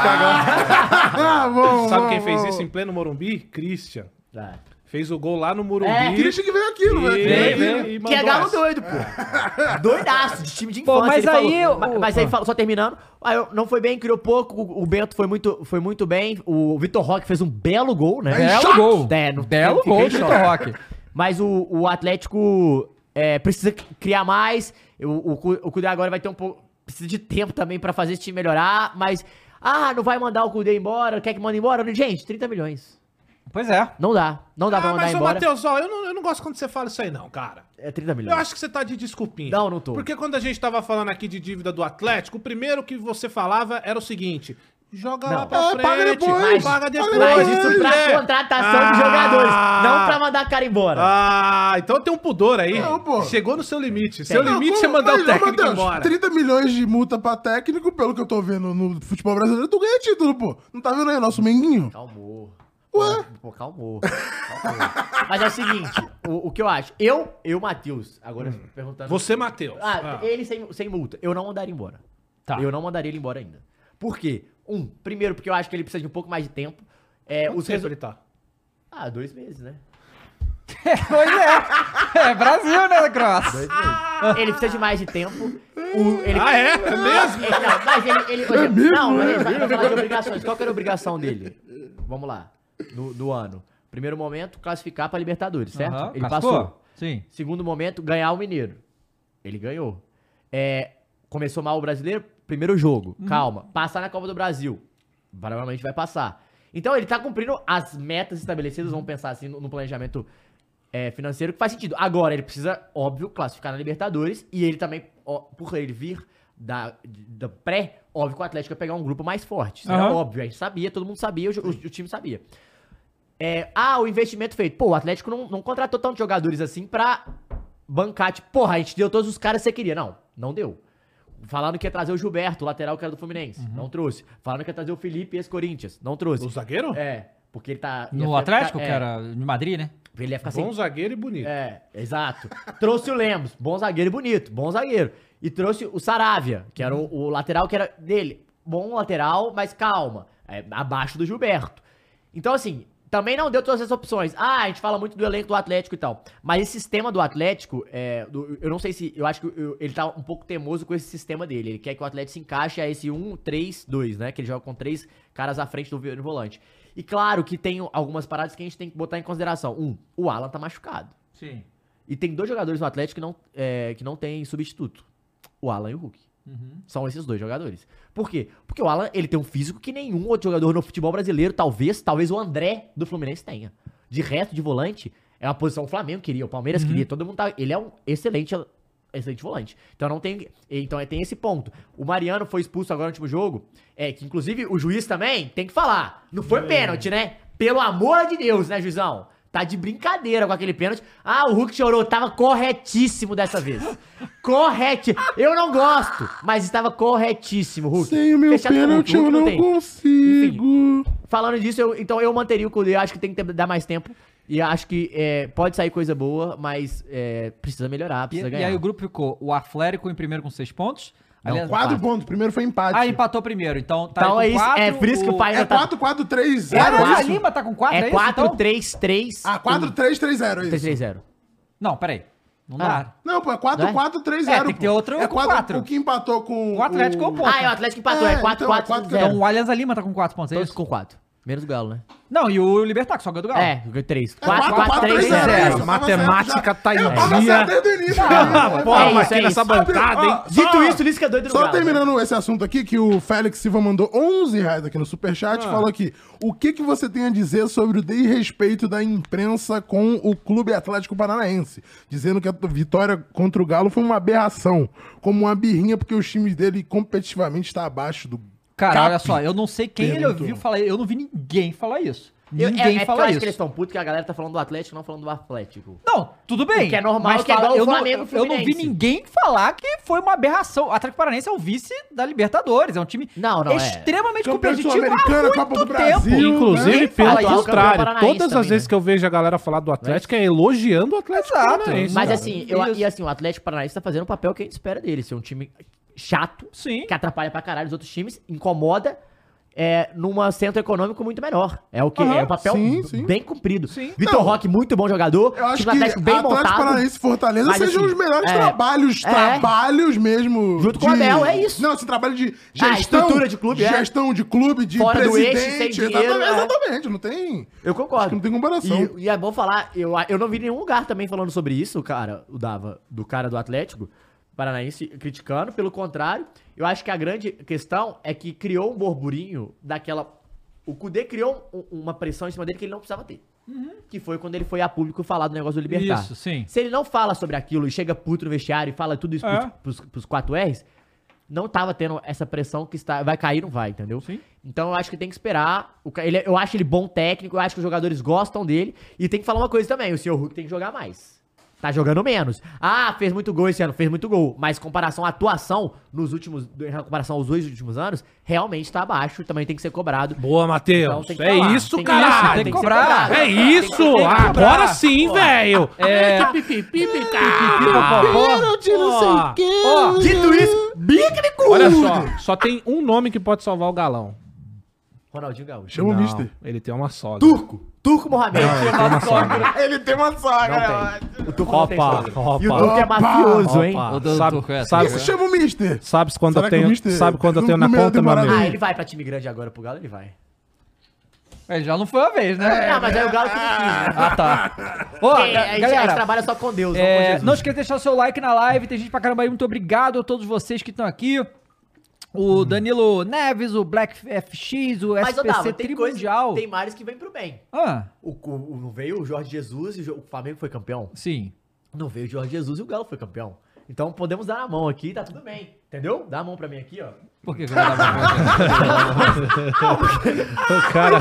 S3: Ah, bom,
S2: Sabe
S3: bom,
S2: quem fez
S3: bom.
S2: isso em pleno Morumbi? Christian.
S4: agora.
S2: Fez o gol lá no Morumbi.
S4: É,
S3: Triste que veio aquilo,
S2: E-
S3: velho.
S2: Vem,
S3: Veio
S2: vem.
S3: aquilo.
S2: e
S4: Que é
S2: mandou
S4: galo
S2: essa.
S4: doido, pô. Doidaço, de time de
S1: Pô,
S4: infância.
S1: mas
S4: ele
S1: aí
S4: falou.
S1: o-
S4: Ma- Mas aí, falou- só terminando, aí eu- não foi bem, criou pouco, o- o Bento foi muito, foi muito bem, o Vitor Roque fez um belo gol, né?
S1: Belo
S4: Choque!
S1: gol.
S4: É, no-
S1: Belo
S4: fiquei
S1: gol
S4: em
S1: do
S4: choque.
S1: Vitor Roque.
S4: Mas o, o Atlético é, precisa c- criar mais. O, o, Cu- o Cudê agora vai ter um pouco. Precisa de tempo também pra fazer esse time melhorar. Mas. Ah, não vai mandar o Cudê embora. Quer que manda embora? Gente, 30 milhões.
S1: Pois é.
S4: Não dá. Não dá pra
S2: ah,
S4: mandar
S2: mas ô
S4: embora.
S2: Matheus, ó, eu não, eu não gosto quando você fala isso aí, não, cara.
S4: É 30
S2: Eu
S4: milhões.
S2: acho que você tá de desculpinha.
S4: Não, não tô.
S2: Porque quando a gente tava falando aqui de dívida do Atlético, o primeiro que você falava era o seguinte: joga lá
S4: Não.
S2: pra
S3: É,
S2: frente,
S3: paga depois,
S2: mas-
S4: paga
S2: paga depois.
S4: Mas isso pra
S2: é.
S4: contratação de
S2: Ah,
S4: jogadores, não pra mandar cara embora.
S2: Ah, então tem um pudor aí.
S3: Não, pô.
S2: Chegou no seu limite. Seu
S3: Não,
S2: limite
S3: como-
S2: é mandar
S3: mas,
S2: o
S3: ô,
S2: técnico
S3: Matheus,
S2: embora.
S3: 30 milhões de multa pra técnico, pelo que eu tô vendo no futebol brasileiro, tu ganha título, pô. Não tá vendo aí o nosso Menguinho?
S4: Calmou.
S3: Ué?
S4: Pô, calmou. calmou. Mas é o seguinte, o, o que eu acho. Eu, eu, Matheus, agora
S2: Hum.
S4: perguntando.
S2: Você, Matheus. Ah.
S4: Ah, ele sem, sem multa. Eu não mandaria embora.
S1: Tá.
S4: Eu não mandaria ele embora ainda. Por quê? Um, primeiro, porque eu acho que ele precisa de um pouco mais de tempo. É,
S2: Quanto
S4: os
S2: tempo
S4: resu-
S2: ele tá?
S4: Ah, dois meses, né?
S1: Pois é. É Brasil, né, Cross?
S4: Dois meses. ele precisa de mais de tempo. O- ele-
S2: Ah, é? É mesmo?
S4: É, não, mas ele. ele- por exemplo,
S1: é
S4: não, mas ele vai vai falar de obrigações. Qual que era a obrigação dele? Vamos lá. Do, do ano. Primeiro momento, classificar pra Libertadores, certo?
S1: Aham,
S4: ele
S1: classificou?
S4: passou.
S1: Sim.
S4: Segundo momento, ganhar o Mineiro. Ele ganhou. É, começou mal o brasileiro, primeiro jogo.
S1: Uhum.
S4: Calma. Passar na Copa do Brasil. Provavelmente vai passar. Então ele tá cumprindo as metas estabelecidas, vamos pensar assim, no no planejamento é, financeiro, que faz sentido. Agora, ele precisa, óbvio, classificar na Libertadores e ele também, ó, por ele vir da, de- da pré, óbvio que o Atlético ia pegar um grupo mais forte. Isso era
S1: Aham.
S4: óbvio, a gente sabia, todo mundo sabia, o- o- o time sabia. É, ah, o investimento feito. Pô, o Atlético não, não contratou tantos jogadores assim pra bancar. Tipo, porra, a gente deu todos os caras que você queria. Não, não deu. Falaram que ia trazer o Gilberto, o lateral que era do Fluminense.
S1: Uhum.
S4: Não trouxe. Falaram que ia trazer o Felipe, ex-Corinthians. Não trouxe.
S2: O zagueiro?
S4: É, porque ele tá. ia
S1: No
S4: ficar-
S1: Atlético,
S4: é,
S1: que era de Madrid, né?
S4: Ele ia ficar sem
S2: Bom zagueiro e bonito.
S4: assim. é, exato. trouxe o Lemos, bom zagueiro e bonito, bom zagueiro. E trouxe o Saravia, que era o, o lateral que era dele. Bom lateral, mas calma, é, abaixo do Gilberto. Então, assim, também não deu todas as opções. Ah, a gente fala muito do elenco do Atlético e tal. Mas esse sistema do Atlético, é, do- eu não sei se. Eu acho que eu- ele tá um pouco teimoso com esse sistema dele. Ele quer que o Atlético se encaixe a esse 1-3-2, né? Que ele joga com três caras à frente do vo- volante. E claro que tem algumas paradas que a gente tem que botar em consideração. Um, o Alan tá machucado.
S1: Sim.
S4: E tem dois jogadores no Atlético que não, é, que não tem substituto. O Alan e o Hulk. São esses dois jogadores. Por quê? Porque o Alan, ele tem um físico que nenhum outro jogador no futebol brasileiro, talvez, talvez o André do Fluminense tenha. De resto, de volante, é uma posição que o Flamengo queria, o Palmeiras queria, todo mundo tá... Ele é um excelente, excelente volante. Então não tem... Então é, tem esse ponto. O Mariano foi expulso agora no último jogo, é, que inclusive o juiz também tem que falar. Não foi pênalti, né? Pelo amor de Deus, né, juizão? Tá de brincadeira com aquele pênalti. Ah, o Hulk chorou. Tava corretíssimo dessa vez. Correte. Eu não gosto, mas estava corretíssimo, Hulk.
S3: Sem o meu
S4: Fechado com o
S3: pênalti
S4: Hulk
S3: eu não
S4: tem.
S3: consigo.
S4: Falando disso, eu- então eu manteria o Kudê. Acho que tem que ter- dar mais tempo. E acho que é, pode sair coisa boa, mas é, precisa melhorar,
S1: E,
S4: precisa
S1: e
S4: ganhar.
S1: aí o grupo ficou o Aflérico em primeiro com seis pontos.
S4: Não,
S1: Aliás,
S3: Quatro
S4: Empate.
S3: pontos. Primeiro foi empate.
S1: Ah, empatou primeiro. Então tá
S4: Então é isso. É por isso que o pai
S3: É
S4: ainda tá...
S3: 4, 4, 3, 0.
S1: Zero,
S3: É
S1: ah,
S3: isso?
S1: Lima tá com quatro, isso,
S4: É
S1: então?
S4: 4-3-3.
S3: Ah, 4, 3, 3, 0. É isso.
S4: 3-3-0.
S1: Não, peraí. Não
S4: Ah.
S1: dá.
S3: Não, pô, é 4,
S4: Não é?
S3: 4, 3,
S1: É,
S3: 0.
S1: tem que ter outro
S3: é
S1: com
S3: quatro-
S1: quatro.
S3: O que empatou com.
S1: O Atlético é o ponto.
S4: Ah, é, o Atlético
S3: É,
S4: empatou. É
S3: então é
S4: 4-4-0.
S1: Então o Alianza Lima tá com quatro pontos, é
S4: Todos
S1: isso?
S4: com 4. Menos o Galo, né?
S1: Não, e o Libertar, que só ganhou do Galo.
S4: É, 3.
S3: É 4, 4, 3,
S1: zero.
S3: 0.
S1: zero.
S3: é isso,
S2: é Matemática
S3: tava
S2: tá em
S3: certo já. Eu tava
S2: dia.
S3: certo desde o início.
S2: Ah,
S3: cara.
S4: pô, é
S2: Porra,
S4: isso,
S2: mas
S4: é
S2: aqui nessa
S4: isso.
S2: bancada, hein?
S3: Ó,
S4: Dito isso, Lisca é doido do
S3: Só
S4: Galo. né?
S3: terminando esse assunto aqui, que o Félix Silva mandou 11 reais aqui no Superchat,
S2: Ah.
S3: falou aqui, o que, que você tem a dizer sobre o desrespeito da imprensa com o Clube Atlético Paranaense, dizendo que a vitória contra o Galo foi uma aberração, como uma birrinha porque os times dele competitivamente está abaixo do...
S1: Cara,
S3: Cap.
S1: olha só, eu não sei quem ele
S3: Perguntou.
S1: ouviu falar isso. Eu não vi ninguém falar isso.
S4: Eu-
S1: ninguém
S4: é, é porque eu
S1: fala
S4: acho
S1: isso.
S4: que eles estão putos que a galera tá falando do Atlético, não falando do Atlético.
S1: Não, tudo bem.
S4: O que é normal, que é igual o
S1: eu, não,
S4: Flamengo e
S1: eu não vi
S4: Fluminense.
S1: ninguém falar que foi uma aberração. O Atlético Paranaense é o vice da Libertadores. É um time
S4: Não, não, é.
S1: extremamente
S3: Campeão
S1: competitivo há
S3: Sul-Americano,
S1: muito
S3: Copa do
S1: tempo.
S3: Brasil.
S2: Inclusive,
S4: Ninguém
S2: pelo
S4: fala isso, campeão
S2: contrário,
S4: paranaense
S2: todas as
S4: também,
S2: vezes
S4: né?
S2: que eu vejo a galera falar do Atlético é elogiando o Atlético
S1: Exato.
S2: Paranaense,
S4: Mas
S2: cara.
S4: assim, eu,
S1: Isso.
S4: e assim, o Atlético Paranaense tá fazendo o papel que a gente espera dele. Ser um time chato,
S1: Sim.
S4: que atrapalha pra caralho os outros times, incomoda, é, num centro econômico muito menor. É o que
S1: Aham,
S4: é o papel
S3: sim,
S4: b-
S3: sim.
S4: bem cumprido.
S1: Sim.
S4: Vitor Roque, muito bom jogador. um
S3: Eu acho
S4: time
S3: que
S4: do
S3: Atlético,
S4: Atlético bem montado.
S3: Paranaense e Fortaleza
S4: Mas,
S3: sejam
S4: assim,
S3: os melhores
S4: é.
S3: trabalhos,
S4: É.
S3: trabalhos mesmo.
S4: Junto com o Abel, é isso.
S3: Não, esse trabalho de
S4: Ah,
S3: gestão.
S4: estrutura de clube, é.
S3: Gestão de clube, de
S4: Fora do eixo,
S3: presidente.
S4: sem dinheiro,
S3: exatamente,
S4: é.
S3: exatamente, não tem...
S4: Eu concordo.
S3: Acho que não tem comparação.
S4: E, e é bom falar, eu, eu não vi nenhum lugar também falando sobre isso, cara, o Dava, do cara do Atlético Paranaense criticando, pelo contrário, eu acho que a grande questão é que criou um burburinho daquela O Kudê criou um- uma pressão em cima dele que ele não precisava ter. Que foi quando ele foi a público falar do negócio do Libertar.
S1: Isso, sim.
S4: Se ele não fala sobre aquilo e chega puto no vestiário e fala tudo isso
S1: É.
S4: pros, pros, pros 4 R's, não tava tendo essa pressão que está, vai cair, não vai, entendeu?
S1: Sim.
S4: Então eu acho que tem que esperar. O ca- ele- eu acho ele bom técnico, eu acho que os jogadores gostam dele. E tem que falar uma coisa também: o senhor Hulk tem que jogar mais. Tá jogando menos. Ah, fez muito gol esse ano, fez muito gol. Mas em comparação à atuação nos últimos. Em comparação aos dois últimos anos, realmente tá abaixo. Também tem que ser cobrado.
S2: Boa,
S4: Então
S2: Matheus.
S4: tem que
S2: é
S4: falar,
S2: isso,
S4: tem que-
S2: caralho.
S1: Isso, tem que cobrar.
S2: É isso.
S1: tem que
S2: Ah,
S1: cobrar.
S2: agora sim, velho.
S1: É.
S2: Que pipipi,
S1: Pipipipopopó.
S2: Ó,
S1: Ó,
S3: Hum.
S4: Dito isso, bíblico!
S2: Olha só, só tem um nome que pode salvar o galão.
S4: Ronaldinho Gaúcho.
S3: Chama
S2: Não,
S3: o Mister.
S2: Ele tem uma sogra.
S4: Turco! Turco Mohamed.
S3: Ele tem uma sogra.
S4: O Turco não tem
S2: Opa,
S4: sogra.
S2: opa.
S4: E o Turco é
S3: Opa,
S4: mafioso, hein?
S2: Opa.
S1: O do
S2: Sabe-
S1: Turco é assim,
S2: sabe-
S1: né?
S3: Chama o Mister.
S2: Sabes quando
S3: Será
S2: eu
S3: que o
S2: tenho,
S3: Mister-
S2: sabe quando eu
S3: no
S2: tenho na
S3: primeiro
S2: conta, meu
S3: temporada
S4: Ah,
S3: aí?
S2: amigo?
S4: ele vai pra time grande agora pro Galo, ele vai.
S1: Ele já não foi uma vez, né?
S4: Ah, mas aí o Galo que não quis. né?
S1: Ah, tá. Ó,
S4: Ei,
S1: ga-
S4: a, gente, a gente
S1: galera,
S4: trabalha só com Deus, não com
S1: É,
S4: Jesus.
S1: não esqueça de deixar o seu like na live. Tem gente pra caramba aí. Muito obrigado a todos vocês que estão aqui. O Danilo Neves, o Black FX, o
S4: Hum. Mas, ô, Dava,
S1: SPC
S4: tem coisa,
S1: Trimundial.
S4: tem mares que vem pro bem.
S1: Ah,
S4: O, o- o- não veio o Jorge Jesus e o, Jo- o Flamengo foi campeão.
S1: sim.
S4: Não veio o Jorge Jesus e o Galo foi campeão. Então podemos dar a mão aqui, tá tudo bem. Entendeu? Dá a mão pra mim aqui, ó.
S1: Por que, que eu vou dar uma coisa?
S2: O cara,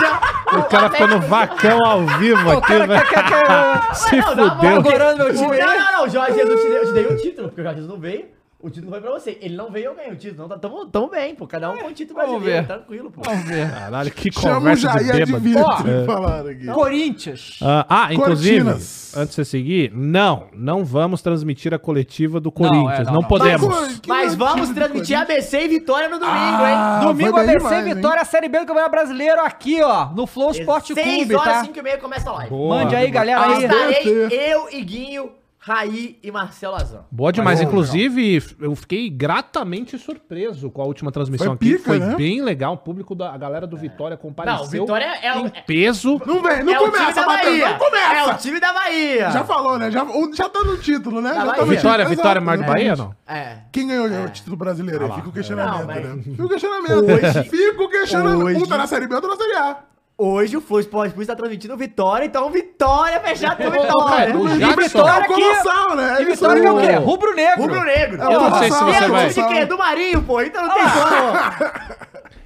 S2: o cara ficou no vacão ao vivo
S1: Pô, o
S2: aqui,
S1: cara
S2: velho.
S1: quer, quer, quer...
S2: Se
S4: Não, dá a mão
S2: fudeu.
S4: aqui.
S1: Agorando meu
S4: O-
S1: time né? aí.
S4: Não, não, não. O Jorge Jesus, te deu- eu te dei o título, porque o Jorge Jesus não veio. O título não foi pra você. Ele não veio, eu ganhei o título. Não, tá- tamo, tamo bem, pô. Cada um com o título
S1: vamos
S4: brasileiro,
S1: ver.
S4: tranquilo, pô.
S1: Vamos ver.
S2: Caralho, que
S3: Chama o
S2: conversa de
S3: Jair
S2: bêbado.
S3: Advito.
S1: Ó.
S3: Falaram aqui.
S1: Corinthians.
S2: Ah, ah, inclusive,
S3: Cortinas.
S2: antes de você seguir, não, não vamos transmitir a coletiva do Corinthians.
S1: é,
S2: não,
S1: não, não.
S2: podemos.
S3: Mas, que
S4: Mas
S3: notícia
S4: vamos
S3: de
S4: transmitir
S3: coisa.
S4: ABC e Vitória no domingo,
S3: Ah,
S4: hein?
S1: Domingo,
S3: foi bem
S1: ABC,
S3: demais, hein?
S1: Vitória, Série B do Campeonato Brasileiro, aqui, ó, no Flow Sport
S4: Seis
S1: Clube,
S4: horas,
S1: tá?
S4: 5 e meia começa a live.
S2: Boa.
S1: Mande aí, galera.
S4: Aí
S1: Aí.
S2: Ah, tá.
S4: estarei
S3: Deve
S4: eu, Iguinho, Raí e Marcelo Azão.
S2: Boa demais.
S3: Mas, ô,
S2: Inclusive, eu fiquei gratamente surpreso com a última transmissão
S3: Foi
S2: aqui.
S3: pica,
S2: Foi
S3: né?
S2: bem legal. O público da a galera do Vitória compareceu.
S4: Não, o Vitória é, o.
S2: em
S4: é-
S2: peso.
S3: Não vem, não
S4: é o time
S3: começa,
S4: da
S3: Matheus.
S4: Bahia.
S3: Não começa.
S4: É o time da Bahia.
S3: Já falou, né? Já, o- já tá no título, né?
S4: Tá
S3: Já
S4: lá
S3: tá
S4: em
S3: no
S2: Vitória,
S3: título,
S2: Vitória,
S3: exato,
S2: mais
S3: exatamente.
S2: Bahia, Tá não?
S4: É.
S3: Quem ganhou o título brasileiro? aí? Fica o questionamento,
S4: Não, mas-
S3: né? Fica o questionamento. Fica o questionamento.
S4: Hoje-
S3: Um tá na Série B, outro na Série A.
S4: Hoje o Flow Sport Plus tá transmitindo Vitória, então Vitória então, fechado com
S2: cara,
S4: Vitória.
S2: o
S3: Mas
S1: Jackson.
S3: o Vitória é
S1: Aqui-
S3: colossal, né?
S1: E Vitória que é o quê?
S2: Ô.
S1: Rubro Negro.
S4: Rubro Negro.
S3: Eu não sei
S4: E
S3: se você
S4: é o
S3: vai- Ah.
S4: time de quê? Do Marinho, pô. Então não tem como.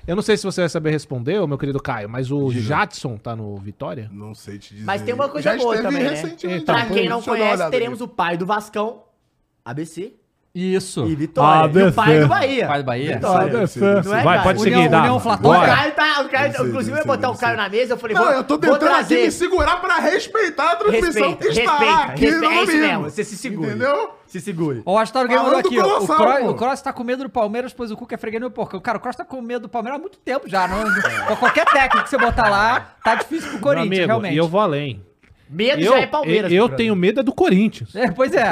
S2: Eu não sei se você vai saber responder, ô, meu querido Caio, mas o Jadson tá no Vitória?
S3: Não sei te dizer.
S4: Mas tem uma coisa
S3: Já
S4: boa
S3: esteve
S4: também, né?
S3: recentemente.
S2: Então,
S4: pra quem não
S3: Tá Deixa eu dar uma
S4: conhece,
S3: olhada
S4: teremos
S3: aqui.
S4: o pai do Vascão, ABC,
S1: Isso.
S4: e Vitória. e o
S2: ABC.
S4: pai do Bahia.
S1: Pai do Bahia.
S4: Vitória.
S3: Deve ser, deve ser.
S4: Não é,
S2: vai,
S4: cara?
S2: pode
S1: União-
S2: seguir, dá.
S1: União
S4: O
S1: Platônica.
S2: Bora.
S4: Caio tá. O Caio,
S3: Deve ser,
S4: inclusive, eu ia
S3: deve ser,
S4: botar o
S3: deve
S4: Caio
S3: ser.
S4: na mesa. Eu falei,
S3: Não,
S4: vou-
S3: eu tô
S4: vou
S3: tentando aqui
S4: trazer-
S3: me segurar pra respeitar a transmissão
S4: Respeita,
S3: que estará
S4: respeita,
S3: aqui
S4: respeita, é
S3: no
S4: isso mesmo,
S3: domingo.
S4: você se segure.
S3: Entendeu?
S4: Se segure.
S1: Ó, O Astar Game mandou
S3: Falando do
S1: aqui, ó. O,
S3: Colossal,
S1: Cro-
S3: pô.
S1: o Cross tá com medo do Palmeiras, pois o Cuca é freguês no meu porcão. Cara, o Cross tá com medo do Palmeiras há muito tempo já. Não,
S4: É.
S1: Com qualquer técnico que você botar lá, tá difícil pro
S2: Meu
S1: Corinthians,
S2: amigo,
S1: realmente.
S2: E eu vou além.
S4: Medo
S2: Eu,
S4: já é Palmeiras.
S2: eu
S4: Bruno.
S2: tenho medo é do Corinthians.
S1: É, pois é.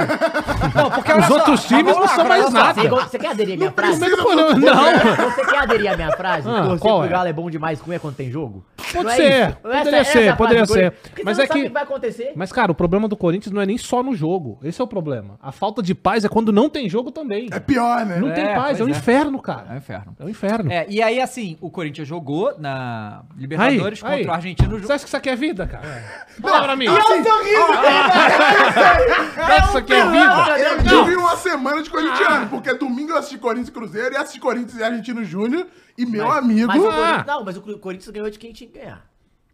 S1: Não, porque
S2: Os
S1: olha só,
S2: outros
S1: mas
S2: times
S1: vamos
S2: não
S1: lá,
S2: são
S1: Cross,
S2: mais
S1: olha só.
S2: nada.
S4: Você, go- você quer aderir à minha frase?
S3: precisa-
S2: Não,
S4: Você quer aderir à minha frase?
S2: Ah,
S4: Torcer
S2: qual
S4: pro
S2: é?
S4: Galo é bom demais ruim é quando tem jogo?
S2: Pode
S4: Não é
S2: ser,
S4: isso.
S2: poderia
S4: Essa- essa
S2: ser,
S4: é a frase
S2: poderia
S4: do Corinthians.
S2: ser.
S4: Porque
S2: Mas
S4: você
S2: é
S4: não sabe
S2: que-
S4: o que vai acontecer.
S2: Mas, cara, o problema do Corinthians não é nem só no jogo. Esse é o problema. A falta de paz é quando não tem jogo também.
S3: É pior, né?
S2: Não tem
S1: É,
S2: paz, é um
S1: pois é.
S2: inferno,
S1: É um
S2: cara.
S1: inferno.
S2: É um inferno.
S1: É, e aí, assim, o Corinthians jogou na Libertadores
S2: Aí,
S1: contra
S2: aí.
S1: o Argentino. É.
S2: Você acha que isso aqui é vida, cara? Fala pra mim.
S4: E olha o sorriso dele, velho.
S2: Isso aqui é
S4: pilantra,
S2: vida.
S4: né?
S3: Eu tive uma semana de corintiano,
S2: Ah.
S3: porque domingo eu assisti Corinthians e Cruzeiro e assisti Corinthians e Argentino Júnior e meu amigo.
S4: Mas o
S2: Ah.
S4: Corinthians- Não, mas o Cor- Corinthians ganhou de quem tinha que ganhar.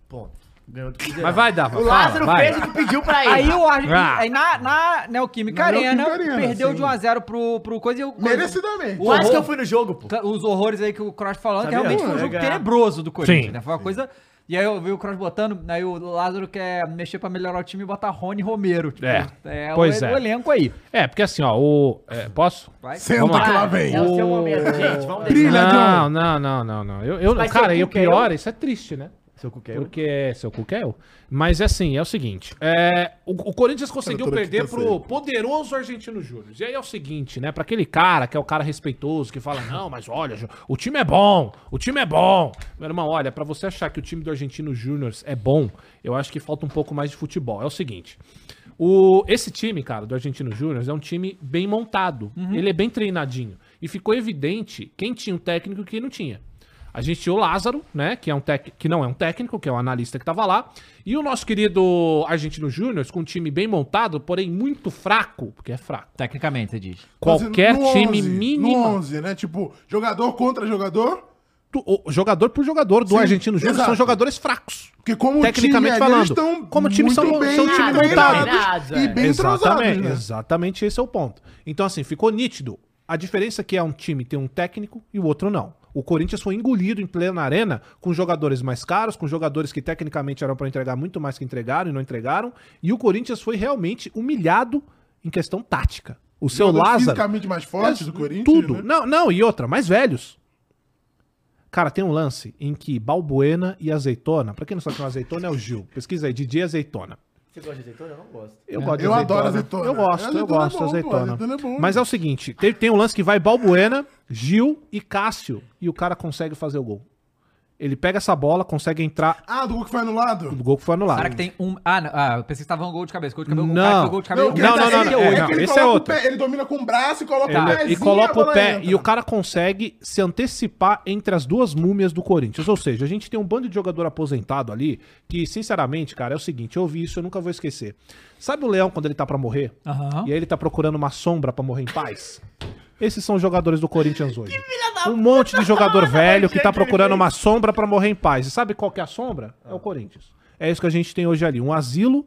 S4: Ponto. Ganhou do Cruzeiro.
S2: Mas vai, Dava.
S4: O
S2: fala,
S4: Lázaro
S2: vai.
S4: fez o que pediu pra ele.
S1: Aí o Argentino.
S2: Ah.
S1: Aí na, na Neoquímica
S3: Na
S1: Arena,
S3: Neoquímica Arena,
S1: perdeu
S3: sim.
S1: de 1x0 pro, pro coisa e o.
S3: Merecidamente.
S1: O
S4: Quase que eu
S1: horror,
S4: fui no jogo, pô.
S1: os horrores aí que o Cross falando,
S4: Sabia?
S1: que realmente foi um
S4: É,
S1: jogo
S4: ganhar.
S1: tenebroso do Corinthians,
S2: Sim.
S1: né? Foi uma coisa. E aí eu vi o Cross botando, aí o Lázaro quer mexer pra melhorar o time e botar Rony e Romero. Tipo,
S2: É.
S1: o-
S2: Pois
S1: o,
S2: é.
S1: elenco aí.
S2: É, porque assim, ó, o. é, posso?
S1: Vai.
S3: Senta que lá vem. Assim,
S4: É o seu momento, gente. Vamos
S3: Brilha.
S2: Não,
S4: deixar.
S2: não, não, não, não. Eu, eu-
S4: Mas
S2: cara,
S4: seu
S2: e o
S4: cu quer
S2: pior,
S4: eu?
S2: isso é triste, né?
S4: Seu cuqueiro.
S2: Porque é seu cu quer eu. Mas é assim, é o seguinte: é, o, o Corinthians conseguiu
S3: Doutora, que
S2: perder
S3: tá
S2: pro poderoso Argentino Júnior. E aí é o seguinte, né? Pra aquele cara que é o cara respeitoso, que fala: não, mas olha, Ju- o time é bom, o time é bom. Meu irmão, olha, pra você achar que o time do Argentino Júnior é bom, eu acho que falta um pouco mais de futebol. É o seguinte. O, esse time, cara, do Argentino Júnior é um time bem montado. Ele é bem treinadinho. E ficou evidente quem tinha o técnico e quem não tinha. A gente tinha o Lázaro, né? Que, é um tec... que não é um técnico, que é um analista que tava lá. E o nosso querido Argentino Júnior, com um time bem montado, porém muito fraco, porque é fraco.
S1: Tecnicamente, você diz.
S2: Qualquer
S3: No
S2: time
S3: 11,
S2: mínimo.
S3: No 11, né? Tipo, jogador contra jogador.
S2: Tu- o jogador por jogador do
S3: Sim,
S2: Argentino Júnior são
S3: exato.
S2: jogadores fracos.
S3: Porque como
S2: Tecnicamente
S3: time, ali,
S2: falando,
S3: eles estão
S2: como time,
S3: muito
S2: são-
S3: bem
S2: são um time
S3: treinados
S4: montado.
S3: E
S2: exatamente,
S3: bem entrosados, né?
S2: exatamente esse é o ponto. Então, assim, ficou nítido. A diferença é que é um time tem um técnico e o outro não. O Corinthians foi engolido em plena arena com jogadores mais caros, com jogadores que tecnicamente eram para entregar muito mais que entregaram e não entregaram. E o Corinthians foi realmente humilhado em questão tática. O seu
S3: Jogadores
S2: Lázaro.
S3: Fisicamente mais forte do Corinthians.
S2: Tudo.
S3: né?
S2: Não, não, e outra, mais velhos. Cara, tem um lance em que Balbuena e Azeitona, pra quem não sabe que é azeitona é o Gil. Pesquisa aí, Didi e Azeitona.
S4: Você gosta de azeitona? Eu não gosto.
S2: Eu gosto
S3: É. eu adoro azeitona.
S2: Eu gosto, eu
S3: Azeitona é
S2: gosto de
S3: bom, pô,
S2: azeitona.
S3: azeitona é bom.
S2: Mas é o seguinte, tem, tem um lance que vai Balbuena, Gil e Cássio, e o cara consegue fazer o gol. Ele pega essa bola, consegue entrar
S3: Ah, do gol que foi anulado?
S2: no gol que foi anulado.
S1: Será que tem um. Ah, não, ah, eu pensei que você tava falando gol de cabeça. Gol de cabeça,
S2: Não.
S1: o cara que foi gol de cabeça.
S2: Não, não, não, não,
S1: que é
S2: não, é,
S1: outro.
S2: não.
S3: ele
S2: esse
S3: coloca o
S2: outro.
S3: pé, ele domina com o braço e coloca
S2: Ele-
S3: o pezinho
S2: e coloca
S3: a
S2: o
S3: bola
S2: pé.
S3: entra.
S2: E o cara consegue se antecipar entre as duas múmias do Corinthians. Ou seja, a gente tem um bando de jogador aposentado ali que, sinceramente, cara, é o seguinte: eu ouvi isso, eu nunca vou esquecer. Sabe o leão quando ele tá pra morrer?
S1: Aham.
S2: E aí ele tá procurando uma sombra pra morrer em paz? Esses são os jogadores do Corinthians hoje. Um monte de jogador velho que tá procurando uma sombra pra morrer em paz. E sabe qual que é a sombra? É o Corinthians. É isso que a gente tem hoje ali. Um asilo.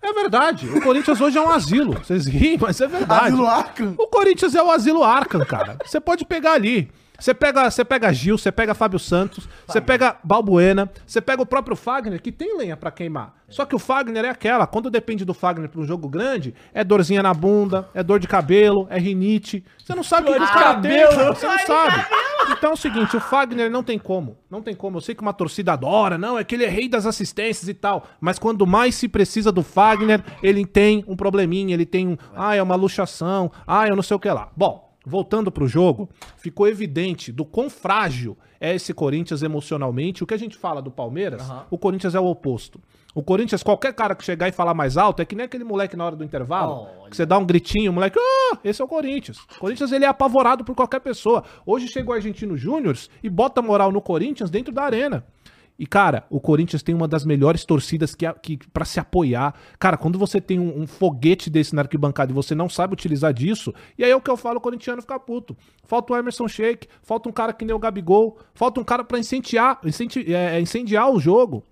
S2: É verdade. O Corinthians hoje é um asilo. Vocês riem, mas é verdade.
S3: Asilo Arkham.
S2: O Corinthians é o asilo Arkham, cara. Você pode pegar ali. Você pega, você pega Gil, você pega Fábio Santos, você pega Balbuena, você pega o próprio Fagner, que tem lenha pra queimar. Só que o Fagner é aquela, quando depende do Fagner pra um jogo grande, é dorzinha na bunda, é dor de cabelo, é rinite. Você não sabe o que que os caras têm, cara. você não sabe. Então é o seguinte, o Fagner não tem como, não tem como. Eu sei que uma torcida adora, não, é que ele é rei das assistências e tal, mas quando mais se precisa do Fagner, ele tem um probleminha, ele tem um, ah, é uma luxação, ah, eu não sei o que lá. Bom, voltando pro jogo, ficou evidente do quão frágil é esse Corinthians emocionalmente. O que a gente fala do Palmeiras, o Corinthians é o oposto. O Corinthians, qualquer cara que chegar e falar mais alto, é que nem aquele moleque na hora do intervalo,
S4: Olha.
S2: que você dá um gritinho, o moleque, ah, esse é o Corinthians. O Corinthians ele é apavorado por qualquer pessoa. Hoje chega o Argentino Júnior e bota moral no Corinthians dentro da arena. E, cara, o Corinthians tem uma das melhores torcidas que, a- que para se apoiar. Cara, quando você tem um, um foguete desse na arquibancada e você não sabe utilizar disso, e aí é o que eu falo, o corintiano fica puto. Falta o Emerson Sheik, falta um cara que nem o Gabigol, falta um cara pra incendiar, incendi- é, incendiar o jogo.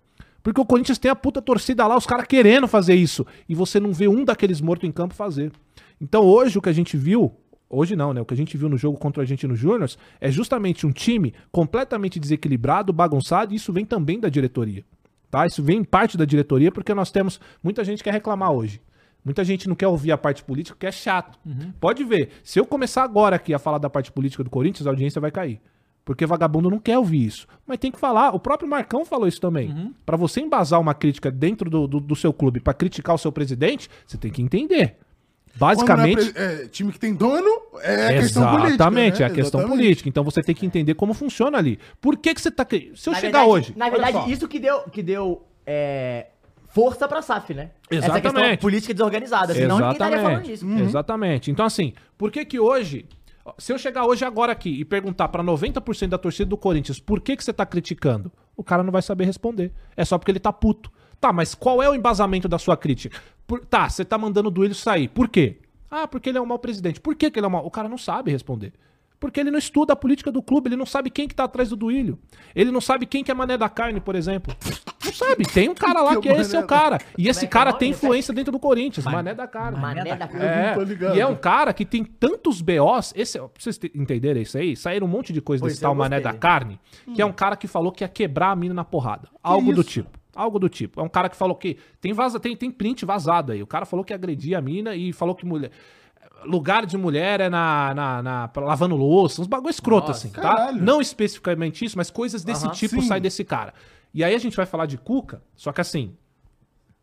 S2: Porque o Corinthians tem a puta torcida lá, os caras querendo fazer isso. E você não vê um daqueles mortos em campo fazer. Então hoje o que a gente viu. Hoje não, né? O que a gente viu no jogo contra o Argentino Júnior é justamente um time completamente desequilibrado, bagunçado, e isso vem também da diretoria. Tá? Isso vem em parte da diretoria, porque nós temos. Muita gente quer reclamar hoje. Muita gente não quer ouvir a parte política, porque é chato. Pode ver. Se eu começar agora aqui a falar da parte política do Corinthians, a audiência vai cair. Porque vagabundo não quer ouvir isso. Mas tem que falar. O próprio Marcão falou isso também. Pra você embasar uma crítica dentro do, do, do seu clube pra criticar o seu presidente, você tem que entender. Basicamente.
S3: Quando não é pre- é, time que tem dono é questão política.
S2: exatamente,
S3: né?
S2: é a questão
S3: Exatamente.
S2: política. Então você tem que entender como funciona ali. Por que, que você tá. cri- Se eu
S4: Na
S2: chegar
S4: verdade-
S2: hoje.
S4: Na
S2: olha
S4: verdade,
S2: só.
S4: isso que deu, que deu é, força pra SAF, né? Essa questão
S2: Exatamente.
S4: política desorganizada. Senão ninguém estaria falando É
S2: Exatamente.
S4: nisso.
S2: Exatamente. Então, assim, por que que hoje. ó, Se eu chegar hoje agora aqui e perguntar pra 90% da torcida do Corinthians por que, que você tá criticando, o cara não vai saber responder. É só porque ele tá puto. Tá, mas qual é o embasamento da sua crítica? Por- tá, você tá mandando o Duílio sair. Por quê? Ah, porque ele é um mau presidente. Por que, que ele é um mau? O cara não sabe responder. Porque ele não estuda a política do clube, ele não sabe quem que tá atrás do Duílio. Ele não sabe quem que é Mané da Carne, por exemplo. Não sabe, tem um cara lá que é esse é o cara. E esse
S4: é que é o
S2: cara
S4: nome
S2: tem
S4: desse
S2: influência dentro do Corinthians, Mané da Carne.
S4: Mané Tá da cara.
S2: É,
S3: tô ligado.
S2: e é um cara que tem tantos BOs, esse, ó, pra vocês te- entenderem isso aí, saíram um monte de coisa
S4: Pois
S2: desse
S4: é, eu
S2: tal Mané
S4: gostei. Hum.
S2: da Carne, que é um cara que falou que ia quebrar a mina na porrada. Algo do tipo. Algo do tipo. É um cara que falou que. Tem, vaza, tem, tem print vazado aí. O cara falou que agredia a mina e falou que mulher. Lugar de mulher é na, na, na- pra- lavando louça, uns bagulho escroto assim, tá?
S3: caralho.
S2: Não especificamente isso, mas coisas desse tipo
S3: sim.
S2: saem desse cara. E aí a gente vai falar de Cuca, só que assim,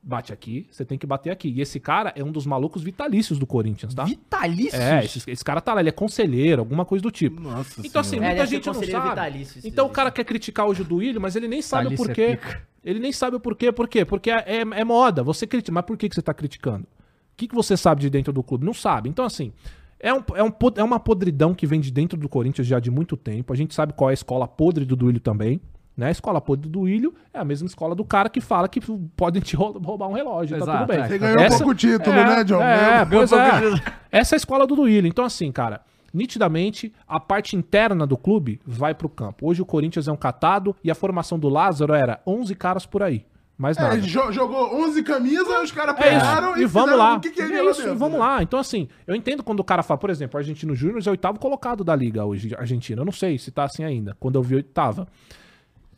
S2: bate aqui, você tem que bater aqui. E esse cara é um dos malucos vitalícios do Corinthians, tá?
S1: Vitalício.
S2: É, esse, esse cara tá lá, ele é conselheiro, alguma coisa do tipo.
S3: Nossa
S2: Então, assim,
S4: É,
S2: muita
S4: deve ser
S2: gente não
S4: conselheiro
S2: sabe.
S4: vitalício, isso
S2: então, o
S4: existe.
S2: cara quer criticar hoje o Duílio, mas ele nem sabe o
S1: Vitalício é
S2: porquê.
S1: pica.
S2: Ele nem sabe o porquê. Por quê? Porque é, é moda. Você critica. Mas por que, que você tá criticando? O que, que você sabe de dentro do clube? Não sabe. Então, assim, É, um, é, um, pod- é uma podridão que vem de dentro do Corinthians já de muito tempo. A gente sabe qual é a escola podre do Duílio também. Né? A escola podre do Duílio é a mesma escola do cara que fala que podem te rou- roubar um relógio. tá
S1: Exato,
S2: tudo bem.
S1: é.
S3: Você ganhou
S2: Essa-
S3: pouco título, né, John?
S2: É,
S3: Ganhou-
S2: pois
S1: pouco
S2: é.
S1: título.
S2: Essa é a escola do Duílio. Então, assim, cara, nitidamente, a parte interna do clube vai pro campo. Hoje o Corinthians é um catado e a formação do Lázaro era 11 caras por aí. Mais
S3: É,
S2: nada.
S3: ele jo- jogou 11 camisas, os caras
S2: É
S3: pegaram
S2: isso. E vamos
S3: fizeram
S2: lá.
S3: o que
S2: É
S3: queriam lá
S2: isso, e
S3: dentro,
S2: vamos
S3: né?
S2: lá. Então, assim, eu entendo quando o cara fala, por exemplo, o Argentino Júnior é o oitavo colocado da liga hoje, Argentina. Eu não sei se tá assim ainda. Quando eu vi oitava.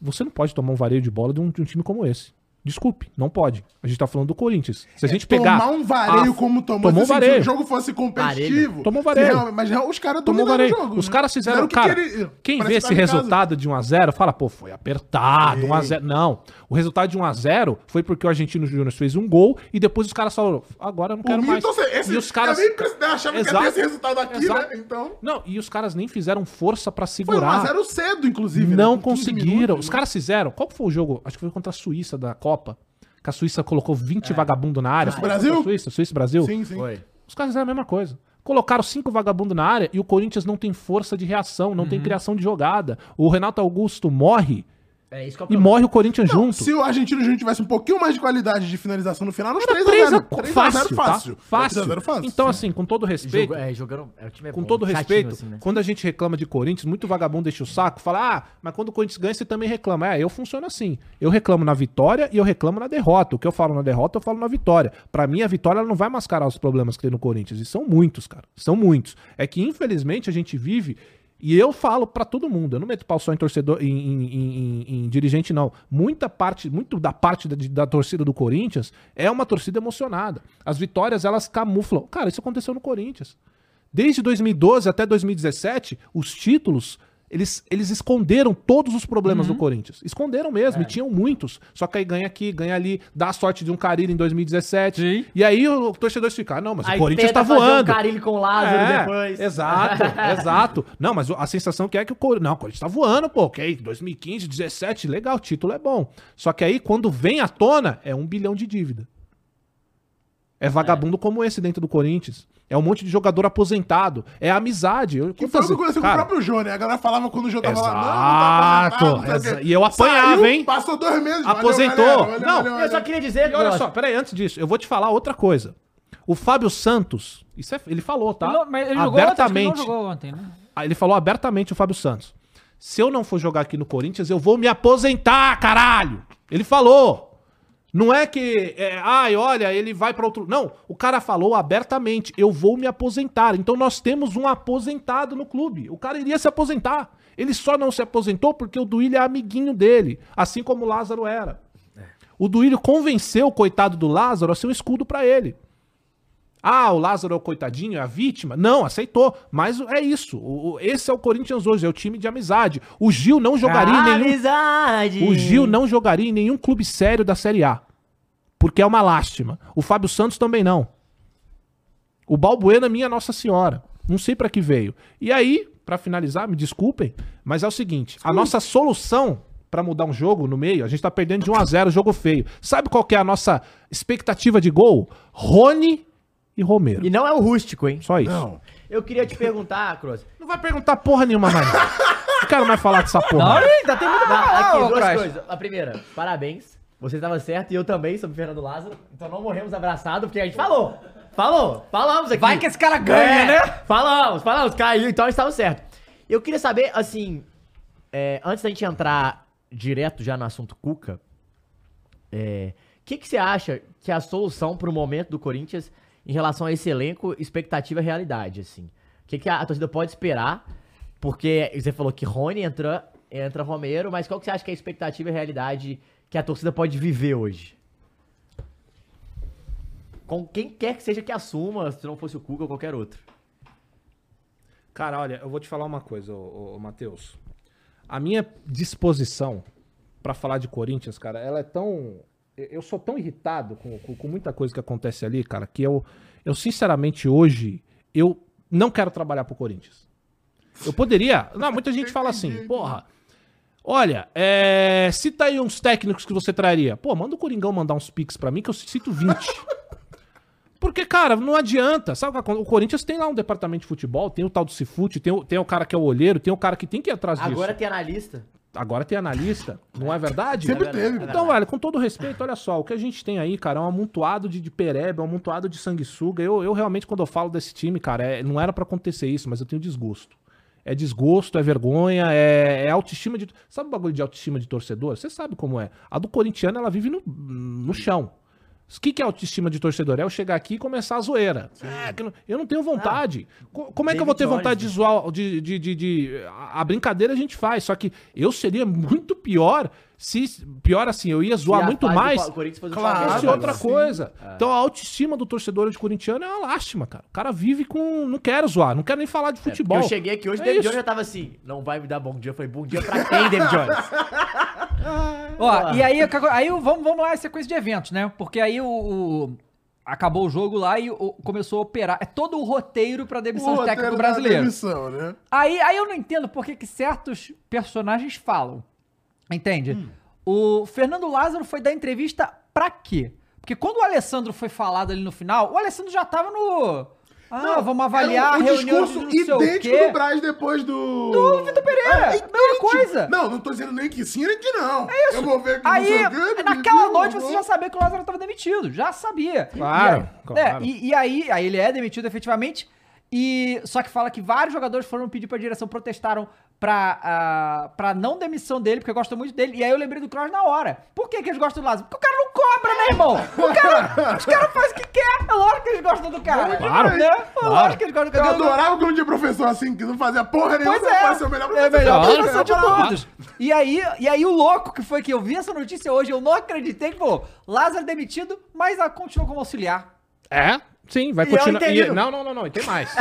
S2: Você não pode tomar um vareio de bola de um, de um time como esse. Desculpe, não pode. A gente tá falando do Corinthians. Se a gente pegar.
S3: Tomar um vareio
S2: a-
S3: como tomou,
S2: Tomou um
S3: se assim, se
S2: vareio.
S3: o jogo fosse competitivo.
S2: Vareio. Tomou
S3: se
S2: vareio.
S3: real- mas real, os caras
S2: Tomou
S3: dominaram o
S2: vareio.
S3: jogo.
S2: Os
S3: né?
S2: caras fizeram.
S3: Fizeram o que
S2: cara,
S3: queria- eh,
S2: quem vê
S3: parece que tá
S2: esse
S3: tava em casa.
S2: resultado de 1x0 fala, pô, foi apertado, 1x0. Não. O resultado de 1x0 foi porque o Argentino Júnior fez um gol e depois os caras falaram, agora eu não
S3: Por
S2: quero
S3: mim,
S2: mais.
S3: então, assim, esse,
S2: e os caras.
S3: Eu nem perce- achava que ia ter
S2: Exato.
S3: esse resultado aqui,
S2: Exato.
S3: né? Então.
S2: Não, e os caras nem fizeram força pra
S3: Foi um a
S2: segurar.
S3: 0 cedo, inclusive.
S2: Não
S3: né? Com 15
S2: conseguiram.
S3: minutos,
S2: os
S3: né?
S2: caras fizeram. Qual que foi o jogo? Acho que foi contra a Suíça da Copa. Que a Suíça colocou 20 vagabundo na área.
S3: É. Suíça e Brasil?
S2: Contra a Suíça, Suíça e Brasil.
S3: Sim, sim.
S4: Foi.
S2: Os caras fizeram a mesma coisa. Colocaram cinco vagabundos na área e o Corinthians não tem força de reação, não
S4: Uhum.
S2: tem criação de jogada. O Renato Augusto morre
S4: É isso que é o
S2: e morre o Corinthians junto.
S3: Se o Argentino Júnior tivesse um pouquinho mais de qualidade de finalização no final, nos 3 a
S2: 3 a
S3: 0
S2: 4
S3: 3 a 0
S2: fácil,
S3: fácil.
S2: tá? fácil.
S3: 3 a 0 fácil.
S2: Então, assim, com todo respeito,
S4: Jogo, é, jogando, é, o time é
S2: com
S4: bom,
S2: todo
S4: chatinho
S2: respeito,
S4: assim, né?
S2: quando a gente reclama de Corinthians, muito vagabundo deixa o saco, fala, ah, mas quando o Corinthians ganha, você também reclama. É, eu funciono assim. Eu reclamo na vitória e eu reclamo na derrota. O que eu falo na derrota, eu falo na vitória. Pra mim, a vitória ela não vai mascarar os problemas que tem no Corinthians. E são muitos, cara. São muitos. É que, infelizmente, a gente vive. E eu falo pra todo mundo, eu não meto pau só em torcedor, em, em- em- em- em dirigente, não. Muita parte, muito da parte da, da torcida do Corinthians é uma torcida emocionada. As vitórias, elas camuflam. Cara, isso aconteceu no Corinthians. Desde 2012 até 2017, os títulos, eles, eles esconderam todos os problemas do Corinthians. Esconderam mesmo, e tinham muitos. Só que aí ganha aqui, ganha ali, dá a sorte de um Carilho em 2017.
S1: Sim.
S2: E aí o torcedor fica, "Ah, não, mas
S4: Aí
S2: o Corinthians
S4: tenta
S2: tá
S4: fazer um
S2: voando.
S4: Carille com o
S1: Ah,
S4: Lázaro
S2: É,
S4: depois.
S2: Exato, exato. Não, mas o- a sensação que é que o Corinthians. Não, o Corinthians tá voando, pô. Ok, 2015, 17, legal, o título é bom. Só que aí, quando vem à tona, é um bilhão de dívida. É vagabundo como esse dentro do Corinthians. É um monte de jogador aposentado. É amizade. Eu,
S3: Que foi o que
S2: assim, Cara,
S3: aconteceu com o próprio Jô, né? A galera falava quando o Jô tava lá, não, não tá
S2: Exato.
S3: aposentado, não sei o
S2: Exa-
S3: quê.
S2: E eu apanhava,
S3: Saiu,
S2: hein?
S3: Passou dois meses. valeu,
S2: Aposentou.
S3: galera, valeu,
S2: Não,
S3: valeu,
S4: Eu
S3: valeu.
S4: só queria dizer,
S2: E olha
S4: Grosso,
S2: só, peraí, antes disso, eu vou te falar outra coisa. O Fábio Santos, isso é- ele falou, tá?
S1: Ele não- mas ele jogou ontem, acho que ele
S2: abertamente.
S1: não jogou ontem, né?
S2: Ah, Ele falou abertamente o Fábio Santos. Se eu não for jogar aqui no Corinthians, eu vou me aposentar, caralho. Ele falou. Não é que, é, ai, olha, ele vai pra outro. Não, o cara falou abertamente, eu vou me aposentar. Então nós temos um aposentado no clube. O cara iria se aposentar. Ele só não se aposentou porque o Duílio é amiguinho dele, assim como o Lázaro era. O Duílio convenceu o coitado do Lázaro a ser um escudo pra ele. Ah, o Lázaro é o coitadinho, é a vítima. Não, aceitou. Mas é isso. O- o- esse é o Corinthians hoje, é o time de amizade. O Gil não jogaria em
S4: Ah,
S2: nenhum.
S4: Amizade.
S2: O Gil não jogaria em nenhum clube sério da Série A. Porque é uma lástima. O Fábio Santos também não. O Balbuena, minha Nossa Senhora. Não sei pra que veio. E aí, pra finalizar, me desculpem, mas é o seguinte: a nossa solução pra mudar um jogo no meio, a gente tá perdendo de 1 a 0 jogo feio. Sabe qual que é a nossa expectativa de gol? Rony e Romero.
S4: E não é o rústico, hein?
S2: Só isso. Não,
S3: Não.
S4: Eu queria te perguntar, Cross.
S2: vai perguntar porra nenhuma mais. não quero mais falar dessa porra.
S1: Não, ainda tem muito
S3: Ah,
S1: pra falar,
S4: Ah, aqui,
S1: ô,
S4: duas
S1: Cross.
S4: coisas. A primeira, parabéns. Você estava certo e eu também sobre o Fernando Lázaro. Então não morremos abraçados, porque a gente falou. Falou, falamos aqui.
S1: Vai que esse cara ganha,
S4: É,
S1: né?
S4: Falamos, falamos, caiu, então eles estavam certo. Eu queria saber, assim, é, antes da gente entrar direto já no assunto Cuca, é, o que, que você acha que é a solução pro momento do Corinthians em relação a esse elenco, expectativa e realidade, assim? O que, que a, a torcida pode esperar? Porque você falou que Rony entra, entra Romero, mas qual que você acha que é a expectativa e realidade que a torcida pode viver hoje? Com quem quer que seja que assuma, se não fosse o Cuca ou qualquer outro.
S2: Cara, olha, eu vou te falar uma coisa, ô, ô, Matheus. A minha disposição pra falar de Corinthians, cara, ela é tão. eu- Eu sou tão irritado com, com, com muita coisa que acontece ali, cara, que eu, eu sinceramente hoje, eu não quero trabalhar pro Corinthians. Eu poderia. Não, muita gente fala assim, porra. Olha, é, cita aí uns técnicos que você traria. Pô, manda o Coringão mandar uns pics pra mim que eu cito 20. Porque, cara, não adianta. Sabe o que acon- o Corinthians tem lá um departamento de futebol, tem o tal do Cifute, tem o, tem o cara que é o olheiro, tem o cara que tem que ir atrás
S4: Agora
S2: disso.
S4: tem analista.
S2: Agora tem analista, não é verdade?
S3: Sempre
S2: É
S3: teve. né?
S2: então, velho, com todo respeito, olha só, o que a gente tem aí, cara, é um amontoado de, de pereba, é um amontoado de sanguessuga. Eu, eu realmente, quando eu falo desse time, cara, é- não era pra acontecer isso, mas eu tenho desgosto. É desgosto, é vergonha, é, é autoestima de. Sabe o bagulho de autoestima de torcedor? Você sabe como é. A do corintiano, ela vive no, no chão. O que, que é autoestima de torcedor? É eu chegar aqui e começar a zoeira. É, que não- eu não tenho vontade.
S4: Ah,
S2: Co- Como é que eu vou ter
S4: David
S2: vontade de zoar? De, de, de- de- a a brincadeira a gente faz, só que eu seria muito pior se. Pior assim, eu ia zoar
S4: E a
S2: muito
S4: fase do
S2: mais.
S4: Pa- né? o Corinthians fez o
S3: Claro,
S4: Palmeiras,
S2: Isso é
S3: velho.
S2: outra
S3: Sim.
S2: coisa.
S4: é.
S2: Então a autoestima do torcedor de corintiano é uma lástima, cara. O cara vive com. Não quero zoar, não quero nem falar de futebol.
S4: É, Eu cheguei aqui hoje,
S2: É
S4: David
S2: isso.
S4: Jones já tava assim, não vai me dar bom dia. Eu falei, bom dia pra quem, David Jones?
S1: Ó, e aí, o que aco- aí o- vamos, vamos lá, é sequência de eventos, né? Porque aí o, o- acabou o jogo lá e o- começou a operar. É todo o roteiro pra demissão de técnico brasileiro.
S3: Missão, né?
S1: Aí, aí eu não entendo por que que certos personagens falam. Entende?
S3: Hum.
S1: O Fernando Lázaro foi dar entrevista pra quê? Porque quando o Alessandro foi falado ali no final, o Alessandro já tava no. Ah, vamos avaliar
S3: Era um-
S1: a
S3: um
S1: reunião de
S3: discurso
S1: não sei o
S3: idêntico
S1: quê.
S3: do Braz depois do. Ah,
S1: Do Vitor Pereira,
S3: idêntico.
S1: mesma coisa.
S3: Não, não tô dizendo nem que sim, nem que não. É isso. Eu vou ver que não
S1: Aí,
S3: sei o quê,
S1: naquela
S3: blá, blá,
S1: noite
S3: blá.
S1: você já sabia que o Lázaro estava demitido. Já sabia. E
S2: Claro,
S1: aí, é,
S2: claro.
S1: e, e aí, aí ele é demitido efetivamente. E só que fala que vários jogadores foram pedir pra direção, protestaram pra, ah, pra não demissão dele, porque gostam muito dele. E aí eu lembrei do Kroos na hora. Por que, que eles gostam do Lázaro? Porque o cara não cobra, né, irmão? O cara, os caras fazem o que quer. É lógico que eles gostam do cara.
S2: Claro,
S1: Né? É Lógico que eles gostam do
S3: Eu
S1: cara.
S3: adorava quando tinha professor assim, que não fazia porra nenhuma,
S1: Pois é.
S3: fazia o melhor
S1: é melhor
S2: Claro.
S1: professor de
S2: Claro.
S1: todos. E aí, e aí o louco que foi que eu vi essa notícia hoje, eu não acreditei que falou, Lázaro demitido, mas a- continuou como auxiliar.
S2: É? Sim, vai
S4: E é o
S2: continuar. E-
S4: interino.
S2: não, não, não, não. E tem mais.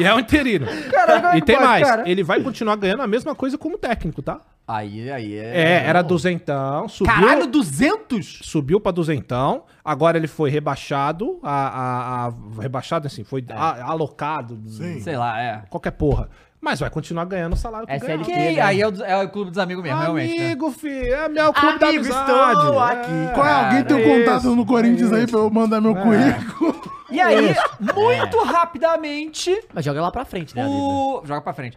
S2: e é o interino.
S1: Caralho, como é
S2: e
S1: que
S2: tem
S1: pode,
S2: mais.
S1: cara?
S2: Ele vai continuar ganhando a mesma coisa como técnico, tá?
S1: Aí, aí é.
S2: É, era duzentão, subiu.
S1: Caralho, 200?
S2: Subiu pra duzentão, agora ele foi rebaixado, a, a- a- rebaixado assim, foi a- alocado,
S3: Sim.
S1: Sei lá, é.
S2: qualquer porra. Mas vai continuar ganhando o salário que
S4: SLT,
S2: ganhava.
S1: Que
S4: né?
S1: aí é o, é o clube dos amigos mesmo, realmente. né?
S2: Amigo, filho, é meu clube da
S4: Amigo,
S2: amizade.
S4: estou
S2: é.
S4: aqui.
S3: Qual é? Alguém tem um
S2: Cara,
S3: contato no Corinthians aí pra eu mandar meu currículo?
S1: E aí,
S2: É.
S1: muito rapidamente,
S4: Mas joga lá pra
S2: É
S4: frente, né, amigo?
S1: o. Joga pra frente.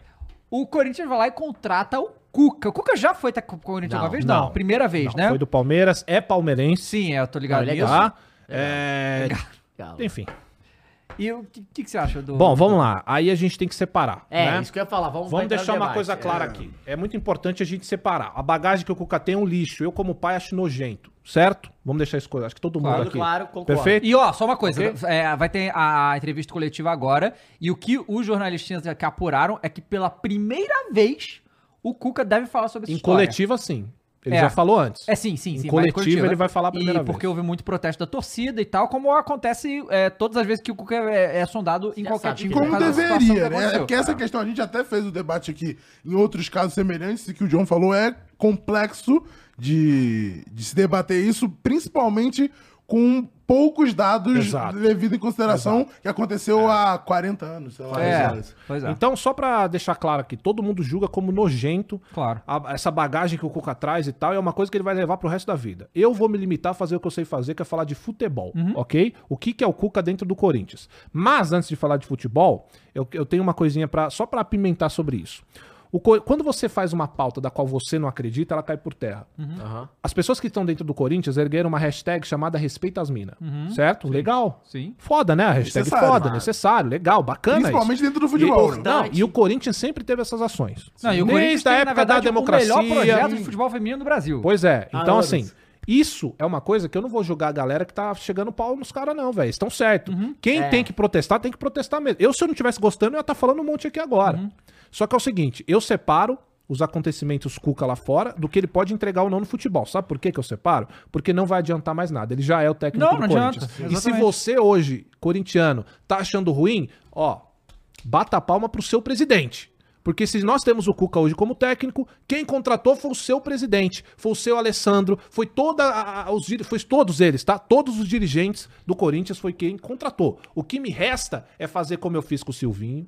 S1: O Corinthians vai lá e contrata o Cuca. O Cuca já foi tá, com o Corinthians
S4: Não,
S1: alguma vez? Não, primeira vez,
S2: Não,
S1: né?
S2: Foi do Palmeiras, é palmeirense,
S1: Sim, é, eu tô ligado
S4: Não, ele é
S1: nisso.
S2: tá? É,
S4: Galo.
S2: Enfim.
S1: E o que, que que você acha do.
S2: Bom, vamos lá. Aí a gente tem que separar.
S4: É,
S2: né?
S4: isso que eu ia falar. Vamos,
S2: Vamos
S4: vai entrar
S2: deixar
S4: no
S2: uma
S4: debate.
S2: coisa clara aqui. É muito importante a gente separar. A bagagem que o Cuca tem é um lixo. Eu, como pai, acho nojento. Certo? Vamos deixar isso claro. Acho que todo mundo
S4: Claro,
S2: aqui.
S4: claro, concordo.
S2: Perfeito?
S1: E ó, só uma coisa, é, vai ter a entrevista coletiva agora, e o que os jornalistas que apuraram é que pela primeira vez o Cuca deve falar sobre essa
S2: Em
S1: história.
S2: coletiva, sim. Ele
S1: É.
S2: já falou antes.
S1: É, sim, sim,
S2: Em
S1: sim. vai
S2: coletiva,
S1: coletiva.
S2: ele vai falar a primeira
S1: e
S2: vez.
S1: Porque houve muito protesto da torcida e tal, como acontece é, todas as vezes que o Cuca é, é sondado em
S4: Já
S1: qualquer tipo time.
S4: sabe que é.
S1: por
S3: Como
S1: causa da situação é que
S3: deveria, né?
S1: aconteceu.
S3: Porque essa questão a gente até fez o debate aqui em outros casos semelhantes, e que o John falou é complexo de, de se debater isso, principalmente com poucos dados
S2: Exato.
S3: devido em consideração que aconteceu há 40 anos, sei lá.
S1: É,
S3: anos.
S1: pois é.
S2: Então, só pra deixar claro aqui, todo mundo julga como nojento
S1: Claro.
S2: a- essa bagagem que o Cuca traz e tal, é uma coisa que ele vai levar pro resto da vida. Eu vou me limitar a fazer o que eu sei fazer, que é falar de futebol, ok? O que, que é o Cuca dentro do Corinthians. Mas antes de falar de futebol, eu, eu tenho uma coisinha pra, só pra apimentar sobre isso. O Cor- quando você faz uma pauta da qual você não acredita, ela cai por terra.
S4: Aham.
S2: As pessoas que estão dentro do Corinthians ergueram uma hashtag chamada Respeita as Minas. Certo? Legal.
S1: Sim.
S2: Foda, né? A hashtag
S3: É Necessário,
S2: foda,
S3: mano.
S2: necessário, legal, bacana. isso.
S3: Principalmente dentro do futebol.
S2: E,
S3: né?
S2: não, e o Corinthians sempre teve essas ações.
S1: Não, e o Corinthians
S2: Desde a
S1: tem,
S2: época
S1: na verdade,
S2: da democracia.
S1: o melhor projeto de futebol feminino do Brasil.
S2: Pois é. Então,
S4: Adoro
S2: assim,
S4: isso.
S2: isso é uma coisa que eu não vou julgar a galera que tá chegando pau nos caras, não, velho. Estão certo.
S1: Uhum.
S2: Quem tem que protestar, tem que protestar mesmo. Eu, se eu não estivesse gostando, eu ia estar falando um monte aqui agora.
S1: Uhum.
S2: Só que é o seguinte, eu separo os acontecimentos Cuca lá fora do que ele pode entregar ou não no futebol. Sabe por que que eu separo? Porque não vai adiantar mais nada. Ele já é o técnico
S1: Não,
S2: do
S1: não
S2: Corinthians.
S1: adianta.
S2: E se
S1: Exatamente.
S2: você hoje, corintiano, tá achando ruim, ó, bata a palma pro seu presidente. Porque se nós temos o Cuca hoje como técnico, quem contratou foi o seu presidente, foi o seu Alessandro, foi toda a- a- os dir- foi todos eles, tá? Todos os dirigentes do Corinthians foi quem contratou. O que me resta é fazer como eu fiz com o Silvinho,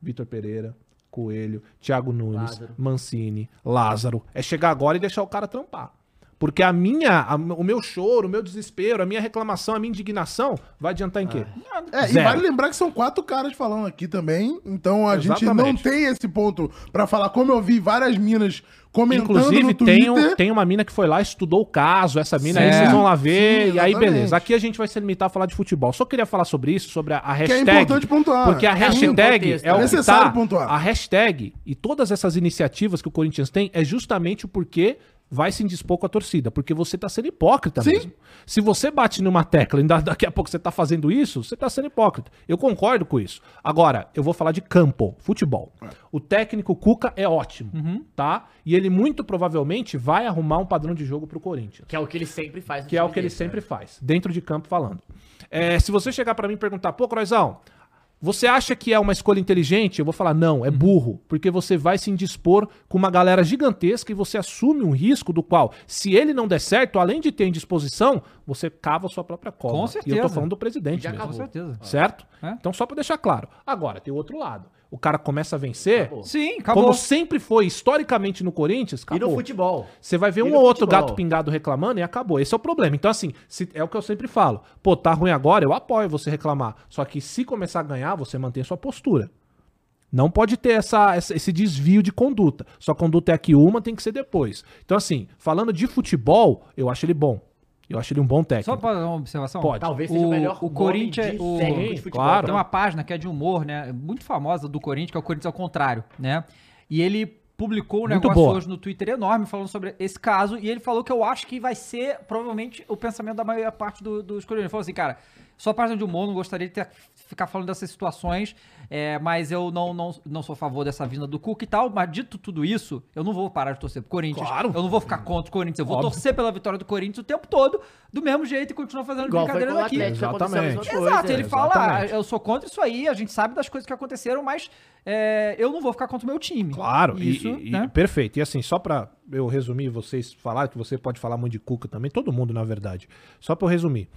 S2: Vitor Pereira, Coelho, Thiago Nunes,
S4: Lázaro.
S2: Mancini, Lázaro. É chegar agora e deixar o cara trampar. Porque a minha, a- o meu choro, o meu desespero, a minha reclamação, a minha indignação vai adiantar em quê?
S3: É, e
S2: Zero.
S3: vale lembrar que são quatro caras falando aqui também, então a gente não
S2: Exatamente.
S3: tem esse ponto pra falar, como eu vi várias minas comentando
S2: Inclusive, tem,
S3: no Twitter. É.
S2: um- tem uma mina que foi lá, estudou o caso, essa mina aí
S1: Sim.
S2: vocês vão lá ver,
S3: Sim,
S2: e aí
S3: exatamente.
S2: beleza. Aqui a gente vai se limitar a falar de futebol. Só queria falar sobre isso, sobre a, a
S3: Que é
S2: hashtag.
S3: importante pontuar.
S2: Porque a
S3: Sim,
S2: hashtag
S4: contexto, né?
S2: é o
S3: é
S2: que
S3: necessário
S2: tá.
S3: pontuar.
S2: A hashtag e todas essas iniciativas que o Corinthians tem é justamente o porquê vai se indispor com a torcida, porque você tá sendo hipócrita
S3: Sim.
S2: mesmo. Se você bate numa tecla e da- daqui a pouco você tá fazendo isso, você tá sendo hipócrita. Eu concordo com isso. Agora, eu vou falar de campo, futebol. O técnico Cuca é ótimo, tá? E ele muito provavelmente vai arrumar um padrão de jogo pro Corinthians.
S4: Que é o que ele sempre faz. no
S2: Que é o
S4: time
S2: que ele
S4: dele,
S1: né?
S2: sempre faz, dentro de campo falando. É, se você chegar pra mim e perguntar, pô, Croizão, você acha que é uma escolha inteligente? Eu vou falar, não,
S1: Uhum.
S2: é burro. Porque você vai se indispor com uma galera gigantesca e você assume um risco do qual, se ele não der certo, além de ter indisposição, você cava a sua própria cova.
S1: Com
S2: E eu tô
S1: certeza.
S2: falando do presidente
S4: Já
S2: mesmo.
S1: Com
S4: acabou.
S1: certeza.
S2: Certo?
S1: É.
S2: Então, só pra deixar claro. Agora, tem o outro lado. O cara começa a vencer,
S1: Sim, acabou.
S2: como sempre foi historicamente no Corinthians,
S4: cara. E no futebol.
S2: você vai ver
S4: E
S2: um
S4: no
S2: ou outro
S4: futebol?
S2: gato pingado reclamando e acabou. Esse é o problema. Então, assim, se- é o que eu sempre falo. Pô, tá ruim agora, eu apoio você reclamar. Só que se começar a ganhar, você mantém a sua postura. Não pode ter essa, essa- esse desvio de conduta. Sua conduta é aqui uma, tem que ser depois. Então, assim, falando de futebol, eu acho ele bom. Eu acho ele um bom técnico.
S1: Só pra uma observação.
S2: Pode.
S4: Talvez seja o
S1: O-
S4: melhor
S1: o
S4: nome
S1: Corinthians- é
S4: de
S1: o-
S4: técnico de
S2: Sim,
S4: futebol.
S2: claro.
S1: Tem uma página que é de humor, né? Muito famosa do Corinthians, que é o Corinthians ao contrário, né? E ele publicou um
S2: Muito
S1: negócio
S2: boa.
S1: hoje no Twitter enorme falando sobre esse caso. E ele falou que eu acho que vai ser provavelmente o pensamento da maioria parte do- dos corintianos. Ele falou assim, cara, só página de humor, não gostaria de ter, ficar falando dessas situações, é, mas eu não, não, não sou a favor dessa vinda do Cuca e tal. Mas dito tudo isso, eu não vou parar de torcer pro Corinthians.
S2: Claro.
S1: Eu não vou ficar contra o Corinthians. Eu vou
S2: Óbvio.
S1: torcer pela vitória do Corinthians o tempo todo, do mesmo jeito e continuar fazendo
S4: Igual foi com
S1: brincadeira
S4: o
S1: daqui.
S4: Atlético, aconteceu a mesma
S2: Exatamente.
S4: coisa.
S1: Exato, ele fala, ah,
S2: é, exatamente.
S1: eu sou contra isso aí, a gente sabe das coisas que aconteceram, mas é, eu não vou ficar contra o meu time.
S2: Claro, e-
S1: isso,
S2: e, e
S1: né?
S2: perfeito. E assim, só pra eu resumir, vocês falaram que você pode falar muito de Cuca também, todo mundo, na verdade. Só pra eu resumir.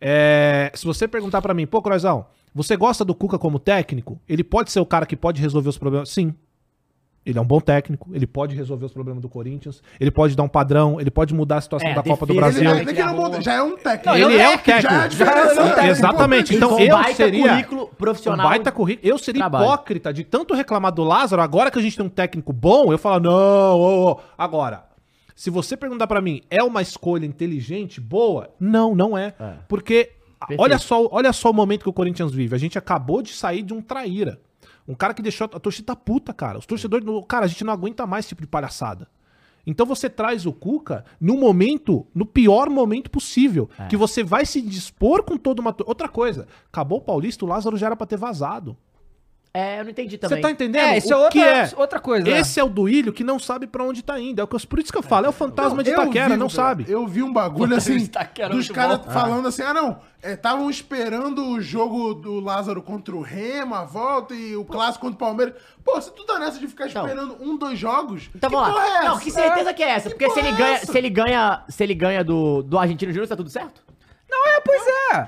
S2: É, se você perguntar pra mim, pô, Crozão, você gosta do Cuca como técnico? Ele pode ser o cara que pode resolver os problemas? Sim. Ele é um bom técnico, ele pode resolver os problemas do Corinthians, ele pode dar um padrão, ele pode mudar a situação
S4: É,
S2: da Copa do
S4: defesa,
S2: Brasil.
S4: ele-
S3: Ele, ele é um bom- já é um técnico.
S1: Não, ele
S3: Já
S1: é
S2: um técnico.
S3: Já é a
S2: Já
S3: diferença,
S1: é um técnico.
S3: né?
S2: Exatamente.
S3: Importante.
S2: Então
S4: com
S2: eu
S4: é um baita
S2: seria
S4: currículo profissional
S2: Um baita currículo. Eu seria
S4: trabalho.
S2: hipócrita de tanto reclamar do Lázaro, agora que a gente tem um técnico bom, eu falo, não, ô, ô. agora. Se você perguntar pra mim, é uma escolha inteligente, boa? Não, não é.
S4: É.
S2: Porque a-
S4: Perfeito.
S2: olha só, olha só o momento que o Corinthians vive. A gente acabou de sair de um traíra. Um cara que deixou a torcida tá puta, cara. Os torcedores, não- cara, a gente não aguenta mais esse tipo de palhaçada. Então você traz o Cuca no momento, no pior momento possível, que você vai se dispor com toda uma to- outra coisa. Acabou o Paulista, o Lázaro já era pra ter vazado.
S4: É, eu não entendi
S2: Você
S4: também.
S2: tá entendendo?
S1: É, isso
S2: O
S1: é outra,
S2: que
S1: outra coisa. né?
S2: Esse é o Duílio que não sabe pra onde tá indo. É o que eu- por isso que eu falo, é o fantasma de
S3: Eu
S2: Itaquera,
S3: vi,
S2: não
S3: cara,
S2: sabe.
S3: Eu vi um bagulho assim,
S4: Itaquera é
S3: dos
S4: muito
S3: caras
S4: bom.
S3: falando assim, ah não, estavam esperando o jogo do Lázaro contra o Remo, a volta e o Clássico contra o Palmeiras. Pô, se tu tá nessa de ficar esperando um, dois jogos,
S4: Então vamos lá. não, que certeza que é essa? Porque se
S3: porra
S4: ele
S3: é
S4: ganha,
S3: essa?
S4: se ele ganha, se ele ganha do do Argentino Júnior, tá tudo certo?
S1: Não é, pois é.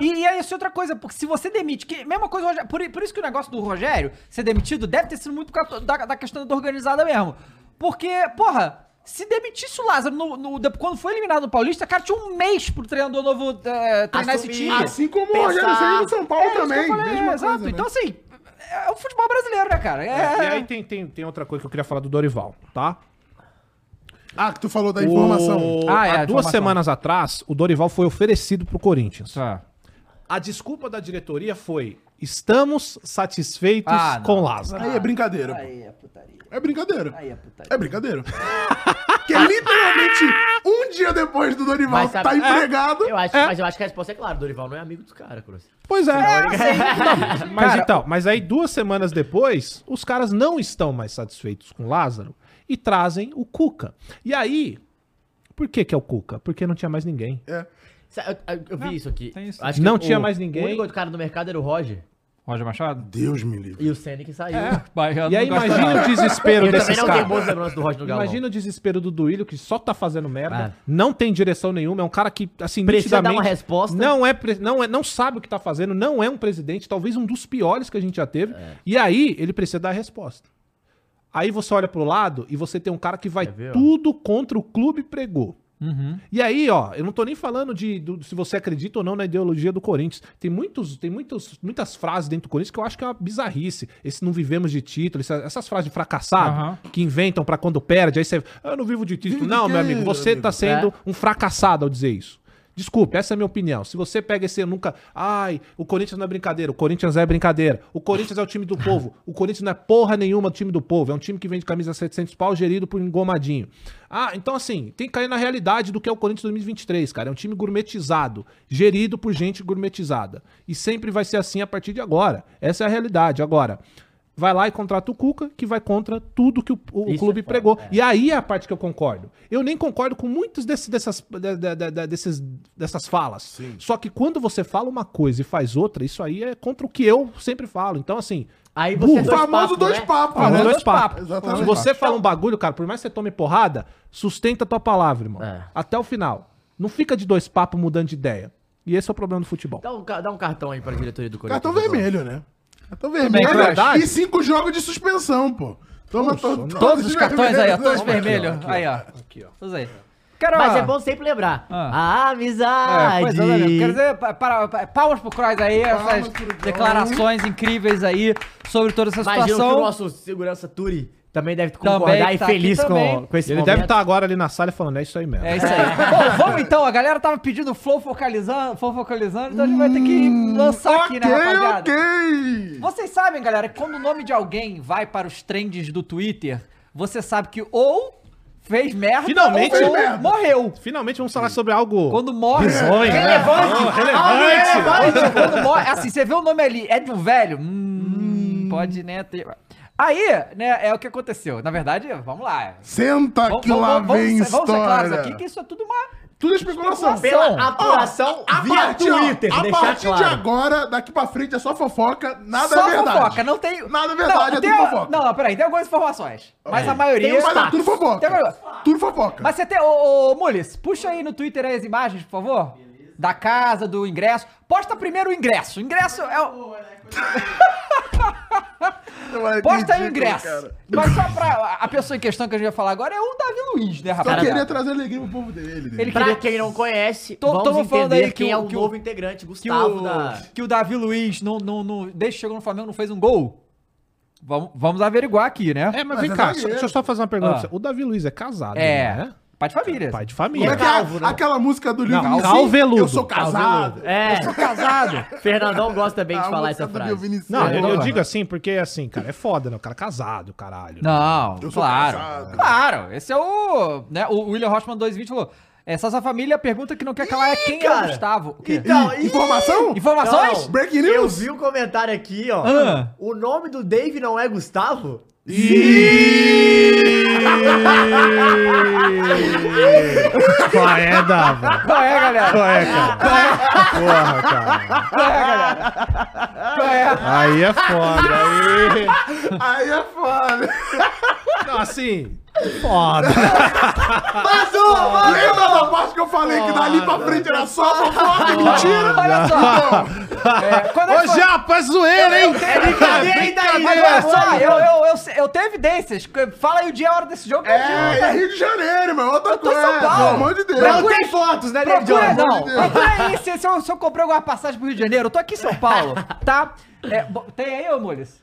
S1: E, e aí, essa é outra coisa, porque se você demite, que mesma coisa, o Rogério- por, por isso que o negócio do Rogério ser demitido deve ter sido muito por causa da, da questão da organizada mesmo. Porque, porra, se demitisse o Lázaro no, no- de- quando foi eliminado no Paulista, cara, tinha um mês pro treinador novo é, treinar esse
S4: Assumir.
S1: time.
S3: Assim como o
S4: Pensar.
S3: Rogério Senna no São Paulo
S1: É, isso que eu
S3: também.
S1: falei,
S3: mesma
S1: é,
S3: coisa,
S1: exato.
S3: né?
S1: Então, assim, é o futebol brasileiro, né, cara? É,
S2: É, e aí tem, tem, tem outra coisa que eu queria falar do Dorival, tá?
S3: Ah, que tu falou da informação.
S2: O-
S1: Ah, é,
S2: Há
S1: a
S2: duas
S1: informação.
S2: semanas atrás, o Dorival foi oferecido pro Corinthians.
S1: Tá.
S2: A desculpa da diretoria foi: estamos satisfeitos
S1: Ah, não.
S2: com Lázaro.
S3: Aí é brincadeira. pô.
S6: Aí é putaria.
S3: É brincadeira.
S6: Aí é putaria.
S3: É brincadeira. que é literalmente um dia depois do Dorival
S4: Mas sabe-
S3: tá
S4: é.
S3: empregado.
S4: Eu acho,
S2: É.
S4: mas eu acho que a resposta é clara, Dorival não é amigo dos caras, Cruz.
S2: Pois é. Não, mas
S1: Cara,
S2: então, mas aí duas semanas depois, os caras não estão mais satisfeitos com Lázaro e trazem o Cuca. E aí, por que que é o Cuca? Porque não tinha mais ninguém.
S3: É.
S4: Sa- Eu, eu- eu vi isso aqui.
S1: tem isso.
S4: Acho que
S2: Não
S4: o-
S2: tinha mais ninguém.
S4: O único outro cara do mercado era o Roger.
S1: Roger Machado?
S3: Deus me livre.
S4: E o Senna que saiu.
S1: Baiano
S2: E aí
S1: não gosta
S2: imagina o desespero
S4: Eu também
S2: É. desses
S4: não tenho boas
S2: caras.
S4: lembranças do Roger no Galvão.
S2: Imagina o desespero do Duílio, que só tá fazendo merda,
S4: Ah.
S2: não tem direção nenhuma, é um cara que, assim,
S4: Precisa dar uma
S2: nitidamente-
S4: resposta.
S2: Não é, pre- não é, não sabe o que tá fazendo, não é um presidente, talvez um dos piores que a gente já teve. E aí ele precisa dar a resposta. Aí você olha pro lado e você tem um cara que vai
S4: Quer ver, ó?
S2: tudo contra o clube pregou.
S1: Uhum.
S2: E aí, ó, eu não tô nem falando de do- se você acredita ou não na ideologia do Corinthians. Tem, muitos, tem muitos, muitas frases dentro do Corinthians que eu acho que é uma bizarrice. Esse não vivemos de título, essa- essas frases de fracassado que inventam pra quando perde. Aí você, "Ah, eu não vivo de título.
S3: Vivo de
S2: não,
S3: quê,
S2: meu amigo, você
S3: amigo?
S2: tá sendo
S4: né?
S2: um fracassado ao dizer isso. Desculpe, essa é a minha opinião. Se você pega esse eu nunca. Ai, o Corinthians não é brincadeira, o Corinthians é brincadeira. O Corinthians é o time do povo. O Corinthians não é porra nenhuma do time do povo. É um time que vende camisa 700 pau gerido por engomadinho. Ah, então assim, tem que cair na realidade do que é o Corinthians 2023, cara. É um time gourmetizado, gerido por gente gourmetizada. E sempre vai ser assim a partir de agora. Essa é a realidade. Agora. Vai lá e contrata o Cuca, que vai contra tudo que o, o
S4: Isso
S2: clube
S4: é foda,
S2: pregou.
S4: é.
S2: E aí é a parte que eu concordo. Eu nem concordo com muitas desse, dessas, da- da- da- da- desses, dessas falas. Só que quando você fala uma coisa e faz outra, isso aí é contra o que eu sempre falo. Então, assim.
S4: Aí você é
S3: O
S4: dois
S3: famoso
S4: papos,
S3: Ah, dois
S4: né?
S3: papos,
S2: fala
S3: né?
S2: dois papos.
S3: Exatamente.
S2: Se você fala um
S1: Então-
S2: bagulho, cara, por mais que você tome porrada, sustenta a tua palavra, irmão.
S4: É.
S2: Até o final. Não fica de dois papos mudando de ideia. E esse é o problema do futebol.
S1: Então,
S4: Dá um, ca- dá um cartão aí pra diretoria do Corinthians. então.
S3: Cartão
S4: por favor.
S3: vermelho, né? Cartão
S1: bem,
S3: vermelho.
S2: é verdade.
S3: E cinco jogos de suspensão, pô. Toma to-
S1: Todos os cartões aí, ó. Todos
S3: vermelhos.
S1: vermelhos. Aí, ó.
S2: Aqui, ó.
S1: Todos aí. Quero,
S4: Mas é bom sempre lembrar.
S1: Ah.
S4: A
S1: É, pois
S4: amizade.
S1: é, né? Quero dizer, pa- para- pa- palmas pro Croix aí,
S3: Palmas
S1: essas
S3: pro Croix.
S1: declarações incríveis aí sobre toda essa
S4: Imagino
S1: situação.
S4: que o nosso segurança Turi também deve
S1: Também
S4: concordar e
S1: tá aqui
S4: feliz com,
S1: também. tá
S4: com esse
S2: Ele
S4: momento.
S2: deve estar agora ali na sala falando, é isso aí mesmo.
S1: É isso aí. bom, vamos então, a galera tava pedindo flow focalizando, flow focalizando, então a gente vai ter que lançar aqui, né, rapaziada?
S3: Hum, ok.
S1: Vocês sabem, galera, que quando o nome de alguém vai para os trends do Twitter, você sabe que ou fez merda
S2: Finalmente.
S1: ou
S3: Fez merda.
S1: morreu.
S2: Finalmente vamos falar sobre algo.
S1: Quando morre.
S2: Bizonho, né?
S1: relevante.
S3: Ah,
S2: Oh, relevante.
S1: Quando- Quando morre. Assim, você vê o nome ali, é de um velho. Hum, Pode, né? ter- Aí, né, é o que aconteceu. Na verdade, vamos lá.
S3: Senta
S1: Vamos,
S3: que lá
S1: vamos, vamos,
S3: vem
S1: ser, vamos ser claros
S3: história.
S1: aqui que isso é tudo uma.
S3: Tudo é especulação.
S4: Pela apuração
S3: A
S4: via
S3: partir, ó,
S4: Twitter,
S3: a
S4: deixar
S3: partir
S4: claro.
S3: de agora, daqui pra frente é só fofoca, nada
S1: só
S3: é verdade.
S1: fofoca, não tem.
S3: Nada é verdade, é
S1: tem
S3: tudo
S1: a-
S3: fofoca.
S1: Não, não, peraí, tem algumas informações. Mas a maioria.
S4: Tem os
S3: Mas é tudo
S1: Tem
S3: fofoca.
S1: algumas-
S3: Tudo fofoca.
S1: Mas você tem. Ô, ô Mules, puxa aí no Twitter aí as imagens, por favor. Da casa, do ingresso. Posta primeiro o ingresso. O ingresso é o.
S3: Mas é
S1: Posta aí o
S3: ridículo,
S1: ingresso.
S3: cara.
S1: Mas só pra. A pessoa em questão que a gente vai falar agora é o Davi Luiz, né,
S3: Só
S1: rapaz?
S3: queria trazer alegria pro povo dele.
S1: Ele
S4: Pra
S1: queria-
S4: quem não conhece,
S1: Tô-
S4: vamos
S1: tamo falando
S4: entender
S1: aí que o-
S4: quem é o
S1: que o-
S4: novo integrante,
S1: que
S4: Gustavo
S1: o,
S4: da...
S1: que o Davi Luiz, não, não, não, desde que chegou no Flamengo, não fez um gol. Vamos, vamos averiguar aqui, né?
S2: É, mas,
S3: Mas
S2: vem
S3: é
S2: cá,
S3: zagueiro.
S2: só- deixa eu só fazer uma pergunta.
S1: Ah.
S2: pra você. O Davi Luiz é casado,
S1: É.
S2: né?
S1: Pai de família.
S2: Pai de
S3: Como é
S2: família.
S3: que é a-
S4: calvo, não.
S3: aquela música do Lil
S2: Não,
S3: Vinicius?
S2: calveludo.
S3: Eu sou casado. É
S4: É,
S1: Casado.
S4: Fernandão gosta bem de
S3: A
S4: falar
S3: música
S4: essa
S3: do
S4: frase.
S3: Lil Vinicius.
S2: Não, eu, eu
S1: não.
S2: digo assim porque, assim, cara, é foda, né? O cara é casado, caralho.
S1: Não,
S3: Eu sou
S1: claro.
S3: casado.
S1: Claro, esse é o. Né, o William Rochman 220 falou: "É, essa sua família pergunta que não quer calar é quem é
S4: cara.
S1: o Gustavo. O quê?
S4: Então,
S3: Ih,
S4: ih,
S3: Informação?
S1: Informações?
S4: Não.
S3: Breaking
S4: Eu
S3: news?
S4: vi um comentário aqui, ó.
S1: Ah.
S4: O nome do Dave não é Gustavo?
S2: Qual é, Dava?
S1: Qual é, galera?
S2: Qual é, cara? Porra, cara.
S1: Qual é, galera? Qual é?
S2: Aí é foda. Aí...
S3: Aí é foda.
S2: Não, assim, foda.
S3: Lembra da parte que eu falei que dali pra frente era só fofoca e mentira?
S1: Olha só. É, quando é que
S2: Ô,
S1: foi-
S2: Japa, é zoeira, hein?
S4: É brincadeira, hein, Daí?
S3: né?
S1: Mas olha só, eu, eu, eu, eu tenho evidências. Fala aí o dia e a hora desse jogo. que eu
S3: É, é Rio de Janeiro, irmão. Outra
S1: Eu tô em
S3: coisa.
S1: São Paulo.
S3: Pelo amor de Deus.
S4: Não tem fotos, né, David
S1: Procura,
S4: Jones?
S1: não.
S3: de Deus.
S1: Procura aí se, se eu, se eu comprei alguma passagem pro Rio de Janeiro. Eu tô aqui em São Paulo, tá? É, bo- tem aí, ô Mules?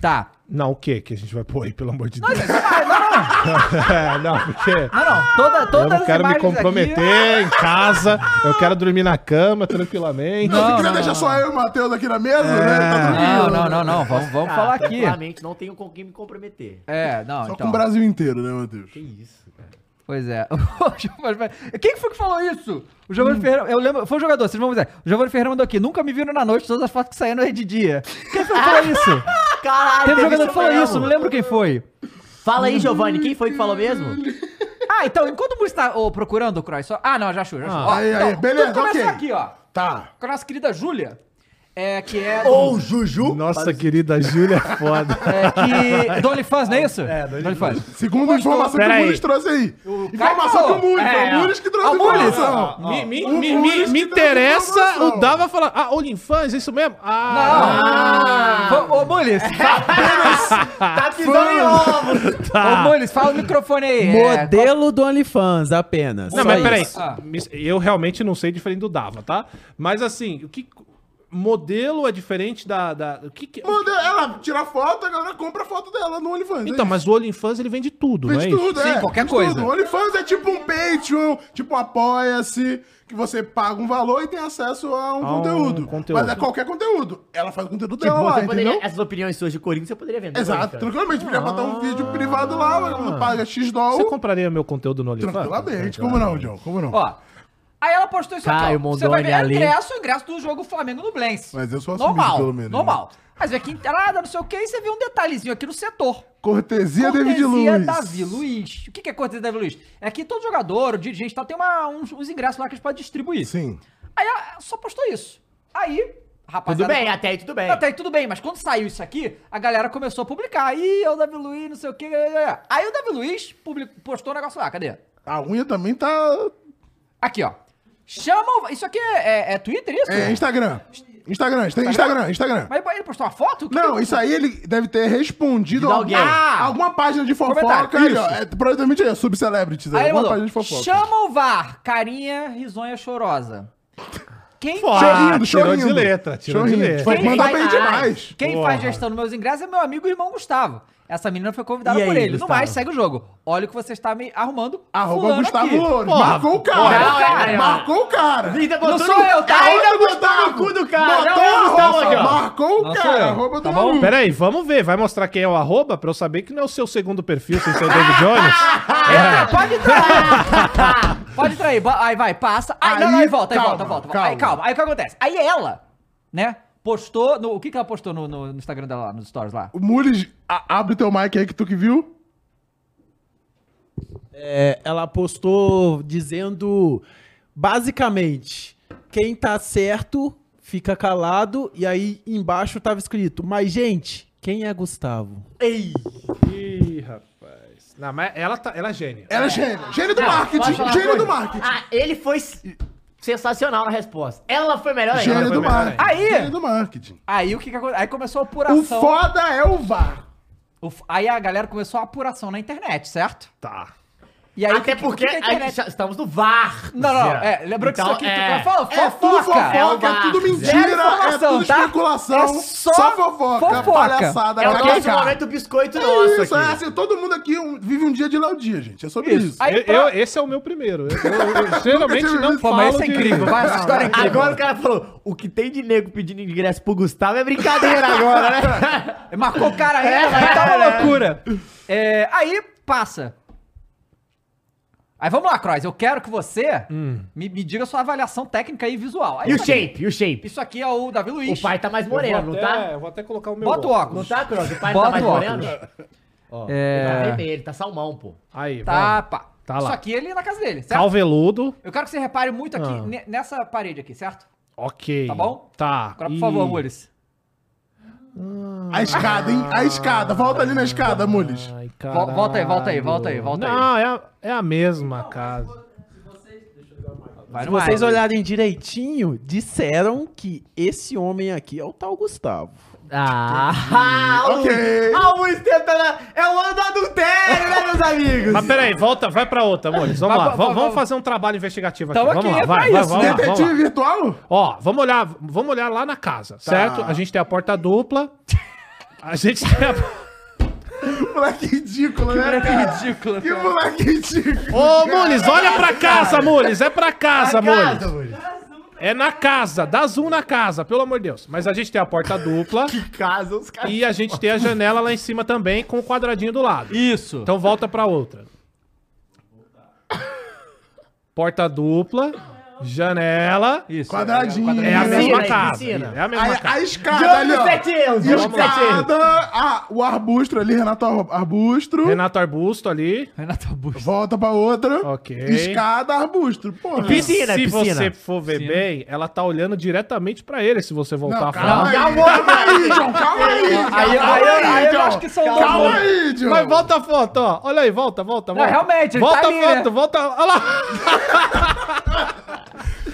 S1: Tá.
S2: Não, o que que a gente vai pôr aí, pelo amor de
S1: Não,
S2: Deus?
S1: gente, vai, não, não, não.
S2: É, não, porque...
S1: Não, não. tá, Toda,
S2: Eu
S1: todas
S2: não quero me comprometer em casa, eu quero dormir na cama tranquilamente.
S3: Não, se
S1: Não,
S3: quiser
S1: não,
S3: deixar
S1: não, É,
S3: só eu e o Matheus aqui na mesa, né? Tá
S1: Aqui... Ah, tá,
S3: tranquilo.
S1: Não, não, não, não. Vamos, vamos
S4: Cara,
S1: falar aqui.
S4: Ah, tranquilamente, não tenho com quem me comprometer.
S1: É, não,
S3: Só com
S1: então.
S3: o Brasil inteiro, né, Matheus?
S4: Que isso, cara.
S1: Pois é. O Giovanni Ferreira- Quem foi que falou isso? O Giovanni Ferreira. Eu lembro. Foi um jogador, vocês vão dizer. O Giovanni Ferreira mandou aqui. Nunca me viram na noite, todas as fotos que saíram é de dia. Quem foi que falou isso?
S4: Caralho,
S1: Teve um jogador que
S4: isso
S1: falou
S4: mesmo.
S1: isso, não lembro quem foi.
S4: Fala aí, Giovanni, quem foi que falou mesmo?
S3: Hum.
S1: Ah, então, enquanto o Muris tá ô, procurando o Croy, só... Ah, não, já achou, já achou. Ó,
S3: aí, aí,
S1: então,
S3: beleza,
S1: tudo começou
S3: ok.
S1: aqui, ó,
S3: Tá.
S1: com a nossa querida Júlia. É que é.
S4: Ou Juju.
S6: Nossa querida Júlia é foda.
S1: É que. Do OnlyFans, não é isso?
S6: É, do
S1: OnlyFans.
S3: Segundo a informação que
S6: Pera
S3: o
S6: aí.
S3: Muniz trouxe aí.
S1: cara
S3: Informação que
S1: falou.
S3: o Muniz,
S1: É,
S3: é, o Muniz que trouxe
S1: Ah,
S3: a
S1: o Muniz,
S3: informação.
S2: Me, me,
S3: O
S2: me,
S3: Muniz
S2: me, me
S3: que deu essa
S2: interessa
S3: informação.
S2: o Dava falar. Ah, OnlyFans, é isso mesmo? Ah,
S1: Ah! Ô, Mules,
S4: Tá pisando em ovos. Tá.
S1: ô, Mules, fala o microfone aí. É,
S6: Modelo do OnlyFans apenas.
S2: Não,
S6: Só
S2: mas
S6: isso.
S2: peraí.
S1: Ah.
S2: Me- Eu realmente não sei diferente do Dava, tá? Mas assim, o que. Modelo é diferente da. da o que, que-
S3: Manda- Ela tira foto, a galera compra a foto dela no OnlyFans.
S2: Então, mas o OnlyFans ele vende tudo,
S3: Vende
S2: né?
S3: tudo,
S1: Sim,
S3: é.
S1: qualquer
S3: Vende
S1: coisa.
S3: Tudo. O OnlyFans é tipo um Patreon, tipo um Apoia-se, que você paga um valor e tem acesso a um
S2: A um
S3: conteúdo.
S2: conteúdo.
S3: Mas é qualquer conteúdo. Ela faz o conteúdo
S4: Tipo,
S3: dela lá,
S4: você poderia,
S3: entendeu?
S4: essas opiniões suas de Corinthians, você poderia vender.
S3: Exato,
S4: Corinthians.
S3: tranquilamente. Podia botar um vídeo privado lá, não paga X
S2: Você
S3: dólar.
S2: compraria meu conteúdo no OnlyFans?
S3: Tranquilamente, como não, John? Como não?
S1: É, Ó. Aí ela postou isso
S4: Caio
S1: aqui. ó. Você vai
S4: Mondoni
S1: ver
S4: ali.
S1: o ingresso, o ingresso do jogo Flamengo no Blense.
S3: Mas eu sou assumido,
S1: normal,
S3: pelo menos, né?
S1: Normal. Mas vê que entrada, não sei o que, e você vê um detalhezinho aqui no setor.
S3: Cortesia, David
S1: Cortesia
S3: Luiz.
S1: Davi Luiz. O que que é cortesia Davi Luiz? É que todo jogador, o dirigente, tá, tem uma, uns, uns ingressos lá que eles podem distribuir.
S3: Sim.
S1: Aí ela só postou isso. Aí,
S4: Tudo
S1: rapaziada...
S4: bem, até aí tudo bem.
S1: Até aí tudo bem, mas quando saiu isso aqui, a galera começou a publicar. Ih, é o Davi Luiz, não sei o quê. é, Aí o Davi Luiz publicou, postou um negócio lá, cadê?
S3: A unha também tá.
S1: Aqui, ó. Chama o... Isso aqui é, é- é Twitter, isso?
S3: É Instagram. Instagram, tem Instagram, Instagram.
S1: Mas ele postou uma foto? O que
S3: Não,
S1: que-
S3: isso aí ele deve ter respondido
S4: De
S3: a
S4: alguém.
S3: Ah, alguma página de fofoca.
S1: Comentário,
S3: Aí, ó, é, provavelmente é subcelebrities,
S1: Aí
S3: aí,
S1: ele
S3: alguma
S1: mandou,
S3: página de fofoca.
S1: chama o VAR, carinha risonha chorosa. Quem,
S3: Ah,
S2: Foda.
S3: Chorrindo,
S2: tirou
S3: chorrindo.
S2: de letra, tirou de
S3: Chorrindo.
S2: letra.
S3: Foi
S1: Quem
S3: mandar
S1: vai-
S3: bem demais.
S1: quem
S2: Porra.
S1: faz gestão nos meus ingressos é meu amigo e irmão Gustavo. Essa menina foi convidada
S4: E aí,
S1: por ele.
S4: Gustavo?
S1: No mais, segue o jogo. Olha o que você está me arrumando.
S3: Arroba
S1: fulano
S3: Gustavo
S1: aqui.
S3: Louros.
S2: Porra,
S3: Marcou o
S4: porra,
S3: cara.
S4: cara.
S3: Marcou o cara.
S4: Ainda
S1: Não
S4: botou
S1: sou
S4: no-
S1: eu, tá?
S4: Ainda
S3: Arroba
S4: botou no cu do cara. Não,
S3: Botou
S4: é o
S3: a
S4: Gustavo
S3: roça,
S4: aqui, ó.
S3: Marcou o
S1: Não sou
S3: cara.
S1: eu.
S3: Arroba
S2: Tá
S3: do
S2: bom?
S3: maluco.
S2: Peraí, vamos ver. Vai mostrar quem é o arroba pra eu saber que não é o seu segundo perfil, sem ser o David Jones.
S1: Entra, pode entrar. É. pode entrar aí. Ba- Aí vai, passa. Aí, não, não, aí
S3: Aí,
S1: volta, aí
S3: calma,
S1: volta, volta.
S3: calma.
S1: Aí calma. Aí o que acontece? Aí ela, né, postou... no- o que, que ela postou no, no- no Instagram dela lá, nos stories lá?
S3: O Mules, a- abre teu mic aí que tu que viu.
S6: É, ela postou dizendo basicamente quem tá certo fica calado e aí embaixo tava escrito mas gente quem é Gustavo
S4: Ei,
S2: Ih, rapaz. Não, mas ela, tá, ela é gênia.
S3: Era gênio. Gênio do
S4: pode
S3: marketing.
S4: falar
S3: Gênio
S4: coisa?
S3: do marketing.
S4: Ah, ele foi s- sensacional na resposta. Ela foi melhor ainda.
S3: Gênio do
S2: melhor,
S3: marketing.
S1: Aí-
S3: Gênio do marketing.
S1: Aí o que, que acontece? Aí começou a
S3: O
S1: apuração.
S3: foda é o VAR.
S1: O f- Aí a galera começou a apuração na internet, certo?
S2: Tá.
S1: E aí, o
S4: Até
S1: que- o
S4: porque
S1: que que a
S4: a
S1: internet...
S4: gente- estamos no VAR.
S1: Não, não,
S2: Zero.
S1: é, lembrando
S4: Então,
S1: que isso aqui
S4: é-
S1: tu fala
S3: É tudo
S1: fofoca.
S4: É o
S3: fofoca, é
S4: VAR.
S3: tudo
S1: Zero
S3: mentira, é
S1: informação,
S3: tudo
S1: tá?
S3: especulação.
S1: É só
S3: fofoca,
S1: fofoca.
S3: palhaçada,
S4: É o
S3: kkk.
S4: nosso momento biscoito
S3: É
S4: nosso
S3: isso, é
S4: aqui.
S3: assim, todo mundo aqui um- vive um dia de lá o dia, gente. É sobre
S1: Isso.
S3: isso.
S1: Aí
S2: Eu-
S1: pra-
S2: eu- esse é o meu primeiro. Eu, eu- eu geralmente
S3: Nunca tinha
S2: não
S3: visto.
S1: Pô,
S2: falo
S1: mas isso é
S2: de- Tá
S1: incrível, vai, essa história é incrível.
S4: Agora o cara falou, o que tem de nego pedindo ingresso pro Gustavo é brincadeira agora, né?
S1: Marcou o cara aí, vai tá uma loucura. É, aí passa. Aí vamos lá, Croix. Eu quero que você me, me diga a sua avaliação técnica e visual. Aí
S4: E o
S1: isso aqui-
S4: shape, e o shape.
S1: Isso aqui é o Davi Luiz.
S4: O pai tá mais
S2: Eu vou
S4: moreno, não
S2: até-
S4: tá?
S2: Eu vou até colocar o meu.
S1: Bota o
S4: Não
S1: óculos.
S4: tá, Croc? O pai
S1: Bota
S4: tá mais
S1: o
S4: moreno?
S1: óculos.
S4: Ó,
S1: É.
S4: Ele tá vermelho, tá salmão, pô.
S2: Aí,
S1: Tá,
S2: tá.
S1: pá.
S2: Tá lá.
S1: Isso aqui ele na casa dele, certo?
S2: Calveludo.
S1: Eu quero que você repare muito aqui
S2: Ah.
S1: ne- nessa parede aqui, certo?
S2: Ok.
S1: Tá bom?
S2: Tá.
S1: Agora, por
S2: Ih.
S1: favor, Mules.
S3: A escada, hein? A escada. Volta ali na escada, Mules.
S2: Ai,
S1: Vol- volta aí, volta aí, volta aí, volta aí.
S2: Não, é a, é a mesma casa.
S1: Vai
S6: se
S1: no ar.
S6: vocês olharem direitinho disseram que esse homem aqui é o tal Gustavo
S4: Ah,
S3: Ok.
S4: Alves tentando. É o ano do adultério, né, meus amigos?
S2: Mas peraí, volta, vai pra outra, amores. Vamos
S1: Vai,
S2: lá,
S1: vai,
S2: vamos,
S1: vai,
S2: vamos
S1: vai.
S2: fazer um trabalho investigativo aqui.
S1: Tamo
S2: Vamos
S1: aqui,
S2: lá,
S1: é
S2: vai,
S1: pra
S2: vai,
S1: isso.
S2: vamos lá, vamos
S3: Detetive
S2: lá.
S3: virtual?
S2: Ó, vamos olhar, vamos olhar lá na casa,
S1: Tá.
S2: certo? A gente tem a porta dupla. A gente tem a...
S3: Moleque ridículo, né?
S1: Que
S3: cara?
S1: ridículo.
S3: Que moleque ridículo.
S2: Ô, Mules, olha pra casa, Mules. É pra casa, Mules.
S4: Mules.
S2: É na casa, dá zoom na casa, pelo amor de Deus. Mas a gente tem a porta dupla
S4: Casa, os caras.
S2: e a gente tem a janela lá em cima também com o quadradinho do lado.
S1: Isso.
S2: Então volta pra outra. Porta dupla. Janela.
S1: Isso.
S3: Quadradinho.
S2: É a mesma
S4: Piscina,
S2: casa.
S4: piscina.
S2: É a mesma
S3: A, a
S2: casa.
S3: escada ali, ó.
S4: 27 euros,
S3: E a
S4: 27 euros.
S3: escada, ah, o arbusto ali, Renato Arbusto.
S2: Renato Arbusto ali.
S1: Renato Augusto.
S3: Volta pra outra.
S2: Ok.
S3: Escada, arbusto. Porra.
S4: Piscina,
S2: se
S4: piscina.
S2: você for ver
S1: Piscina.
S2: bem, ela tá olhando diretamente pra ele, se você voltar a falar.
S3: calma aí,
S4: Calma
S3: calma aí, John. Calma aí.
S1: aí eu-
S3: calma
S1: aí eu- aí eu
S3: John.
S1: acho que são
S3: Calma
S1: dois.
S3: aí, John.
S2: Mas volta a foto, ó. Olha aí, volta, volta, volta.
S1: realmente, ele
S2: Volta
S1: tá
S2: a
S1: ali,
S2: foto,
S1: né?
S2: volta. Olha lá.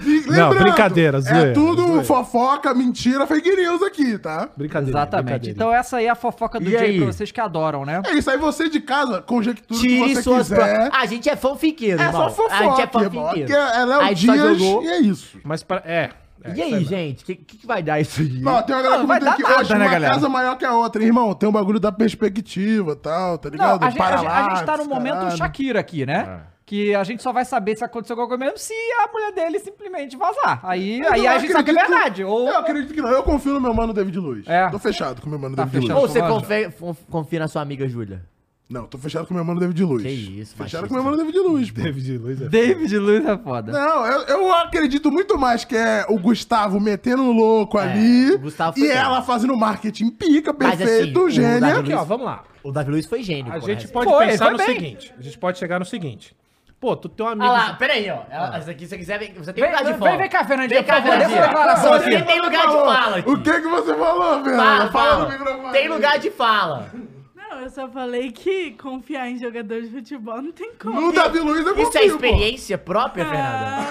S3: E lembrando,
S2: brincadeira, zoeira,
S3: É tudo
S2: zoeira.
S3: fofoca, mentira, fake news aqui, tá?
S2: Brincadeira.
S1: Exatamente. Então essa aí é a fofoca do
S4: E
S1: Jay
S4: aí?
S1: pra vocês que adoram, né?
S3: É isso aí, você de casa, conjectura o que
S4: Tire
S3: você
S4: suas
S3: quiser.
S4: próprias. A gente é fanfiqueiro,
S3: É
S4: irmão.
S3: só fofoca,
S4: A gente é
S3: irmão.
S4: fanfiqueiro.
S3: Porque é
S4: A
S3: Léo
S4: gente só
S3: Dias
S4: jogou-
S3: e é isso.
S2: Mas pra, é. é,
S4: E
S2: isso é
S4: aí, gente? O que, que que vai dar isso aí?
S3: Não, tem uma galera
S1: Não, vai
S3: comentando
S1: dar
S3: que
S1: nada,
S3: hoje
S1: né,
S3: uma
S1: galera?
S3: casa maior que a outra, hein, irmão. Tem um bagulho da perspectiva e tal, tá
S1: Não,
S3: ligado?
S1: a gente, a, gente- a
S3: Paralaxe,
S1: gente tá no momento
S3: caralho.
S1: Shakira aqui, né? Que a gente só vai saber se aconteceu alguma coisa mesmo se a mulher dele simplesmente vazar. Aí,
S3: Então, Eu
S1: aí
S3: não
S1: a gente sabe que é
S3: acredito-
S1: verdade. Ou...
S3: Eu acredito que não. Eu confio no meu mano David Luiz.
S1: É.
S3: Tô fechado com meu mano
S1: Tá
S3: David
S1: fechado.
S4: Ou
S3: Luiz.
S4: você confia, conf- confia na sua amiga Júlia?
S3: Não, tô fechado com meu mano David Luiz.
S4: Que isso,
S3: Fechado
S4: machista.
S3: com meu mano David Luiz, pô.
S2: David Luiz é-
S1: David Luiz é foda.
S3: Não, eu, eu acredito muito mais que é o Gustavo metendo o louco ali
S4: É, o Gustavo
S3: e
S4: foi bem.
S3: ela fazendo marketing pica,
S4: Mas,
S3: perfeito,
S4: assim, o
S3: gênia.
S4: Davi
S2: Aqui, ó, vamos lá.
S4: O Davi Luiz foi gênio.
S2: A
S4: pô,
S2: gente
S4: né?
S2: pode
S1: Foi,
S2: pensar
S1: foi
S2: no
S1: bem.
S2: seguinte. A gente pode chegar no seguinte. Pô, tu tem um amigo.
S4: Olha lá, peraí, ó. Ela, essa aqui, se você quiser, vem- você tem um
S1: Vem-
S4: lugar tá de
S1: vem-
S4: fala.
S1: vem- vem cá, Fernandinha,
S4: Vem cá,
S1: por favor, deixa
S4: Fernandinha.
S1: eu falar só
S4: Você
S1: aqui.
S4: tem lugar de fala aqui.
S3: O que que você falou, velho?
S4: Fala, fala.
S3: no microfone.
S4: Tem lugar de fala.
S7: Não, eu só falei que confiar em jogador de futebol não tem como.
S3: No Davi Luiz eu confio,
S4: Isso é
S3: pô.
S4: experiência própria, Fernanda?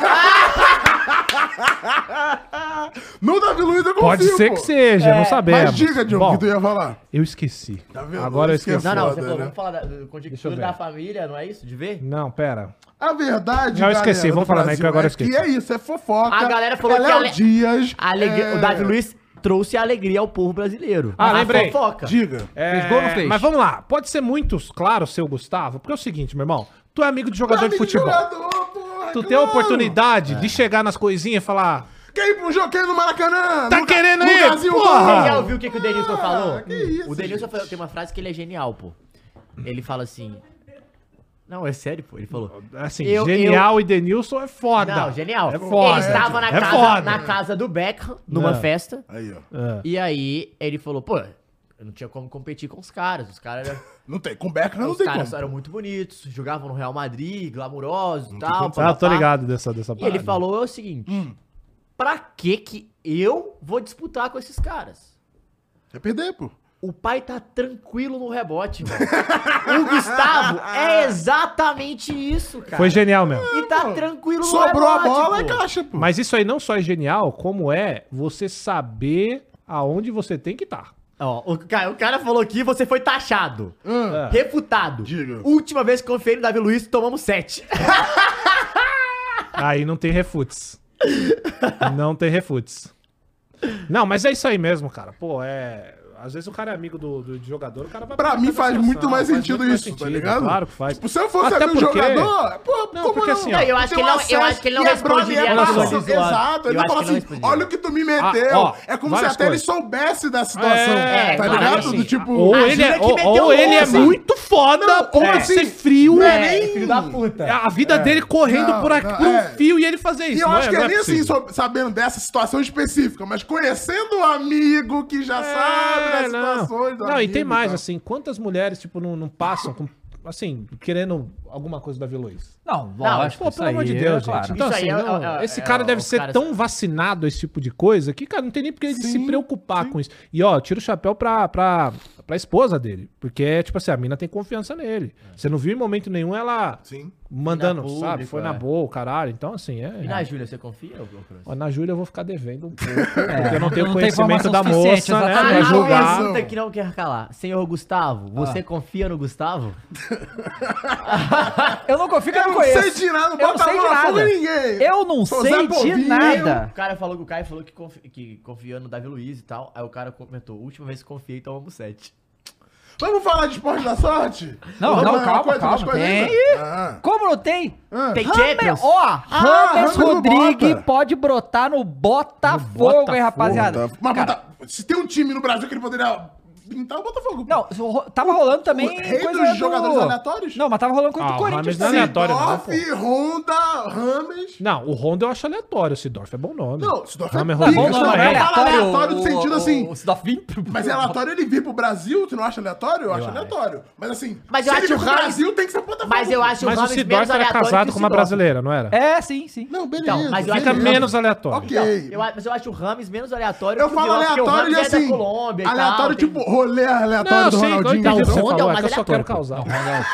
S3: No Davi Luiz eu confio,
S2: Pode ser
S3: pô.
S2: que seja,
S1: É.
S2: não sabemos.
S3: Mas diga, John, o
S2: Bom,
S3: que tu ia falar.
S2: Eu esqueci.
S3: Tá vendo?
S2: Agora eu
S3: Isso que é
S2: esqueci.
S4: Não, não, você
S3: foda,
S4: falou,
S3: né?
S4: vamos falar da do
S2: Deixa eu
S4: conjectura
S2: ver.
S4: da família, não é isso? De ver?
S2: Não, pera.
S3: A verdade,
S2: Não, eu esqueci,
S3: galera,
S2: vamos
S3: do
S2: falar, né, que
S3: Brasil
S2: agora eu
S3: é
S2: esqueci.
S3: E é isso, é fofoca.
S4: A galera falou
S3: é
S4: que
S3: Léo
S4: a le-
S3: Dias.
S4: A alegria-
S3: é-
S4: O Davi Luiz trouxe a alegria ao povo brasileiro.
S2: Ah,
S4: A
S2: lembrei.
S4: fofoca.
S3: Diga.
S2: É,
S1: Fez gol ou não fez?
S2: Mas vamos lá. Pode ser muito claro, seu Gustavo, porque é o seguinte, meu irmão. Tu é amigo de jogador de
S3: Amigo
S2: futebol.
S3: jogador, Tá porra,
S2: Tu tem a
S3: claro.
S2: oportunidade de chegar nas coisinhas e falar.
S3: Quer ir pra um jogo, quer ir no Maracanã?
S2: Tá
S3: no, Ga-
S2: querendo
S3: no
S2: ir?
S3: Brasil
S2: Porra!
S3: todo.
S4: Você já ouviu o que, que o Denilson
S3: Ah,
S4: falou?
S3: que isso,
S4: o Denilson falou, tem uma frase que ele é genial, pô. Ele fala assim. Não, é sério, pô. Ele falou.
S2: Assim,
S4: Eu-
S2: genial e Denilson é foda.
S4: Não, genial.
S2: É foda.
S4: Ele estava na,
S2: É
S4: casa,
S2: foda.
S4: na casa do Beckham, numa
S2: Não.
S4: festa.
S3: Aí, ó.
S2: É.
S4: E aí ele falou, pô, eu não tinha como competir com os caras. Os caras eram.
S3: Não tem. Com Beckham não
S4: os
S3: tem
S4: caras
S3: como.
S4: eram muito bonitos, jogavam no Real Madrid, glamurosos e
S3: tem
S4: tal.
S3: condição.
S2: Ah, tô
S4: papapá.
S2: ligado Hum. dessa, dessa
S4: tá? E ele falou o seguinte: pra que que eu vou disputar com esses caras?
S3: Vai perder, pô.
S4: O pai tá tranquilo no rebote, mano. o Gustavo é exatamente isso, cara.
S2: Foi genial mesmo.
S4: E tá tranquilo no
S3: Sobrou a
S4: rebote.
S3: bola, é
S4: pô.
S3: caixa, pô.
S2: Mas isso aí não só é genial, como é você saber aonde você tem que tá. estar.
S4: Ó, o, cara, o cara falou que você foi taxado. É.
S3: Ah,
S4: Refutado.
S3: Diga.
S4: Última vez que confiei no Davi Luiz, tomamos sete.
S2: Aí não tem refutes. Não tem refutes. Não, mas é isso aí mesmo, cara. Pô, é. Às vezes o cara é amigo do, do de jogador, o cara vai.
S3: Pra mim faz muito mais sentido
S2: muito mais
S3: isso, tá
S2: sentido,
S3: ligado?
S2: Claro que faz.
S3: Tipo, se eu fosse
S2: Até
S3: abrir um
S2: porque-
S3: jogador, pô,
S2: Não,
S3: como
S2: porque
S3: não?
S2: assim, ó.
S4: Não, eu, acho que ele não, eu acho que ele não responderia
S2: olha
S4: a
S2: só.
S4: pergunta.
S3: é Exato, ele
S4: Eu
S3: tá falando
S4: acho que ele
S3: assim,
S4: não responderia.
S3: olha o que tu me meteu.
S2: Ah, ó,
S3: é como se
S2: várias
S3: até ele
S2: coisas.
S3: soubesse da situação,
S2: É,
S3: tá
S4: claro,
S3: ligado?
S4: assim,
S3: Do tipo...
S2: Ou
S4: a
S2: ele é,
S4: Júlia que
S2: ou,
S4: meteu
S2: ou
S4: o
S2: ele é
S4: onze.
S2: muito foda,
S3: assim. Não,
S2: ou
S3: ou
S2: é
S3: assim,
S2: ser frio.
S3: não é
S2: É,
S3: nem-
S2: filho da puta. A vida dele correndo
S3: Não,
S2: por, aqui,
S3: não,
S2: por um
S3: é.
S2: fio e ele fazer isso.
S3: E eu
S2: não
S3: acho que é nem assim,
S2: possível.
S3: sob- sabendo dessa situação específica, mas conhecendo o amigo que já sabe das situações. tá? do
S2: É, Não, e
S3: amigo
S2: tem mais,
S3: tal.
S2: assim, quantas mulheres, tipo, não, não passam com, assim, querendo alguma coisa da Veloz?
S1: Não,
S4: Não,
S1: lógico.
S2: Pô,
S1: isso
S2: pelo amor
S1: aí
S2: de
S1: é
S2: Deus, gente.
S1: claro.
S2: Então,
S4: Isso
S2: assim,
S4: aí é-
S2: não,
S4: é- é-
S2: esse
S4: é-
S2: cara
S4: é-
S2: deve
S4: os
S2: ser
S4: caras-
S2: tão vacinado a esse tipo de coisa que, cara, não tem nem porque ele se preocupar com isso. E, ó, tira o chapéu pra, pra, pra esposa dele. Porque, tipo assim, a mina tem confiança nele. Você não viu em momento nenhum ela
S3: Sim.
S2: mandando,
S4: Foi na
S2: sabe?
S4: pública,
S2: Foi na
S4: é.
S2: boa, caralho. Então, assim, é.
S4: E na Ah, Júlia, você confia, ô, ô, Cruz?
S2: Ó, na Júlia eu vou ficar devendo um pouco. porque eu não tenho
S1: não tem
S2: conhecimento
S1: informação
S2: da
S1: suficiente,
S2: moça, né?
S1: exatamente.
S2: Pra
S4: Ah,
S2: julgar.
S4: pergunta que não quer calar. Senhor Gustavo, você confia no Gustavo?
S1: Então, Eu não confio que eu
S3: Eu
S1: não
S3: não sei
S1: conheço.
S3: de nada, não
S1: Eu não
S3: bota
S1: sei de
S3: Botafogo
S1: nada.
S3: em ninguém.
S1: Eu não
S3: Sou
S1: sei
S3: Zé
S1: de
S3: Povinho.
S1: nada.
S4: O cara falou que o Caio falou que, confi- que confiou no Davi Luiz e tal. Aí o cara comentou, última vez que confiei, tomamos sete.
S3: Vamos falar de esporte da sorte?
S1: Não,
S3: Vamos
S1: não,
S3: falar
S1: calma,
S3: coisa, mais
S1: calma,
S3: coisa
S1: tem.
S3: ainda? Ah,
S1: Como não tem?
S3: ah.
S4: Tem
S1: Hammer,
S4: Champions?
S1: ó,
S3: James
S1: Rames Rodrigues
S3: Bota.
S1: pode brotar no Botafogo, hein, rapaziada.
S3: Mas, mas tá- se tem um time no Brasil que ele poderia pintar o Botafogo. pô.
S1: Não, ro- tava rolando também.
S3: O rei
S1: coisa
S3: dos
S1: do-
S3: jogadores aleatórios?
S1: Não, mas tava rolando coisa
S2: Ah,
S1: do
S2: o
S1: Corinthians.
S2: Rames não é
S1: também.
S2: aleatório. não,
S3: Sidorf, Honda, Rames.
S2: Não, o Honda eu acho aleatório, o Sidorf é bom nome.
S3: Não, Sidorf é
S2: Nome
S1: Tá
S3: pica,
S2: Rodrigo
S1: bom, não, mas
S3: Sidorf
S2: também.
S1: é aleatório.
S3: Aleatório no sentido assim-
S1: O, o Sidorf vim.
S3: Mas é aleatório ele vir pro Brasil, tu não acha aleatório? Eu acho aleatório. Mas assim,
S4: Mas eu
S3: se ele
S4: acho
S3: vir pro
S4: o Rames-
S3: Brasil, tem que ser Botafogo.
S4: Mas eu acho
S2: Mas o
S4: Rames
S2: Sidorf era
S4: aleatório que
S2: casado
S4: o
S2: com uma
S4: Sidorf.
S2: brasileira, não era?
S1: É, sim, sim.
S3: Não, beleza.
S4: Então, mas eu acho
S2: Fica
S3: beleza.
S2: menos aleatório.
S3: Ok.
S4: Eu, acho- mas eu acho o Rames menos aleatório
S3: Eu
S4: que o
S3: falo
S4: Sidorf, porque o
S3: aleatório e
S4: Rames é da
S3: assim.
S4: Colômbia e tal,
S3: Aleatório,
S4: tem-
S3: tipo, rolê aleatório
S2: Não, eu
S3: do
S2: sei, eu
S3: Ronaldinho.
S2: entendi o que você
S4: Então, o Honda é
S2: falou,
S4: o
S2: é que eu
S4: mais
S2: só quero
S4: aleatório,
S2: causar.
S4: É o mais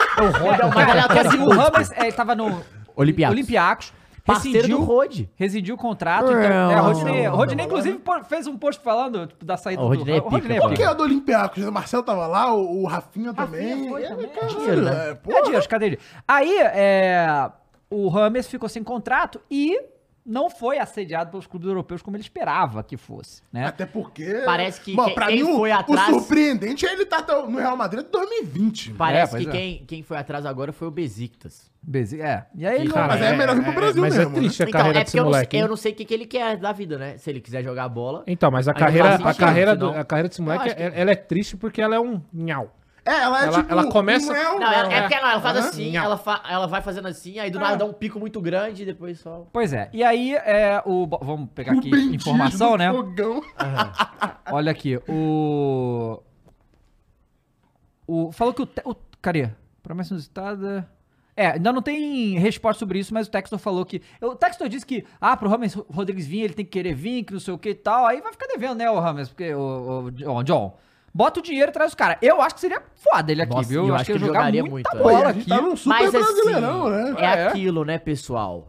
S1: Porque
S4: aleatório
S1: assim,
S4: que
S1: o Rames é, tava no
S4: Olympiacos.
S1: Olympiacos.
S4: Parceiro do
S1: Rescindiu,
S4: Rode.
S1: rescindiu o contrato. Então, é, o Rodinei, o Rodinei, inclusive, pô- fez um post falando tipo, da saída
S4: O Rodinei é
S1: do o
S4: pica,
S1: é
S4: pô.
S3: Por que é do Olympiacos? O Marcelo tava lá, o, o Rafinha também.
S1: foi
S3: É,
S1: também.
S3: caralho,
S4: Dinheiro, né?
S3: é, pô.
S1: É dinheiro, cadê ele? Aí, é, o Rames ficou sem contrato e não foi assediado pelos clubes europeus como ele esperava que fosse, né?
S3: Até porque.
S4: Parece que
S3: Bom,
S4: quem-
S3: pra
S4: quem
S3: mim, o-
S4: foi
S3: o,
S4: atrás-
S3: surpreendente é ele tá tão- no Real Madrid de 2020. mano.
S4: Parece
S1: pois
S4: que
S1: é.
S4: quem, quem foi atrás agora foi o Besiktas.
S1: Bezi- É. E aí, ele não-
S3: Mas é melhor vir pro Brasil
S2: mas
S3: mesmo,
S2: é triste a
S4: Então,
S2: carreira
S4: é
S2: desse
S4: porque eu não,
S2: moleque.
S4: eu
S2: hein?
S4: não sei o que, que ele quer da vida, né? Se ele quiser jogar bola.
S2: Então, mas a
S4: Aí não
S2: carreira,
S4: faz
S2: a
S4: sentido,
S2: carreira, do,
S4: senão-
S2: a carreira desse moleque,
S4: acho que-
S2: é- ela é triste porque ela é um nhau.
S3: É, ela é
S2: Ela-
S3: tipo.
S2: ela começa-
S3: não é um-
S4: Não, ela, é porque ela, ela faz
S3: Aham.
S4: assim, ela, fa- ela vai fazendo assim, aí do nada dá um pico muito grande e depois só.
S1: Pois é. E aí, é, o... bo- Vamos pegar
S3: O
S1: aqui
S3: bendito
S1: informação,
S3: do
S1: né?
S3: um Fogão.
S1: Olha aqui, o. O. Falou que o. Te... o... Cadê? Promessa inusitada. É, ainda não tem resposta sobre isso, mas o Textor falou que. O Textor disse que, ah, pro Rames Rodrigues vir, ele tem que querer vir, que não sei o que e tal. Aí vai ficar devendo, né, o Rames? Porque o, o John, John, Bota o dinheiro e traz os caras. Eu acho que seria foda ele aqui,
S4: Nossa,
S1: viu?
S4: eu acho que
S1: ele
S4: ele jogaria muito, é.
S3: Pô, e
S1: bola
S3: a gente
S1: aqui.
S3: tá num super
S4: Mas
S3: brasileirão,
S4: assim,
S3: né?
S4: é,
S1: É.
S4: aquilo, né, pessoal?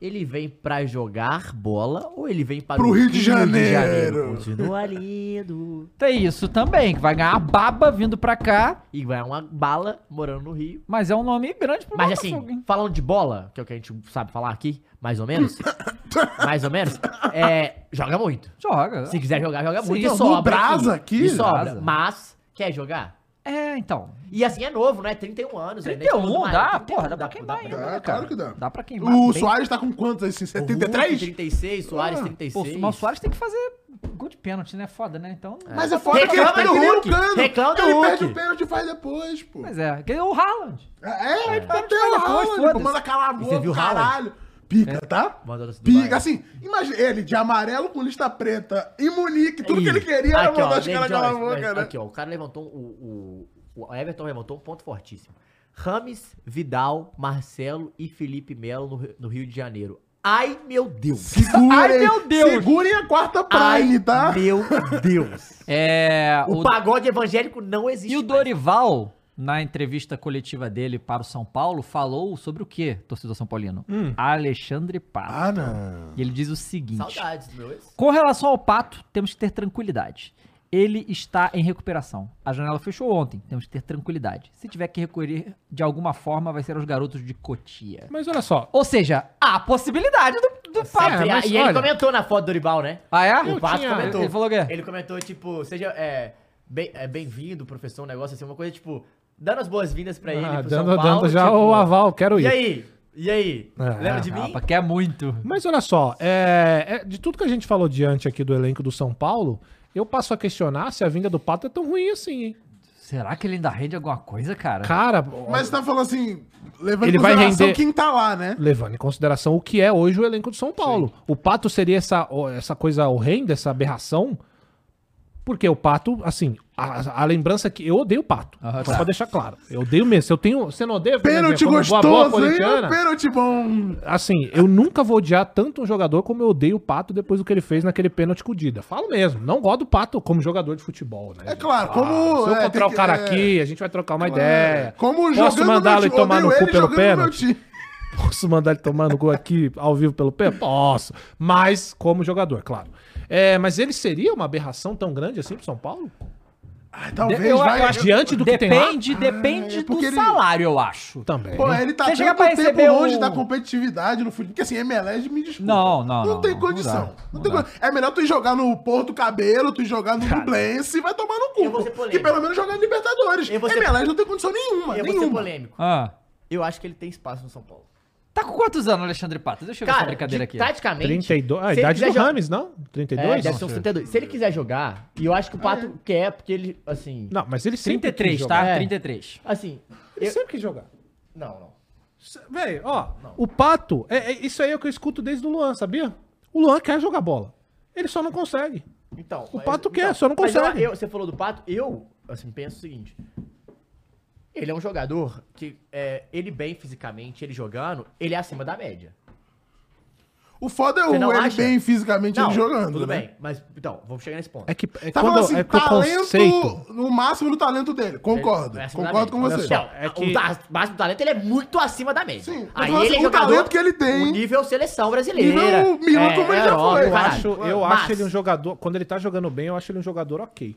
S4: Ele vem pra jogar bola ou ele vem para
S3: Pro Rio de Janeiro?
S4: Continua lindo.
S1: Tem isso também, que vai ganhar a baba vindo pra cá,
S4: E vai uma bala morando no Rio.
S1: mas é um nome grande pro
S4: Mas
S1: Botafogo,
S4: assim,
S1: hein?
S4: falando de bola, que é o que a gente sabe falar aqui, mais ou menos. mais ou menos. É, joga muito.
S1: Joga.
S4: Se quiser jogar, joga
S1: Sim,
S4: muito.
S1: no
S4: e sobra.
S3: Brasa aqui,
S4: E sobra.
S1: Brasa.
S4: Mas, quer jogar?
S1: É, então.
S4: E assim, é novo, né? 31 anos. né? Nem
S1: 31,
S4: falando
S1: dá,
S4: mais, 31
S1: porra, dá pra queimar
S4: dá
S1: ainda,
S3: dá,
S1: né, cara?
S3: claro que dá.
S1: Dá pra queimar.
S3: O
S1: bem.
S3: Soares tá com quantos assim?
S4: Hulk,
S3: 73?
S4: 36, Soares,
S1: Pô,
S4: 36.
S1: mas o Soares tem que fazer gol de pênalti, né? Foda, né? Então.
S3: Mas é foda
S4: Reclama
S3: que ele
S4: do
S3: perde
S4: Hulk.
S3: o cano.
S4: Reclama do
S3: Ele
S4: Hulk.
S3: perde o pênalti e faz depois, pô.
S1: Mas é, ganhou o Haaland.
S3: É, é.
S1: perde o
S3: até o
S1: depois,
S3: Haaland, pô,
S1: foda-se.
S3: manda calar a
S4: você
S3: boca,
S4: viu o
S3: caralho. Pica, tá?
S4: Mandou-se do
S3: Pica,
S4: Bayern.
S3: assim, imagina ele de amarelo com lista preta e Munique, tudo que ele
S4: Ih,
S3: queria era
S4: aqui, ó,
S3: mandar os
S4: David
S3: caras calar a
S4: Joyce,
S3: boca,
S4: mas
S3: né?
S4: Aqui, ó, o cara levantou um, o, o, o Everton levantou um ponto fortíssimo. Rames, Vidal, Marcelo e Felipe Melo no, Rio- no Rio de Janeiro. Ai, meu Deus.
S3: Segurem,
S1: Ai, meu Deus.
S3: Segurem a quarta
S4: Ai,
S3: prime, tá?
S4: meu Deus.
S1: É.
S4: O
S1: o-
S4: pagode evangélico não existe.
S1: E o
S4: mais.
S1: Dorival, na entrevista coletiva dele para o São Paulo, falou sobre o quê, torcedor São Paulino?
S4: Hum.
S1: Alexandre Pato.
S3: Ah, não.
S1: E ele diz o seguinte:
S4: Saudades, meu ex.
S1: Com relação ao Pato, temos que ter tranquilidade. Ele está em recuperação. A janela fechou ontem, temos que ter tranquilidade. Se tiver que recolher de alguma forma, vai ser aos garotos de Cotia.
S2: Mas olha só,
S1: Ou seja, há possibilidade do, do Pato.
S2: É,
S4: e,
S2: mas
S4: e ele
S2: olha-
S4: comentou na foto do Dorival, né?
S1: Ah, é?
S4: O Vasco
S2: tinha-
S4: comentou.
S1: Ele falou o quê?
S4: Ele comentou, tipo, seja é, bem- é, bem-vindo, professor, um negócio assim, uma coisa, tipo, dando as boas-vindas pra ele,
S2: ah,
S4: pro
S2: dando,
S4: São Paulo.
S2: dando já
S4: tipo,
S2: o aval, quero ir.
S4: E aí? E aí?
S2: É,
S4: Lembra de mim?
S1: Rapaz, quer muito.
S2: Mas olha só, é, é, de tudo que a gente falou diante aqui do elenco do São Paulo, eu passo a questionar se a vinda do Pato é tão ruim assim, hein?
S1: Será que ele ainda rende alguma coisa, cara?
S2: Cara,
S3: Mas você tá falando assim, levando
S2: Ele vai
S3: consideração
S2: render-
S3: quem tá lá, né?
S2: levando em consideração o que é hoje o elenco do São Paulo. O Pato seria essa, ó, essa coisa horrenda, essa aberração, porque o Pato, assim, a, a lembrança que... Eu odeio o Pato,
S1: Aham,
S2: só
S1: tá.
S2: pra deixar claro. Eu odeio mesmo. Se eu tenho... Você não odeia?
S3: Pênalti
S2: Fernandinha, como boa- boa
S3: gostoso, hein?
S2: corintiana?
S3: Pênalti bom.
S2: assim, eu nunca vou odiar tanto um jogador como eu odeio o Pato depois do que ele fez naquele pênalti com o Dida. Falo mesmo, não gosto do Pato como jogador de futebol, né?
S3: É claro, como-
S2: Se eu
S3: é,
S2: encontrar
S3: tem
S2: o cara
S3: que-
S2: aqui, a gente vai trocar uma ideia.
S3: Como
S2: Posso
S3: no
S2: mandá-lo
S3: meu
S2: e
S3: time,
S2: tomar no
S3: odeio
S2: cu
S3: ele
S2: pelo
S3: jogando no meu
S2: pênalti?
S3: time.
S2: Posso mandar ele tomar no gol aqui ao vivo pelo pé? Posso. Mas como jogador, claro. É, mas ele seria uma aberração tão grande assim pro São Paulo?
S3: Ai,
S1: De-
S3: talvez,
S1: eu-
S3: vai.
S1: eu acho-
S2: Diante do que tem lá?
S1: depende, depende
S3: Ah, é
S1: do
S3: porque ele-
S1: salário, eu acho.
S2: Também.
S3: Pô, ele tá
S1: Você chega
S3: tanto
S1: pra receber
S3: tempo longe
S1: o-
S3: da competitividade no futebol. Porque assim, MLS me desculpa.
S1: Não, não, não,
S3: Não tem
S1: não
S3: condição.
S1: dá,
S3: Não
S1: não
S3: tem
S1: dá.
S3: condi- É melhor tu ir jogar no Porto Cabelo, tu ir jogar no Nublense e vai tomar no
S4: Eu vou ser
S3: cu.
S4: polêmico.
S3: Que pelo menos jogar em Libertadores.
S4: Eu vou ser-
S3: MLS não tem condição nenhuma.
S4: Eu vou ser
S3: nenhuma.
S4: polêmico.
S1: Ah,
S4: Eu acho que ele tem espaço no São Paulo.
S1: Tá com quantos anos, Alexandre Pato? Deixa eu ver essa
S4: Cara,
S1: brincadeira aqui.
S4: de- praticamente.
S2: 32. Ah, a
S4: se ele
S2: idade
S4: quiser
S2: do
S4: jo-
S2: Rames, não?
S4: É,
S2: 32?
S4: deve ser uns 32. Se ele quiser jogar, e eu acho que o Pato quer, porque ele, assim.
S2: É. Não, mas ele sempre
S1: 33,
S2: quis
S1: tá?
S2: jogar.
S4: É.
S1: 33.
S4: Assim.
S2: Ele
S4: eu-
S2: sempre quis jogar.
S4: não, não.
S2: S- Véi, ó, o Pato, é, é- isso aí é o que eu escuto desde o Luan, sabia? O Luan quer jogar bola. Ele só não consegue.
S4: Então.
S2: O
S4: mas-
S2: Pato quer,
S4: então,
S2: só não
S4: mas eu-
S2: consegue.
S4: eu- você falou do Pato, eu, assim, penso o seguinte. Ele é um jogador que, é, ele bem fisicamente, ele jogando, ele é acima da média.
S3: O foda é o
S4: Você não
S3: ele
S4: acha?
S3: bem fisicamente ele jogando.
S4: tudo
S3: né?
S4: bem. Mas, então, vamos chegar nesse ponto.
S2: É que, é
S3: Tá
S2: quando,
S3: falando assim,
S2: é que o
S3: talento
S2: conceito...
S3: no máximo do talento dele. Concordo.
S4: Ele é acima da
S3: concordo com
S4: média.
S3: você.
S4: Olha só,
S2: É
S4: o
S2: que-
S4: ta- máximo talento, ele é muito acima da média.
S3: Sim, mas fala
S4: Aí ele
S3: assim,
S4: é
S3: o
S4: jogador...
S3: talento que ele tem-
S4: o nível seleção brasileira. É,
S3: Nível Milan, como ele já foi.
S2: Eu
S4: caralho.
S2: acho, eu
S4: Mas-
S2: acho ele um jogador... Quando ele tá jogando bem, eu acho ele um jogador ok.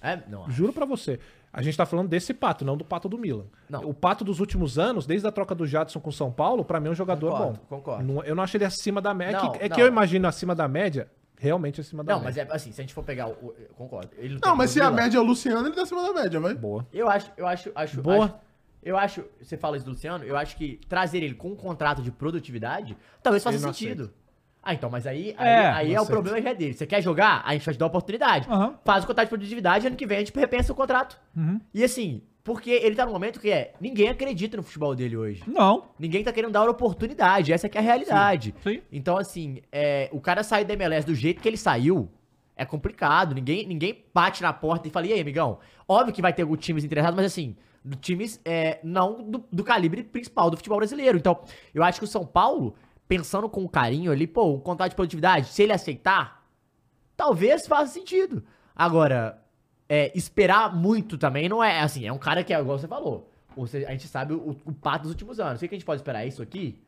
S4: É, não,
S2: Juro pra você. A gente tá falando desse pato, não do pato do Milan.
S4: Não.
S2: O pato dos últimos anos, desde a troca do Jadson com o São Paulo, pra mim é um jogador
S4: Concordo,
S2: bom.
S4: concordo.
S2: Não- eu não acho ele acima da média. É,
S4: Não,
S2: que, é
S4: não.
S2: que eu imagino acima da média, realmente acima da
S4: não, mas
S2: média.
S4: é assim, se a gente for pegar o... eu concordo. Ele
S3: Não,
S4: tem
S3: mas se a
S4: Milan.
S3: média é o Luciano, ele tá acima da média, vai.
S2: Boa.
S4: Eu acho, eu acho, acho.
S2: Boa.
S4: acho- eu acho, você fala isso do Luciano, eu acho que trazer ele com um contrato de produtividade talvez faça
S2: Ele não
S4: sentido. Ah, então, mas aí, aí,
S1: É,
S4: aí
S2: não
S4: é o
S2: aceita.
S4: problema já é dele. Você quer jogar? Aí a gente vai te dar a oportunidade.
S1: Aham.
S4: Faz o contrato de produtividade, ano que vem a gente repensa o contrato.
S2: Uhum.
S4: E assim, porque ele tá num momento que é, ninguém acredita no futebol dele hoje.
S1: Não.
S4: Ninguém tá querendo dar uma oportunidade, essa que é a realidade.
S1: Sim, sim.
S4: Então, assim, é, o cara sair da MLS do jeito que ele saiu é complicado. Ninguém, ninguém bate na porta e fala, e aí, amigão? Óbvio que vai ter alguns times interessados, mas assim, do- times é, não do, do calibre principal do futebol brasileiro. Então, eu acho que o São Paulo, pensando com carinho ali, pô, um contrato de produtividade, se ele aceitar, talvez faça sentido. Agora, é, esperar muito também não é assim. É um cara que, é igual você falou, ou seja, a gente sabe o, o pato dos últimos anos. O que que a gente pode esperar? É Isso aqui?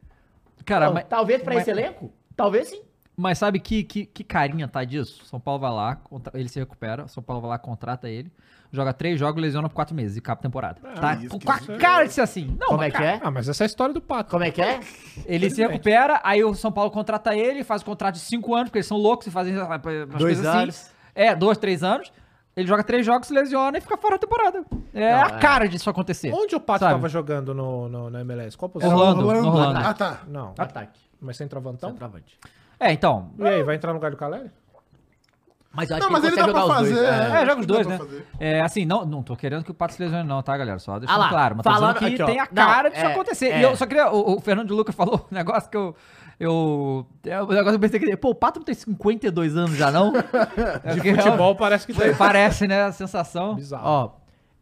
S1: Cara,
S4: Não,
S1: mas,
S4: talvez pra
S1: mas-
S4: esse elenco? Talvez sim.
S1: mas sabe que, que, que carinha tá disso? São Paulo vai lá, contra- ele se recupera, São Paulo vai lá, contrata ele, joga três jogos, lesiona por quatro meses e capa a temporada. tá
S3: isso, que
S1: com a
S3: isso.
S1: cara de ser assim. Não,
S4: Como
S1: mas
S4: é que é?
S2: Ah, mas essa é a história do pato.
S4: Como é que é?
S1: Ele se recupera, aí o São Paulo contrata ele, faz o contrato de 5 anos, porque eles são loucos e fazem umas coisas assim.
S4: anos.
S1: É, dois, três anos. Ele joga três jogos, se lesiona e fica fora da temporada. É
S4: Não,
S1: a
S4: é.
S1: cara disso acontecer.
S2: Onde o pato
S1: Sabe?
S2: tava jogando no, no, na MLS? Qual
S3: É
S2: posição?
S3: o
S1: Orlando, no Orlando.
S3: Ah, tá.
S2: Não.
S4: Ataque. Então-
S2: Mas centroavantão?
S4: Centroavante.
S1: É, então.
S2: E aí, vai entrar no lugar do Caleri?
S4: Mas eu acho
S3: Não, mas
S4: que
S3: ele
S4: ele
S3: dá
S4: consegue
S3: pra
S4: jogar os
S3: fazer.
S4: dois. É.
S1: É, joga os
S3: Dá
S1: dois,
S3: pra
S1: né?
S3: fazer.
S1: É, assim, não, não tô querendo que o Pato se lesione, não, tá, galera? Só deixando
S4: Ah lá,
S1: claro. Mas tô dizendo
S4: falando
S1: que
S4: aqui, ó.
S1: tem a
S4: Não,
S1: cara disso
S4: é,
S1: acontecer. E
S4: é.
S1: eu só queria. O, o Fernando de Luca falou um negócio que eu. Eu. É um negócio que eu pensei que. Pô, o Pato não tem 52 anos já, não?
S2: De futebol parece que tem.
S1: Parece, né? A sensação.
S2: Bizarro.
S4: Ó,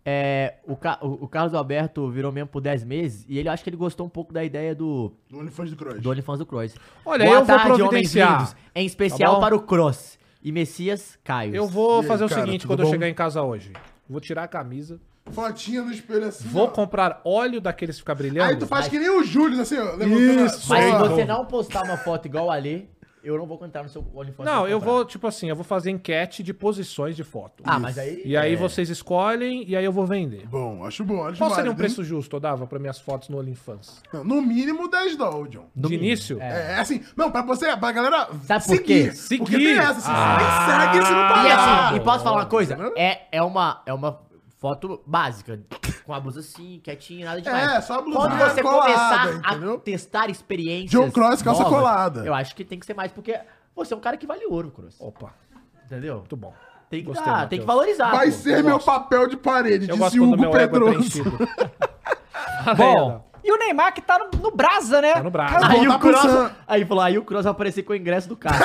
S4: é, o, Ca- o- o Carlos Alberto virou mesmo por 10 meses e ele acho que ele gostou um pouco da ideia do,
S3: Do OnlyFans do Cross.
S4: do OnlyFans do Cross.
S2: Olha, eu vou providenciar.
S4: em especial
S2: Tá bom?
S4: para o Cross e Messias Caio.
S2: eu vou
S3: E aí,
S2: fazer o
S3: cara,
S2: seguinte
S3: tudo
S2: quando eu
S3: bom?
S2: chegar em casa hoje. Vou tirar a camisa,
S3: Fotinha no espelho assim.
S2: vou
S3: ó.
S2: comprar óleo daqueles que fica brilhando.
S3: Aí tu faz que nem o Júlio, assim, ó.
S2: Isso,
S4: Mas se
S2: Sei,
S4: você
S2: novo.
S4: não postar uma foto igual a Lê, eu não vou entrar no seu OnlyFans.
S2: Não,
S4: pra
S2: eu
S4: comprar.
S2: vou, tipo assim, eu vou fazer enquete de posições de foto.
S4: Ah, mas aí.
S2: E aí
S4: é,
S2: vocês escolhem e aí eu vou vender.
S3: Bom, acho bom. Acho
S2: Qual seria um
S3: válido, hein?
S2: preço justo, eu dava, pra minhas fotos no OnlyFans?
S3: Não, No mínimo 10 doll, John.
S2: De início?
S3: É, assim, não, pra você, pra galera
S4: Sabe por quê?
S3: Porque
S2: Seguir.
S3: tem essa, assim,
S2: Ah.
S3: segue se não
S4: E
S3: pagar.
S4: assim, e posso falar uma coisa? É, é, uma, é uma foto básica. Com a blusa assim, quietinha, nada demais.
S3: É, só a blusinha
S4: Quando você
S3: colada,
S4: começar
S3: entendeu?
S4: a testar experiências.
S3: John Cross, calça colada.
S4: Eu acho que tem que ser mais, porque você é um cara que vale ouro, Cross.
S2: Opa,
S4: Entendeu?
S2: muito bom.
S4: Tem que,
S2: Gostei,
S4: dar,
S2: Matheus.
S4: tem que valorizar.
S3: Vai
S4: pô.
S3: ser meu papel de parede,
S2: Eu
S3: disse
S2: gosto
S4: um
S2: quando
S3: Hugo
S2: meu ego é
S3: Pedroso.
S2: preenchido.
S1: Bom, e o Neymar que tá no, no Brasa, né?
S2: Tá no Brasa.
S1: Cara,
S4: Aí
S3: Voltar
S4: o,
S3: pro
S4: Cross,
S3: Sam.
S4: aí falou, aí o Cross vai aparecer com o ingresso do carro.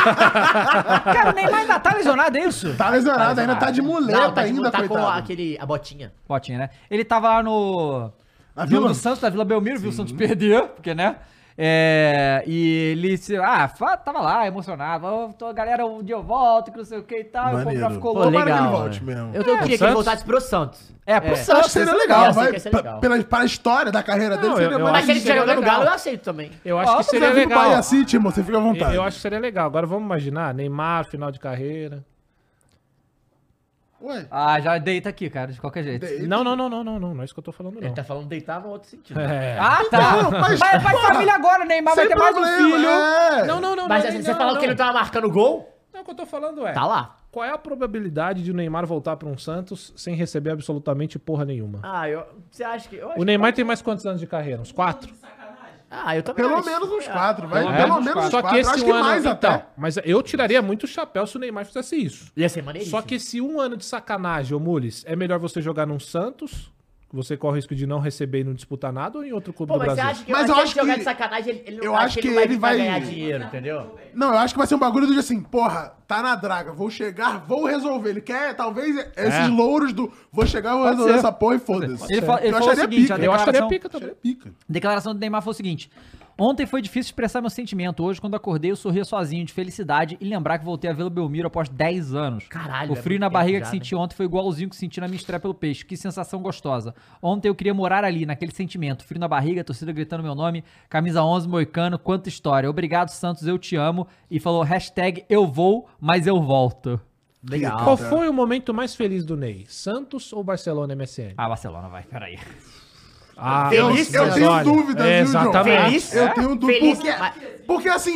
S1: cara, o Neymar ainda tá lesionado, é isso?
S3: Tá lesionado, ainda tá de
S4: Não,
S3: muleta
S4: tá,
S3: ainda,
S4: ainda, tá com
S3: coitado.
S4: aquele, a botinha.
S1: Botinha, né? Ele tava lá no.
S3: Na
S1: no-
S3: Vila?
S1: No Santos, da Vila Belmiro, viu o Santos perder, porque, né? É, e ele se. Ah, fa- tava lá, emocionado. "Ó, tô- galera, um dia eu volto, que não sei o que e tal. e O
S3: Maneiro.
S1: contrato ficou
S4: Pô,
S1: louco.
S3: Tomara que ele
S4: legal,
S3: volte
S4: mano.
S3: mesmo.
S4: Eu, eu queria que ele
S2: Santos?
S4: voltasse pro Santos.
S1: É, pro
S3: É.
S4: É.
S3: Eu
S1: Santos.
S3: acho que seria
S1: isso é
S3: legal,
S4: legal,
S3: vai.
S4: isso é legal.
S3: Pela, para a história da carreira dele,
S2: Não,
S3: seria
S2: eu- eu
S4: Mas se ele
S2: acho que
S4: quiser
S2: seria
S4: jogar no
S2: legal.
S4: Galo, eu aceito também.
S2: Eu acho que
S3: Se
S2: seria
S3: quiser vir pro Bahia
S2: legal.
S3: City, irmão, você fica à
S2: Eu
S3: vontade.
S2: eu acho que seria legal. Agora vamos imaginar, Neymar, final de carreira.
S3: Ué,
S1: Ah, já deita aqui, cara, de qualquer jeito.
S3: Deita.
S2: Não, não, não, não, não, não, não é isso que eu tô falando, não.
S4: Ele tá falando deitar no outro sentido.
S2: É.
S1: Ah, tá. Mas vai, vai família agora, o Neymar vai
S3: sem
S1: ter mais um filho.
S3: problema, é.
S2: Não, não, não.
S4: Mas
S2: não,
S4: assim,
S2: não,
S4: você falou
S2: não.
S4: que ele tava marcando gol?
S2: Não, o que eu tô falando é.
S4: Tá lá.
S2: Qual é a probabilidade de o Neymar voltar pra um Santos sem receber absolutamente porra nenhuma?
S4: Ah, eu. Você acha que. eu acho
S2: O Neymar tem mais quantos anos de carreira? Uns quatro?
S4: Ah, eu também
S3: Pelo
S4: acho.
S3: menos
S2: É.
S3: uns quatro, vai.
S1: Pelo
S3: Pelo
S1: menos
S3: menos uns
S1: quatro.
S2: Só
S3: quatro.
S2: que esse
S3: Acho
S2: um
S3: que
S2: ano.
S3: mais
S2: então,
S3: até.
S2: Mas eu tiraria muito chapéu se o Neymar fizesse isso.
S4: Ia ser maneiríssimo.
S2: Só que esse um ano de sacanagem, ô Mules, é melhor você jogar num Santos, que você corre o risco de não receber e não disputar nada, ou em outro clube do
S4: Pô, mas você
S2: Brasil?
S4: acha que
S3: Mas
S4: eu
S3: eu
S4: acho
S3: acho
S4: que jogar
S3: que-
S4: de sacanagem, ele, ele,
S3: eu
S4: acho
S3: acho
S4: que ele
S3: que
S4: vai,
S3: ele
S4: vai
S3: vai-
S4: ganhar dinheiro, entendeu?
S3: Não, eu acho que vai ser um bagulho do dia assim, porra, tá na draga, vou chegar, vou resolver. Ele quer, talvez,
S2: É.
S3: esses louros do vou chegar, vou resolver
S1: ser.
S3: essa porra e foda-se.
S1: Ele fa- ele
S3: Eu
S1: falou o
S3: acharia
S1: seguinte,
S3: pica.
S1: a
S2: Eu acharia
S1: declaração-
S2: é pica também.
S3: Pica.
S1: A declaração do Neymar foi o seguinte: Ontem foi difícil expressar meu sentimento. Hoje, quando acordei, eu sorria sozinho de felicidade e lembrar que voltei a Vila Belmiro após 10 anos.
S4: Caralho,
S1: O
S4: é
S1: frio
S4: muito
S1: na
S4: tempo
S1: barriga
S4: já,
S1: que
S4: né?
S1: senti ontem foi igualzinho que senti na minha estreia pelo peixe. Que sensação gostosa. Ontem eu queria morar ali, naquele sentimento. Frio na barriga, torcida gritando meu nome, camisa 11, moicano, quanta história. Obrigado, Santos, eu te amo. E falou hashtag eu vou, mas eu volto.
S4: Legal.
S2: Qual foi o momento mais feliz do Ney? Santos ou Barcelona MSN?
S1: Ah, Barcelona, vai, peraí.
S2: Ah,
S4: Eu
S2: mas-
S4: tenho
S2: mas
S3: dúvidas,
S2: olha,
S3: viu, João?
S2: Exatamente.
S4: Feliz?
S3: Eu tenho dúvida.
S4: Feliz,
S3: Porque,
S4: mas-
S3: porque assim,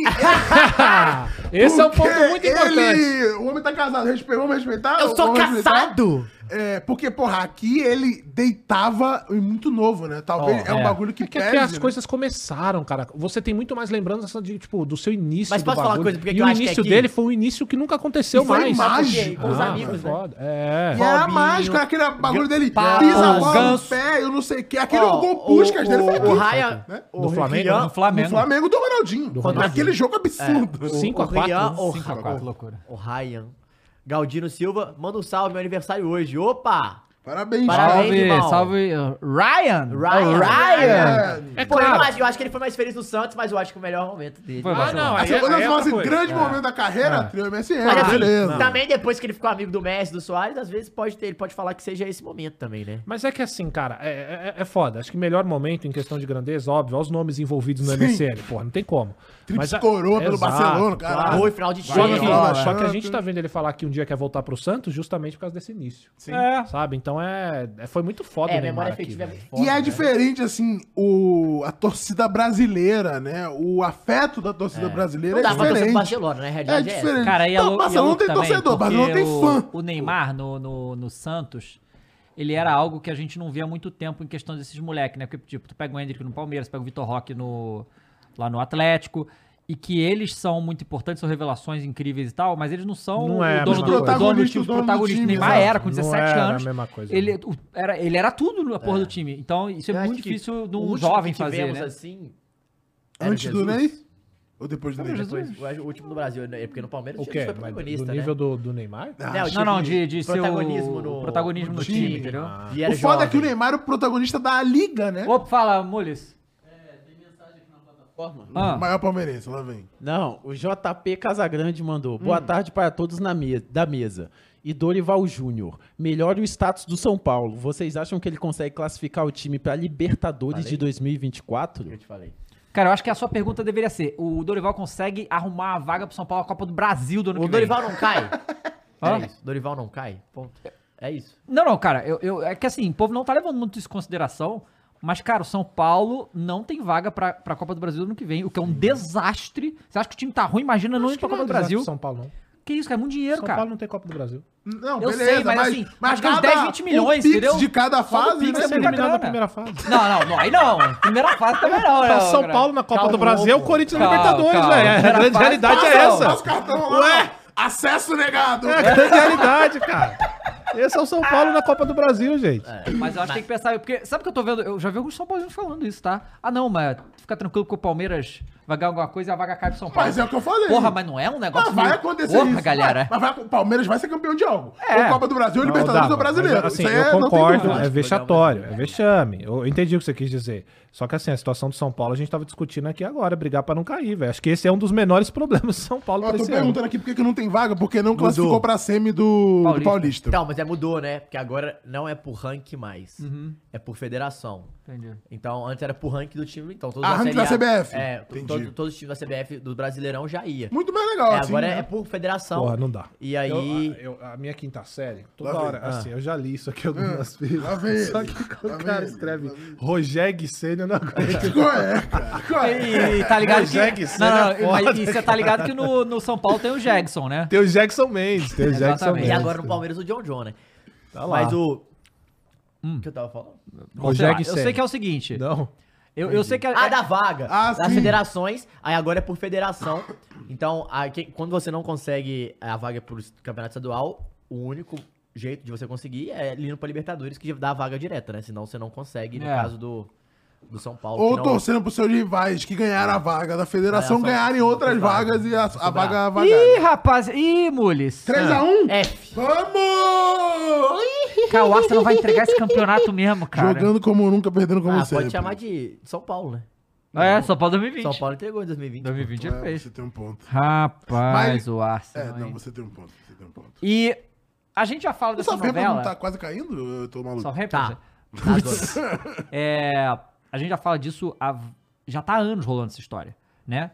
S2: Ah, esse é um ponto
S3: Porque
S2: muito importante.
S3: Ele, o homem tá casado, respe... vamos respeitar?
S4: Eu sou
S3: Vamos respeitar?
S4: casado!
S3: É, porque, porra, aqui ele deitava e muito novo, né? Talvez
S1: Ó,
S3: é um
S1: é.
S3: bagulho que
S2: É que
S3: pesa.
S2: aqui as
S3: né?
S2: coisas começaram, cara. Você tem muito mais lembrança de, tipo, do seu início.
S4: Mas
S2: do
S4: posso falar uma
S2: bagulho.
S4: coisa? Porque
S2: E
S4: que eu
S2: o
S4: acho que é
S2: início
S4: aqui-
S2: dele foi um início que nunca aconteceu
S3: E foi
S2: mais.
S3: imagem.
S4: Porque Com os
S2: Ah,
S4: amigos,
S2: foi
S4: né?
S2: foda. É.
S3: E era
S4: Robinho,
S3: mágico, era aquele bagulho dele
S1: Papo,
S3: pisa a bola no
S1: Ganso.
S3: pé, eu não sei o quê. Aquele
S4: Ó,
S3: gol Puskas
S4: o-
S3: dele foi
S4: o-
S3: aqui.
S4: O Raya,
S3: né?
S4: o
S2: Flamengo,
S4: Rian-
S1: No
S3: No
S1: Flamengo.
S3: Flamengo do Ronaldinho.
S2: Ronaldinho.
S3: Aquele jogo absurdo.
S4: o-
S2: Cinco
S4: o
S2: a quatro,
S4: Rian- o
S2: cinco a
S4: Ra-
S2: quatro.
S1: Loucura.
S4: O Ryan. Galdino Silva, manda um salve, meu aniversário hoje. Opa!
S3: Parabéns,
S4: Parabéns,
S1: Salve,
S4: irmão.
S1: salve, uh, Ryan!
S4: Ryan!
S3: É,
S2: É
S4: Pô, eu, não
S2: claro.
S4: acho, eu acho que ele foi mais feliz no Santos, mas eu acho que o melhor momento dele.
S1: Foi,
S2: Ah, não.
S3: assim,
S2: Aí,
S3: quando
S2: aí é
S3: eu falo
S2: outra
S3: assim,
S2: coisa.
S3: grande momento da carreira, trio MSN,
S4: Mas assim,
S3: Ah, beleza.
S4: também depois que ele ficou amigo do Messi, do Soares, às vezes pode ter, ele pode falar que seja esse momento também, né?
S2: Mas é que assim, cara, é, é- é foda. Acho que o melhor momento em questão de grandeza, óbvio, olha os nomes envolvidos no
S3: Sim.
S2: MSN, porra, não tem como.
S3: Trips
S2: a-
S3: coroa pelo
S2: Exato.
S3: Barcelona, caralho.
S4: Arroz, final de
S2: Só que,
S4: time.
S3: Bola,
S2: só que a
S3: Santos.
S2: gente tá vendo ele falar que um dia quer voltar pro Santos justamente por causa desse início.
S1: É.
S2: Sabe? Então é, é- Foi muito foda
S4: É,
S2: o Neymar
S4: memória
S2: aqui,
S4: afetiva é
S2: velho.
S4: muito
S3: E
S4: forte.
S3: é diferente, assim, o, a torcida brasileira, né? O afeto da torcida brasileira
S4: Não dá
S3: é
S4: pra torcer pro
S3: diferente.
S4: Barcelona, né? A
S3: É
S4: realidade é, essa.
S3: diferente.
S1: Cara, e a
S3: Não,
S1: Lu- e
S3: Barcelona
S1: a
S3: não
S1: Luke
S3: tem
S1: também,
S3: torcedor, Barcelona tem
S1: porque
S3: fã.
S1: O, o Neymar no, no, no Santos, ele era algo que a gente não via há muito tempo em questão desses moleques, né? Porque, tipo, tu pega o Hendrick no Palmeiras, pega o Vitor Roque no, lá no Atlético. E que eles são muito importantes, são revelações incríveis e tal, mas eles não são
S2: Não é a
S1: o dono
S2: mesma
S1: do, o dono do
S3: coisa.
S1: time,
S3: Protagonista, o dono do
S1: protagonista.
S3: time,
S1: Neymar
S3: exato.
S1: era com
S2: Não
S1: 17
S2: era a
S1: anos.
S2: mesma coisa,
S1: ele, o- era, ele era tudo
S3: É.
S1: na porra do time. Então, isso é
S4: Eu acho
S1: muito
S4: que
S1: difícil de
S4: o
S1: um
S4: último
S1: jovem
S4: que tivemos,
S1: fazer, né?
S4: assim, era
S3: Antes do
S4: É, Jesus.
S3: Ney? Ou depois do Ney?
S4: Depois, o último do Brasil, né? porque no Palmeiras
S2: O
S4: Jesus
S2: quê?
S4: foi
S2: Mas
S4: protagonista,
S2: do
S4: né?
S2: nível do, do Neymar?
S4: Né, o
S1: Não,
S4: time-
S1: não, de, de ser
S4: protagonismo
S1: o
S4: no-
S1: protagonismo
S4: no
S1: do
S3: time,
S1: time, entendeu?
S4: E era
S3: O foda é
S4: jovem.
S3: que o Neymar é o protagonista da Liga, né?
S1: Opa, fala, Mules.
S6: Forma.
S3: O
S1: Ah.
S3: maior palmeirense, lá vem.
S6: Não, o JP Casagrande mandou. Boa tarde para todos na me da mesa. E Dorival Júnior, melhore o status do São Paulo. Vocês acham que ele consegue classificar o time para Libertadores de
S4: Eu
S6: 2024?
S4: te falei.
S1: Cara, eu acho que a sua pergunta deveria ser: o Dorival consegue arrumar a vaga pro São Paulo na Copa do Brasil do ano
S4: O
S1: que vem?
S4: Dorival não cai?
S1: Hã?
S4: É isso. Dorival não cai? Ponto. É isso.
S1: Não, não, cara, eu, eu- é que assim, o povo não tá levando muito isso em consideração, mas, cara, o São Paulo não tem vaga pra, pra Copa do Brasil do ano que vem, o que é um desastre. Você acha que o time tá ruim? Imagina não ir pra
S2: Uhum. Acho que
S1: Copa
S2: não é
S1: do
S2: desastre
S1: Brasil.
S2: São Paulo, não.
S1: Que isso, cara, é muito dinheiro,
S2: São
S1: cara.
S2: Paulo não tem Copa do Brasil.
S3: Não,
S1: Eu
S3: beleza,
S1: sei, mas
S3: mas,
S1: assim,
S3: mas
S1: uns
S3: cada
S1: 10, 20 milhões,
S3: um pix
S1: entendeu?
S3: de cada
S1: Só do
S3: fase,
S1: pix é
S3: né?
S2: Você é
S1: muita
S2: eliminado na
S1: grana.
S2: primeira fase.
S1: Não, não, não, aí não. Primeira fase também não, né?
S2: Pra São
S1: cara?
S2: Paulo na Copa
S4: Calma,
S2: do Brasil é o
S4: pô.
S2: Corinthians na
S1: Calma,
S2: Libertadores,
S1: calma.
S2: velho. É, A
S1: Era
S2: grande
S1: fácil,
S2: realidade é
S1: passa,
S2: essa.
S3: Nossa, cartão lá,
S2: Ué?
S3: Acesso negado.
S2: É a grande realidade, cara. Esse é o São Paulo na Copa do Brasil, gente.
S1: Mas eu acho que tem que pensar, porque sabe o que eu tô vendo? Eu já vi alguns São Paulinos falando isso, tá? Ah, não, mas fica tranquilo que o Palmeiras vai ganhar alguma coisa e a vaga cai pro São Paulo.
S3: Mas é o que eu falei.
S1: Porra, mas não é um negócio.
S3: Mas Ah, vai
S1: meio-
S3: acontecer
S1: Porra,
S3: isso.
S1: galera.
S3: Mas, mas vai, o Palmeiras vai ser campeão de algo.
S1: É.
S3: Ou Copa do Brasil, ou
S2: Não,
S3: Libertadores
S2: Dava,
S3: ou Brasileiro.
S2: mas, assim,
S3: Isso aí
S2: eu
S3: é- não tem
S2: concordo,
S3: dúvida.
S2: é vexatório, é vexame. Eu entendi o que você quis dizer. Só que assim, a situação do São Paulo a gente tava discutindo aqui agora, brigar pra não cair, velho. Acho que esse é um dos menores problemas do São Paulo
S3: Ó,
S2: pra
S3: tô
S2: esse ano.
S3: perguntando aqui por que que não tem vaga, porque não classificou pra semi do do
S1: Paulista.
S3: Paulista.
S4: Então, mas é mudou, né? Porque agora não é por rank mais. É por federação.
S1: Entendi.
S4: Então, antes era por rank do time. Então, todos
S3: Ah,
S4: da
S3: ranking
S4: Série
S3: da
S4: A-
S3: CBF.
S4: É,
S3: Entendi.
S4: todo- todos os times da CBF do Brasileirão já ia.
S3: Muito mais
S4: É,
S3: legal, assim.
S4: agora
S3: né?
S4: é por federação.
S2: Porra, não dá.
S4: E aí.
S2: Eu- a, eu- a minha quinta série, toda
S3: Lá vem. Ah,
S2: hora, assim, eu já li isso aqui algumas
S3: lá vem
S2: vezes. Só
S3: ele,
S2: que quando
S3: lá
S2: o
S3: vem
S2: cara
S3: ele,
S2: escreve
S3: lá vem ele.
S2: Rogério Senna, eu não aguento.
S3: Qual é, cara? Qual é?
S1: E, e tá ligado
S2: O
S1: que.
S2: Jackson
S1: Não, não,
S3: né?
S2: é
S1: não, mas-
S2: foda,
S1: e você tá ligado que no, no São Paulo tem o Jackson, né?
S2: Tem o Jackson Mendes, tem o Jackson
S1: Exatamente.
S2: Mendes.
S4: E agora no Palmeiras o John John, né?
S2: Tá lá.
S4: Mas o. O que eu tava falando?
S1: Bom, sei lá,
S2: Rogério
S1: eu
S2: Ceni. né?
S1: sei que é o seguinte.
S2: Não.
S1: Eu, eu sei que.
S4: Ah,
S1: é-
S4: da vaga.
S3: Ah,
S4: das
S3: sim.
S4: federações. Aí agora é por federação. Então, a- quem- quando você não consegue a vaga pro campeonato estadual, o único jeito de você conseguir é lindo pra Libertadores, que dá a vaga direta, né? Senão você não consegue, no
S1: É.
S4: caso do, do São Paulo. que
S3: Ou
S4: não-
S3: torcendo pros seus rivais que ganharam a vaga da federação,
S4: Ganharam só-
S3: ganharem outras
S4: só-
S3: vagas e a, a vaga
S1: Ih,
S3: vagar.
S1: rapaz. Ih, Mules.
S3: 3x1?
S4: é F.
S3: Vamos!
S1: Ah, Kawhi, você não vai entregar esse campeonato mesmo, cara.
S3: Jogando como nunca, perdendo como
S4: Ah,
S3: sempre.
S4: pode chamar de São Paulo, né?
S1: É, Só Paulo 2020.
S4: São Paulo entregou em 2020.
S1: 2020 ele
S3: É,
S1: fez.
S3: você tem um ponto.
S1: Rapaz,
S3: Mas-
S1: o
S3: É,
S1: Arsenal.
S3: não,
S1: hein?
S3: você tem um ponto. Você tem um ponto.
S1: E a gente já fala
S3: O
S1: dessa
S3: Southampton não
S1: novela.
S3: tá quase caindo? Eu tô maluco.
S1: Só né?
S4: Tá.
S1: representa.
S4: Tá, dois.
S1: É, a gente já fala disso há, já tá há anos rolando essa história, né?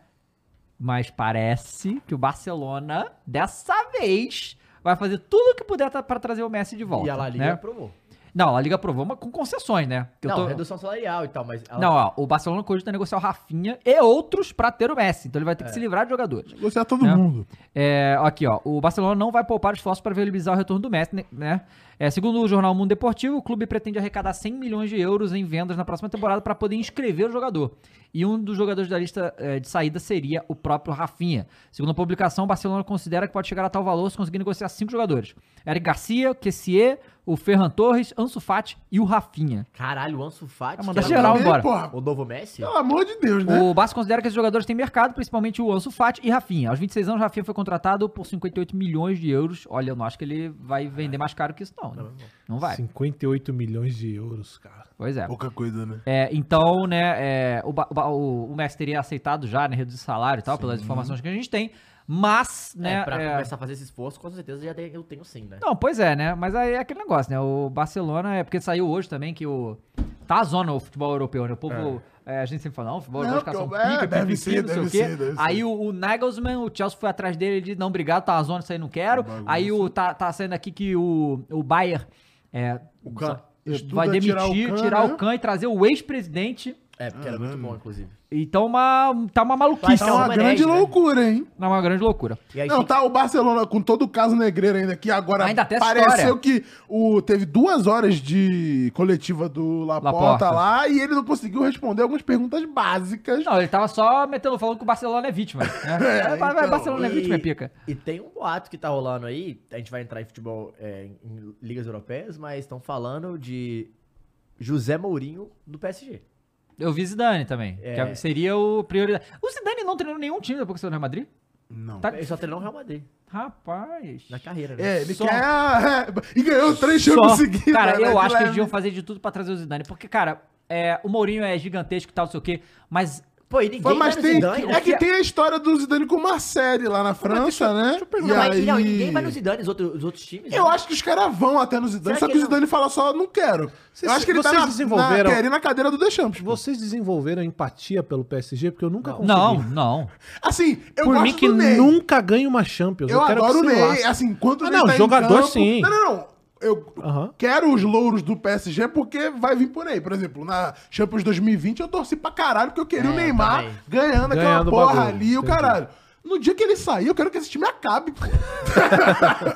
S1: Mas parece que o Barcelona dessa vez vai fazer tudo o que puder tá, para trazer o Messi de volta,
S4: e a La Liga
S1: né?
S4: aprovou.
S1: Não, a La Liga aprovou, mas com concessões, né? Que eu
S4: não,
S1: tô-
S4: redução salarial e tal, mas... ela-
S1: Não, ó, o Barcelona cogita negociar o Rafinha e outros pra ter o Messi, então ele vai ter
S4: É.
S1: que se livrar de jogadores.
S3: Gostar todo
S1: Né?
S3: mundo.
S1: É, aqui, ó. O Barcelona não vai poupar esforço para viabilizar o retorno do Messi, né? É, segundo o jornal Mundo Deportivo, o clube pretende arrecadar 100 milhões de euros em vendas na próxima temporada para poder inscrever o jogador. E um dos jogadores da lista eh, de saída seria o próprio Rafinha. Segundo a publicação, o Barcelona considera que pode chegar a tal valor se conseguir negociar cinco jogadores: Eric Garcia, Kessier, o Ferran Torres, Ansu Fati e o Rafinha.
S4: Caralho, o Ansu Fati,
S1: Ah, manda
S4: que é o-
S1: geral. bora.
S3: porra,
S4: o novo Messi?
S3: pelo amor de Deus, né?
S1: O Barça considera que esses jogadores têm mercado, principalmente o Ansu Fati e Rafinha. Aos 26 anos, Rafinha foi contratado por 58 milhões de euros. Olha, eu não acho que ele vai vender mais caro que isso, não. né? Não vai.
S2: 58 milhões de euros, cara.
S1: Pois é.
S3: Pouca coisa, né?
S1: É, então, né, é, o, Ba- o Ba- o, o Messi teria aceitado já, né, reduzir salário e tal, pelas informações que a gente tem, mas, né...
S4: É, pra
S1: é,
S4: começar a fazer esse esforço, com certeza já tem- eu tenho sim, né?
S1: Não, pois é, né, mas aí é aquele negócio, né, o Barcelona, é porque saiu hoje também que o... Tá a zona o futebol europeu, né, o povo... é, a gente sempre fala, não, o futebol
S3: Não,
S1: europeu, os caras são
S3: porque- é,
S1: pica, pica,
S3: deve
S1: pica,
S3: ser,
S1: não sei o
S3: deve
S1: quê.
S3: ser, deve ser.
S1: aí o, o Nagelsmann, o Chelsea foi atrás dele, ele disse, não, obrigado, tá a zona, isso aí não quero.
S3: Bagunça.
S1: Aí o, tá, tá saindo aqui que o, o Bayern é,
S3: O Kahn.
S1: vai
S3: Estuda
S1: demitir,
S3: tirar
S1: tirar
S3: o
S1: o
S3: Kahn,
S1: Kahn,
S3: né?
S1: e trazer o ex-presidente
S4: É, porque era muito bom, inclusive.
S1: Então uma, tá uma
S4: Vai,
S1: maluquice,
S3: Tá
S4: então,
S3: uma
S4: merece,
S3: grande
S4: né?
S3: loucura, hein?
S1: tá uma grande loucura.
S4: E aí,
S3: Não,
S4: tem-
S3: tá o Barcelona com todo o caso negreiro ainda, que agora
S1: Ainda até
S3: pareceu
S1: história.
S3: que o, teve duas horas de coletiva do Laporta,
S1: Laporta.
S3: lá e ele não conseguiu responder algumas perguntas básicas.
S1: Não, ele tava só metendo, falando que o Barcelona é vítima. Né? Vai, vai,
S3: então,
S1: Barcelona é vítima, é pica.
S4: E tem um boato que tá rolando aí, a gente vai entrar em futebol, é, em ligas europeias, mas estão falando de José Mourinho do PSG.
S1: Eu vi Zidane também,
S4: É.
S1: que seria o prioridade. O Zidane não treinou nenhum time depois que saiu do Real Madrid?
S3: Não.
S1: Tá-
S4: Ele só treinou o Real Madrid
S1: Rapaz...
S4: na carreira, né?
S3: É, ele
S1: Só.
S3: quer. a- E ganhou três
S1: Só-
S3: jogos seguidos.
S1: Cara,
S3: né,
S1: eu
S3: de
S1: acho que eles
S3: leve.
S1: deviam fazer de tudo pra trazer o Zidane, porque, cara, é, o Mourinho é gigantesco e tal, não sei o quê, mas...
S4: Pô, e ninguém
S3: Foi, mas
S4: vai no
S3: tem,
S4: Zidane, né?
S3: é que tem a história do Zidane com o Marcelli lá na França, né?
S4: Não, mas- não, ninguém vai no Zidane, os outros, os outros times.
S3: Eu
S4: né?
S3: acho que os caras vão até no Zidane,
S4: Será
S3: só
S4: que
S3: que o
S4: ele não-
S3: Zidane fala só, não quero.
S2: Vocês-
S3: eu acho que ele tá
S2: vocês
S3: na,
S2: desenvolveram-
S3: na, querendo a cadeira do Deschamps. pô.
S2: Vocês desenvolveram empatia pelo PSG? Porque eu nunca consegui.
S1: Não, não.
S3: Assim, eu
S2: Por
S3: gosto
S2: mim que
S3: do Ney.
S2: nunca ganha uma Champions.
S3: Eu
S2: quero que
S3: adoro o
S2: se
S3: Ney.
S2: lasque.
S3: Assim, quanto
S2: Ah,
S3: o Ney
S2: não,
S3: em
S2: jogador,
S3: campo-
S2: sim.
S3: Não, não, não. Eu
S2: Aham.
S3: quero os louros do PSG porque vai vir por aí. Por exemplo, na Champions 2020 eu torci pra caralho porque eu queria o Neymar
S4: É, também.
S3: ganhando aquela
S2: Ganhando o
S3: porra
S2: bagulho,
S3: ali, o
S2: entendi.
S3: caralho. No dia que ele sair, eu quero que esse time acabe, pô.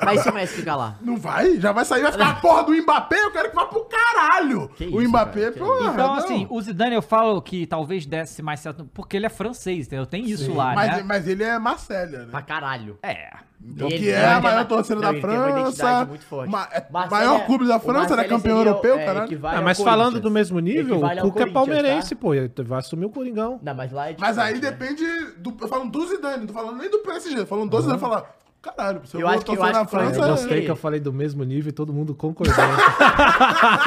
S4: Mas se o Messi ficar lá.
S3: Não vai? Já vai sair, vai ficar a porra do Mbappé, eu quero que vá pro caralho.
S4: Que
S3: o
S4: isso,
S3: Mbappé,
S4: cara, que
S3: porra.
S1: Então,
S3: não.
S1: assim, o Zidane eu falo que talvez desse mais certo, porque ele é francês, entendeu? Tem isso lá,
S3: mas,
S1: né?
S3: mas ele é Marcélia, né?
S4: Pra caralho.
S1: É.
S3: Então,
S4: Ele
S3: que é
S4: tem
S3: a
S4: uma-
S3: maior torcida
S4: não,
S3: da
S4: ele tem uma
S3: França.
S4: identidade muito forte.
S3: ma- é-
S4: Marcelo
S3: maior
S4: é-
S3: clube da
S4: o
S3: França, né?
S4: Marcelo
S3: Campeão
S4: seria o-
S3: europeu,
S4: é,
S3: caralho.
S4: equivale
S2: Ah,
S4: ao
S2: mas falando
S4: Corinthians.
S2: do mesmo nível,
S4: Equivale
S2: o
S4: ao
S2: Cuca é
S4: Corinthians,
S2: palmeirense,
S4: tá?
S2: pô. Ele vai assumir o Coringão.
S4: Não, mas lá é
S3: Mas aí
S4: diferente, né?
S3: depende. Do, eu falo do Zidane, não tô falando nem do PSG, tô falando do Zidane falar. Caralho, se eu,
S4: Eu
S3: vou
S4: acho que- eu
S3: torcer na
S4: acho que foi-
S2: Eu
S3: França.
S4: não
S2: gostei
S4: é.
S2: que eu falei do mesmo nível e todo mundo concordou.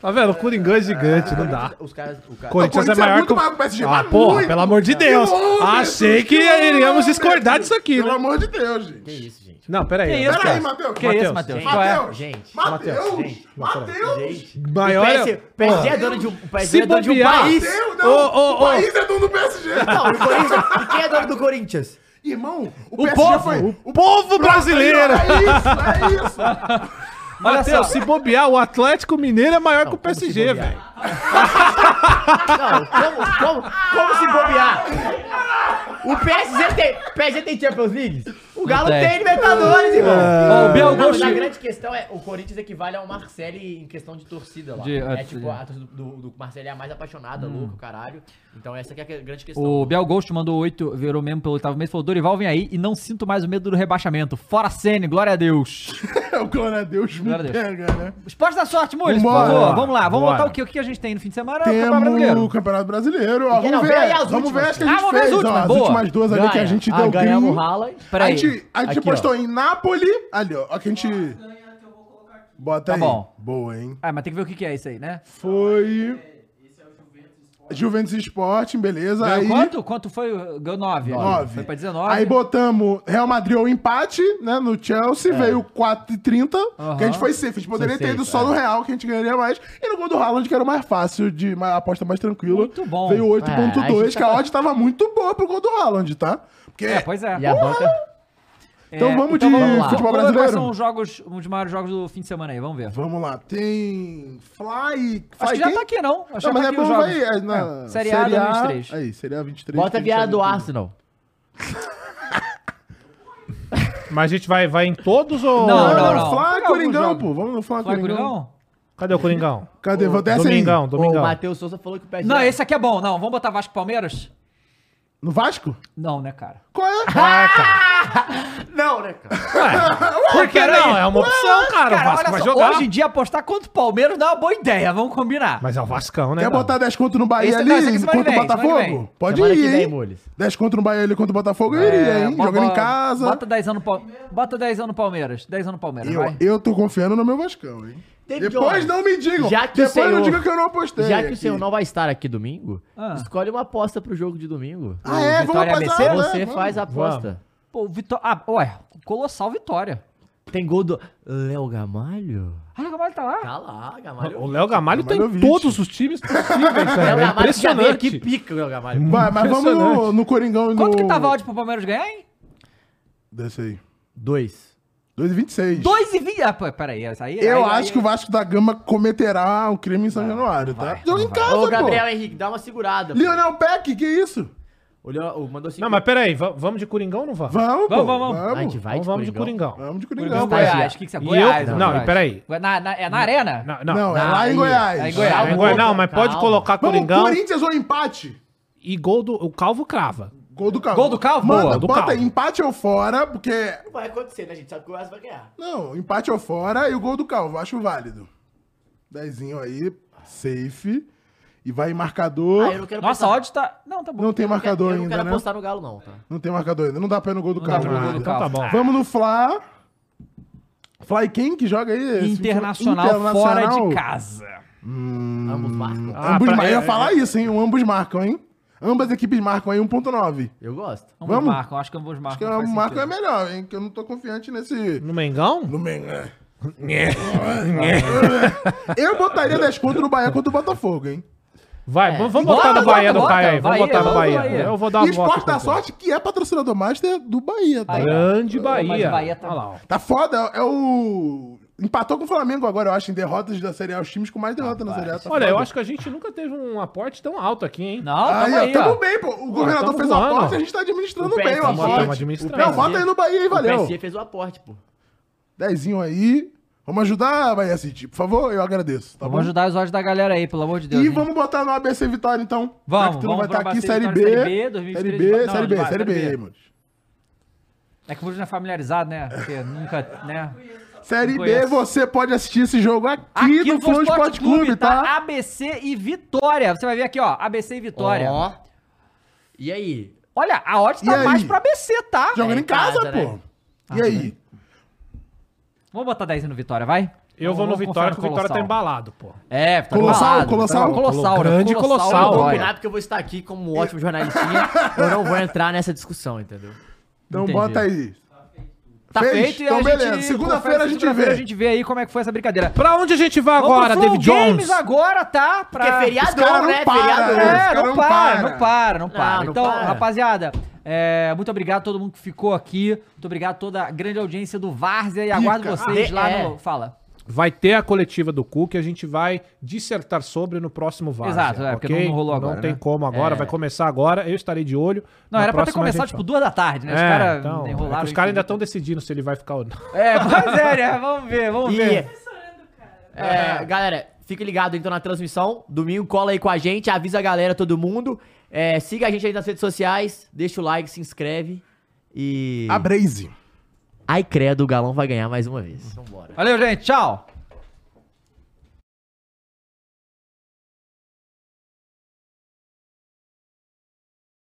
S2: tá vendo? O Coringão é gigante, não dá.
S4: Os caras. O cara...
S2: Corinthians é
S3: Corinthians é
S2: maior
S3: muito
S2: que o
S3: maior que o PSG,
S2: Ah,
S3: mas
S2: porra,
S3: muito.
S2: pelo amor de Deus.
S3: Quilômetros,
S2: Achei que iríamos
S3: quilômetros.
S2: discordar disso aqui,
S3: Pelo
S2: né?
S3: amor de Deus,
S4: Que
S3: gente.
S4: isso, gente.
S2: Não, peraí.
S1: Que isso,
S2: eu quero-
S1: cara?
S3: Peraí, Matheus.
S1: Que isso, Matheus?
S4: gente.
S1: Qual é?
S3: Matheus!
S4: Gente.
S3: Matheus!
S4: Gente.
S3: Matheus!
S4: Gente.
S2: Maior
S4: O PS-
S2: é-
S4: o PSG é
S2: Porra.
S4: dono de um, o
S2: Se
S4: PSG é dono de um
S2: bobear-
S4: país.
S3: Matheus,
S2: Ô, ô,
S3: não!
S2: ô.
S3: O país é dono do PSG!
S4: Não, o Corinthians. E quem é dono do Corinthians?
S3: Irmão,
S1: O povo,
S2: O povo brasileiro!
S3: É isso, é isso!
S1: Olha
S2: Matheus,
S1: só.
S2: se bobear, o Atlético Mineiro é maior que o
S4: como se
S2: PSG,
S4: bobear?
S2: velho.
S4: Não, como, como, como se bobear? O PSG tem, PSG tem Champions League? O Galo
S1: tem.
S4: tem Libertadores, irmão.
S1: Ó, o Bel
S4: Não, mas
S1: Augusto-
S4: a grande questão é, o Corinthians equivale ao Marcelli em questão de torcida lá.
S1: De- Hum.
S4: é
S1: é, de-
S4: tipo, a torcida do, do Marcelli é a mais apaixonada, louco, caralho. Então essa que é a grande questão.
S1: O Bel Ghost mandou oito, virou mesmo pelo oitavo mês, falou: Dorival, vem aí e não sinto mais o medo do rebaixamento. Fora Sene, glória a Deus.
S3: o glória a Deus me
S1: Glória a Deus.
S3: pega, né?
S1: Esporte da sorte, Mules, por
S3: Vambora.
S1: favor. Vamos lá, vamos
S2: Bora.
S1: botar o que? O que a gente tem no fim de semana? É, O Campeonato
S3: Temos o
S1: Brasileiro.
S3: Campeonato Brasileiro. ó,
S4: Quem não
S3: vamos ver,
S4: vê aí
S3: vamos
S4: as
S3: ver
S4: últimas.
S3: as que a gente
S1: Ah, vamos ver as
S3: fez. ó,
S1: últimas,
S3: as
S1: boa.
S3: últimas duas ali que a
S4: Ganha.
S3: gente
S4: Ah,
S3: deu
S4: ganhamos
S3: green.
S4: o Haaland.
S1: Peraí.
S3: A gente, a gente
S4: Aqui,
S3: postou em Nápoles. Ali, ó. ó que a gente. Bota
S1: Tá
S3: aí.
S1: bom.
S3: Boa, hein?
S1: Ah, mas tem que ver o que que é isso aí, né?
S3: Foi. Juventus Sporting, beleza.
S1: Ganhou
S3: aí,
S1: quanto? Quanto foi? Ganhou 9.
S3: Nove.
S1: Foi pra 19.
S3: Aí botamos Real Madrid ao empate, né? No
S1: É.
S3: Chelsea, veio 4,30, que a gente foi safe. A gente poderia
S4: Foi
S3: ter ido
S4: safe,
S3: só
S4: é.
S3: no Real, que a gente ganharia mais. E no gol do Haaland, que era o mais fácil, de uma aposta mais tranquila.
S1: Muito bom.
S3: Veio 8,2,
S4: É, a gente
S3: que a odd tava muito boa pro gol do Haaland, tá? Porque
S1: É, pois é.
S4: E a banca...
S3: então vamos de
S1: lá.
S3: futebol
S1: Vamos ver Quais
S3: brasileiro?
S1: são os jogos, os maiores jogos do fim de semana aí? Vamos ver.
S3: Vamos lá, tem Fly...
S1: Acho
S3: Fly
S1: que já
S3: quem?
S1: tá aqui, não. Acho que
S3: Não, mas
S1: já
S3: é
S1: tá aqui os
S3: bom,
S1: jogos.
S3: vai... é, na,
S1: É, Série A, 23.
S3: Aí, Série A 23.
S4: Bota a
S3: tem
S4: viada
S3: Série
S4: do
S3: B.
S4: Arsenal.
S2: Mas a gente vai, vai em todos ou.
S1: Não,
S3: Não,
S1: não, não.
S3: não,
S1: é
S3: Fly
S1: Pega algum
S3: Coringão,
S1: jogo.
S3: pô. Vamos no Fly
S1: Vai,
S3: Coringão.
S1: Coringão?
S2: Cadê o Coringão?
S3: Cadê? Vou desce aí.
S2: Domingão,
S4: O
S2: Domingão.
S4: Matheus Souza falou que o PSG...
S1: Não, esse aqui é bom. Não, vamos botar Vasco e Palmeiras?
S3: No Vasco?
S1: Não, né, cara?
S3: Qual é?
S2: Ah, cara.
S4: Não, né, cara?
S2: Por que
S1: peraí.
S2: não? É uma opção, cara.
S1: Cara,
S2: O Vasco
S1: olha
S2: vai
S1: só,
S2: jogar.
S1: hoje em dia apostar contra o Palmeiras não é uma boa ideia, vamos combinar.
S2: Mas é o Vascão, né?
S3: Quer
S2: Galo?
S3: botar 10 conto no Bahia
S1: Esse-
S3: ali
S1: não, esse aqui semana
S3: contra o
S1: que vem, semana que
S3: Botafogo?
S1: vem.
S3: Pode
S4: Semana que
S3: ir,
S4: vem,
S3: hein?
S4: Mules.
S3: 10 conto no Bahia ali contra o Botafogo, eu iria, hein?
S1: bo-
S3: Jogando em
S1: bo-
S3: casa.
S1: É, Bota 10 anos, no Pal- bota 10 anos no Palmeiras. 10 anos no Palmeiras,
S3: Eu,
S1: vai.
S3: eu tô confiando no meu Vascão, hein?
S4: David
S3: Depois
S4: Jones.
S3: não me digam.
S4: Já que o
S3: Depois não
S4: senhor-
S3: digam que eu não apostei.
S4: Já que
S3: aqui.
S4: o senhor não vai estar aqui domingo,
S1: Ah.
S4: escolhe uma aposta pro jogo de domingo.
S3: Ah, é? Vamos
S1: Vitória
S3: apostar.
S1: ABC?
S3: né?
S4: Você
S3: Vamos.
S4: faz a aposta.
S1: Pô, Vitória. Ah, ué, colossal vitória.
S4: Tem gol do Léo Gamalho?
S1: Ah, o Gamalho tá lá.
S4: Tá lá, Gamalho.
S2: O Léo Gamalho tem
S3: Gamalho é
S2: em
S3: Vitti.
S2: todos os times possíveis, cara. É impressionante.
S4: que pica o Léo Gamalho.
S3: Vai, mas vamos no,
S2: Impressionante.
S3: no Coringão e no...
S1: Quanto que tava a odd pro Palmeiras ganhar, hein?
S3: Desce aí.
S4: Dois.
S3: 2,26.
S1: 2 e 20. Ah, pô, peraí, essa aí.
S3: Eu
S1: aí-
S3: acho
S1: aí-
S3: que o Vasco da Gama cometerá um crime em São Januário, tá?
S1: vai,
S3: Joga em
S1: vai.
S3: casa,
S4: Ô,
S3: pô.
S4: Gabriel Henrique, dá uma segurada. pô.
S3: Lionel Peck, que isso?
S4: O Léo o- mandou cinco.
S2: Não, mas peraí, va- vamos de Coringão ou não vamos?
S1: Vamos,
S3: Vamos, pô.
S1: vamos,
S4: Ah, A gente
S3: Vamos.
S4: vai
S2: Então vamos de Coringão.
S3: Vamos de
S1: Não,
S3: Coringão,
S1: Goiás,
S3: vai.
S1: o que tá que você
S2: E
S1: Goiás,
S2: eu- não,
S1: Goiás.
S2: e peraí.
S1: Na, na- é na arena?
S2: Não,
S3: Não, é
S4: Não,
S3: lá em
S4: aí.
S3: Goiás.
S1: É em Goiás.
S2: É em Goiás, não, mas pode
S4: Calma.
S2: colocar
S3: Vamos,
S2: Coringão
S3: Corinthians ou empate?
S2: e gol do. O Calvo crava.
S3: Gol do Calvo.
S1: Gol do Calvo?
S3: Manda,
S1: Boa,
S2: do
S3: bota
S2: Calvo.
S3: aí, empate ou fora, porque...
S4: Não vai acontecer, né, gente? Sabe que o Goiás vai ganhar.
S3: Não, empate ou fora e o gol do Calvo, acho válido. Dezinho aí, safe. E vai em marcador.
S4: Ah, eu não quero
S1: Nossa, a
S4: apostar-
S1: odd tá. Não, tá bom.
S3: Não tem
S4: eu não quero-
S3: marcador
S4: Eu não
S3: ainda,
S4: quero
S3: né?
S4: apostar no Galo, não, tá?
S3: Não tem marcador ainda, não dá pra ir no gol do
S1: Não dá
S3: Calvo.
S1: pra ir no gol
S3: ainda.
S1: do
S2: Então tá
S1: Calvo.
S2: bom.
S3: Vamos no Fla. Fla e quem que joga aí?
S1: Internacional, fora de casa.
S4: Ambos marcam.
S2: Ah,
S3: ambos
S2: pra-
S1: tá.
S3: mar- Eu
S2: é-
S3: ia falar isso, hein? Ambos marcam, hein? Ambas equipes marcam aí 1.9.
S4: Eu gosto.
S1: Ambos
S3: Vamos?
S1: marcam, acho que ambos marcam.
S3: Acho que
S1: faz
S3: o
S1: sentido.
S3: Marco é melhor, hein? Que eu não tô confiante nesse.
S2: No Mengão?
S3: No Mengão. É. eu botaria 10 conto no Bahia contra o Botafogo, hein?
S2: Vai, vamos- vamos
S1: Bota,
S2: botar no
S1: bota,
S2: Bahia do
S1: bota,
S2: Caio aí. Vamos
S1: Bahia,
S2: botar no
S1: vamos
S2: Bahia.
S1: Bahia.
S2: Eu vou dar
S3: E
S2: uma
S3: Esporte
S2: volta. então.
S3: da Sorte, que é patrocinador master do Bahia, tá?
S1: Aí,
S2: Grande
S1: Mas o
S2: Bahia.
S1: Bahia tá-
S2: Olha lá, ó.
S3: Tá foda, é o. Empatou com o Flamengo agora, eu acho, em derrotas da Série A. Os times com mais derrota na Série A. Tá
S2: Olha,
S3: foda.
S2: eu acho que a gente nunca teve um aporte tão alto aqui, hein?
S1: Não,
S3: Aí,
S1: tamo
S3: ó,
S1: aí,
S3: tamo
S1: ó.
S3: bem, pô. O governador
S2: tamo
S3: fez o
S2: voando,
S3: aporte,
S2: ó.
S3: a gente tá administrando
S4: O
S3: bem o
S4: PSG,
S2: tamo
S3: aporte.
S2: administrando.
S3: Não, bota aí no Bahia aí,
S4: O
S3: valeu.
S4: PSG fez o aporte, pô.
S3: Dezinho aí. Vamos ajudar, Bahia City, por favor, eu agradeço. Tá
S1: Vamos
S3: bom?
S1: ajudar os olhos da galera aí, pelo amor de Deus.
S3: E
S1: hein?
S3: vamos botar no ABC Vitória, então.
S1: Vamos,
S3: Já que tu não
S1: vamos
S3: vai estar
S1: pra
S3: aqui,
S1: ABC
S3: Série B.
S1: Vitória, Série B,
S3: Série
S1: 2023,
S3: B,
S1: não,
S3: Série B,
S1: vai,
S3: Série
S1: Série B.
S3: B, mano.
S1: É que o Bruno não é familiarizado, né? Porque nunca, né?
S3: Série
S1: Não
S3: B,
S1: conheço.
S3: você pode assistir esse jogo aqui, no Flow Esporte Clube, tá?
S1: ABC e Vitória. Você vai ver aqui, ó. ABC e Vitória.
S4: Ó. E aí?
S1: Olha, a odd
S3: E
S1: tá
S3: aí?
S1: mais pro ABC, tá?
S3: Jogando
S4: É
S3: em casa,
S4: casa,
S3: pô.
S4: né?
S3: E aí?
S1: Vamos botar 10 no Vitória, vai?
S2: Eu vou no
S1: Vamos
S2: Vitória,
S1: confiar
S2: porque o Vitória tá
S1: Colossal.
S2: embalado, pô.
S1: É, tá
S3: Colossal,
S1: embalado.
S3: Colossal.
S1: Colossal, né?
S2: Grande Colossal,
S1: Vitória.
S2: Olha.
S4: Combinar porque eu vou estar aqui como um ótimo jornalistinha. eu não vou entrar nessa discussão, entendeu?
S3: Então
S1: Entendi.
S3: bota aí.
S1: Tá
S3: Fez?
S1: feito e
S3: Então
S1: a
S3: beleza,
S1: gente...
S3: segunda-feira a gente
S1: segunda-feira
S3: vê.
S1: a gente vê aí como é que foi essa brincadeira.
S2: Pra onde a gente vai
S1: Vamos
S2: agora,
S1: pro Flow
S2: David Jones?
S1: Games agora, tá? Pra...
S4: Porque é
S3: cara
S4: feriador,
S3: não
S4: né?
S3: para, né?
S4: Feriador.
S3: Os
S1: É,
S3: cara
S1: não
S3: não
S1: para,
S3: para.
S1: não para, não para.
S4: Não, não
S1: então,
S4: para.
S1: rapaziada, é, muito obrigado a todo mundo que ficou aqui. Muito obrigado a toda a grande audiência do Várzea e aguardo
S3: Pica.
S1: vocês
S4: Ah,
S1: lá
S4: é.
S1: no. Fala.
S2: Vai ter a coletiva do Cu que a gente vai dissertar sobre no próximo VAR.
S1: Exato, é, porque não rolou agora,
S2: Não tem
S1: né?
S2: como agora, vai começar agora, eu estarei de olho.
S1: Não,
S2: Na
S1: era pra ter
S2: próxima a gente
S1: começado, tipo,
S2: fala.
S1: duas da tarde, né? Os
S2: É,
S1: caras
S2: então, é que
S1: enrolaram.
S2: os caras ainda estão decidindo se ele vai ficar ou não.
S1: É, pois é, né? Vamos ver, vamos
S4: E,
S1: ver.
S4: é, galera, fique ligado então na transmissão. Domingo cola aí com a gente, avisa a galera, todo mundo. É, siga a gente aí nas redes sociais, deixa o like, se inscreve. E.
S3: A Braze.
S4: Ai, credo, o galão vai ganhar mais uma vez. Vambora.
S1: Valeu, gente. Tchau.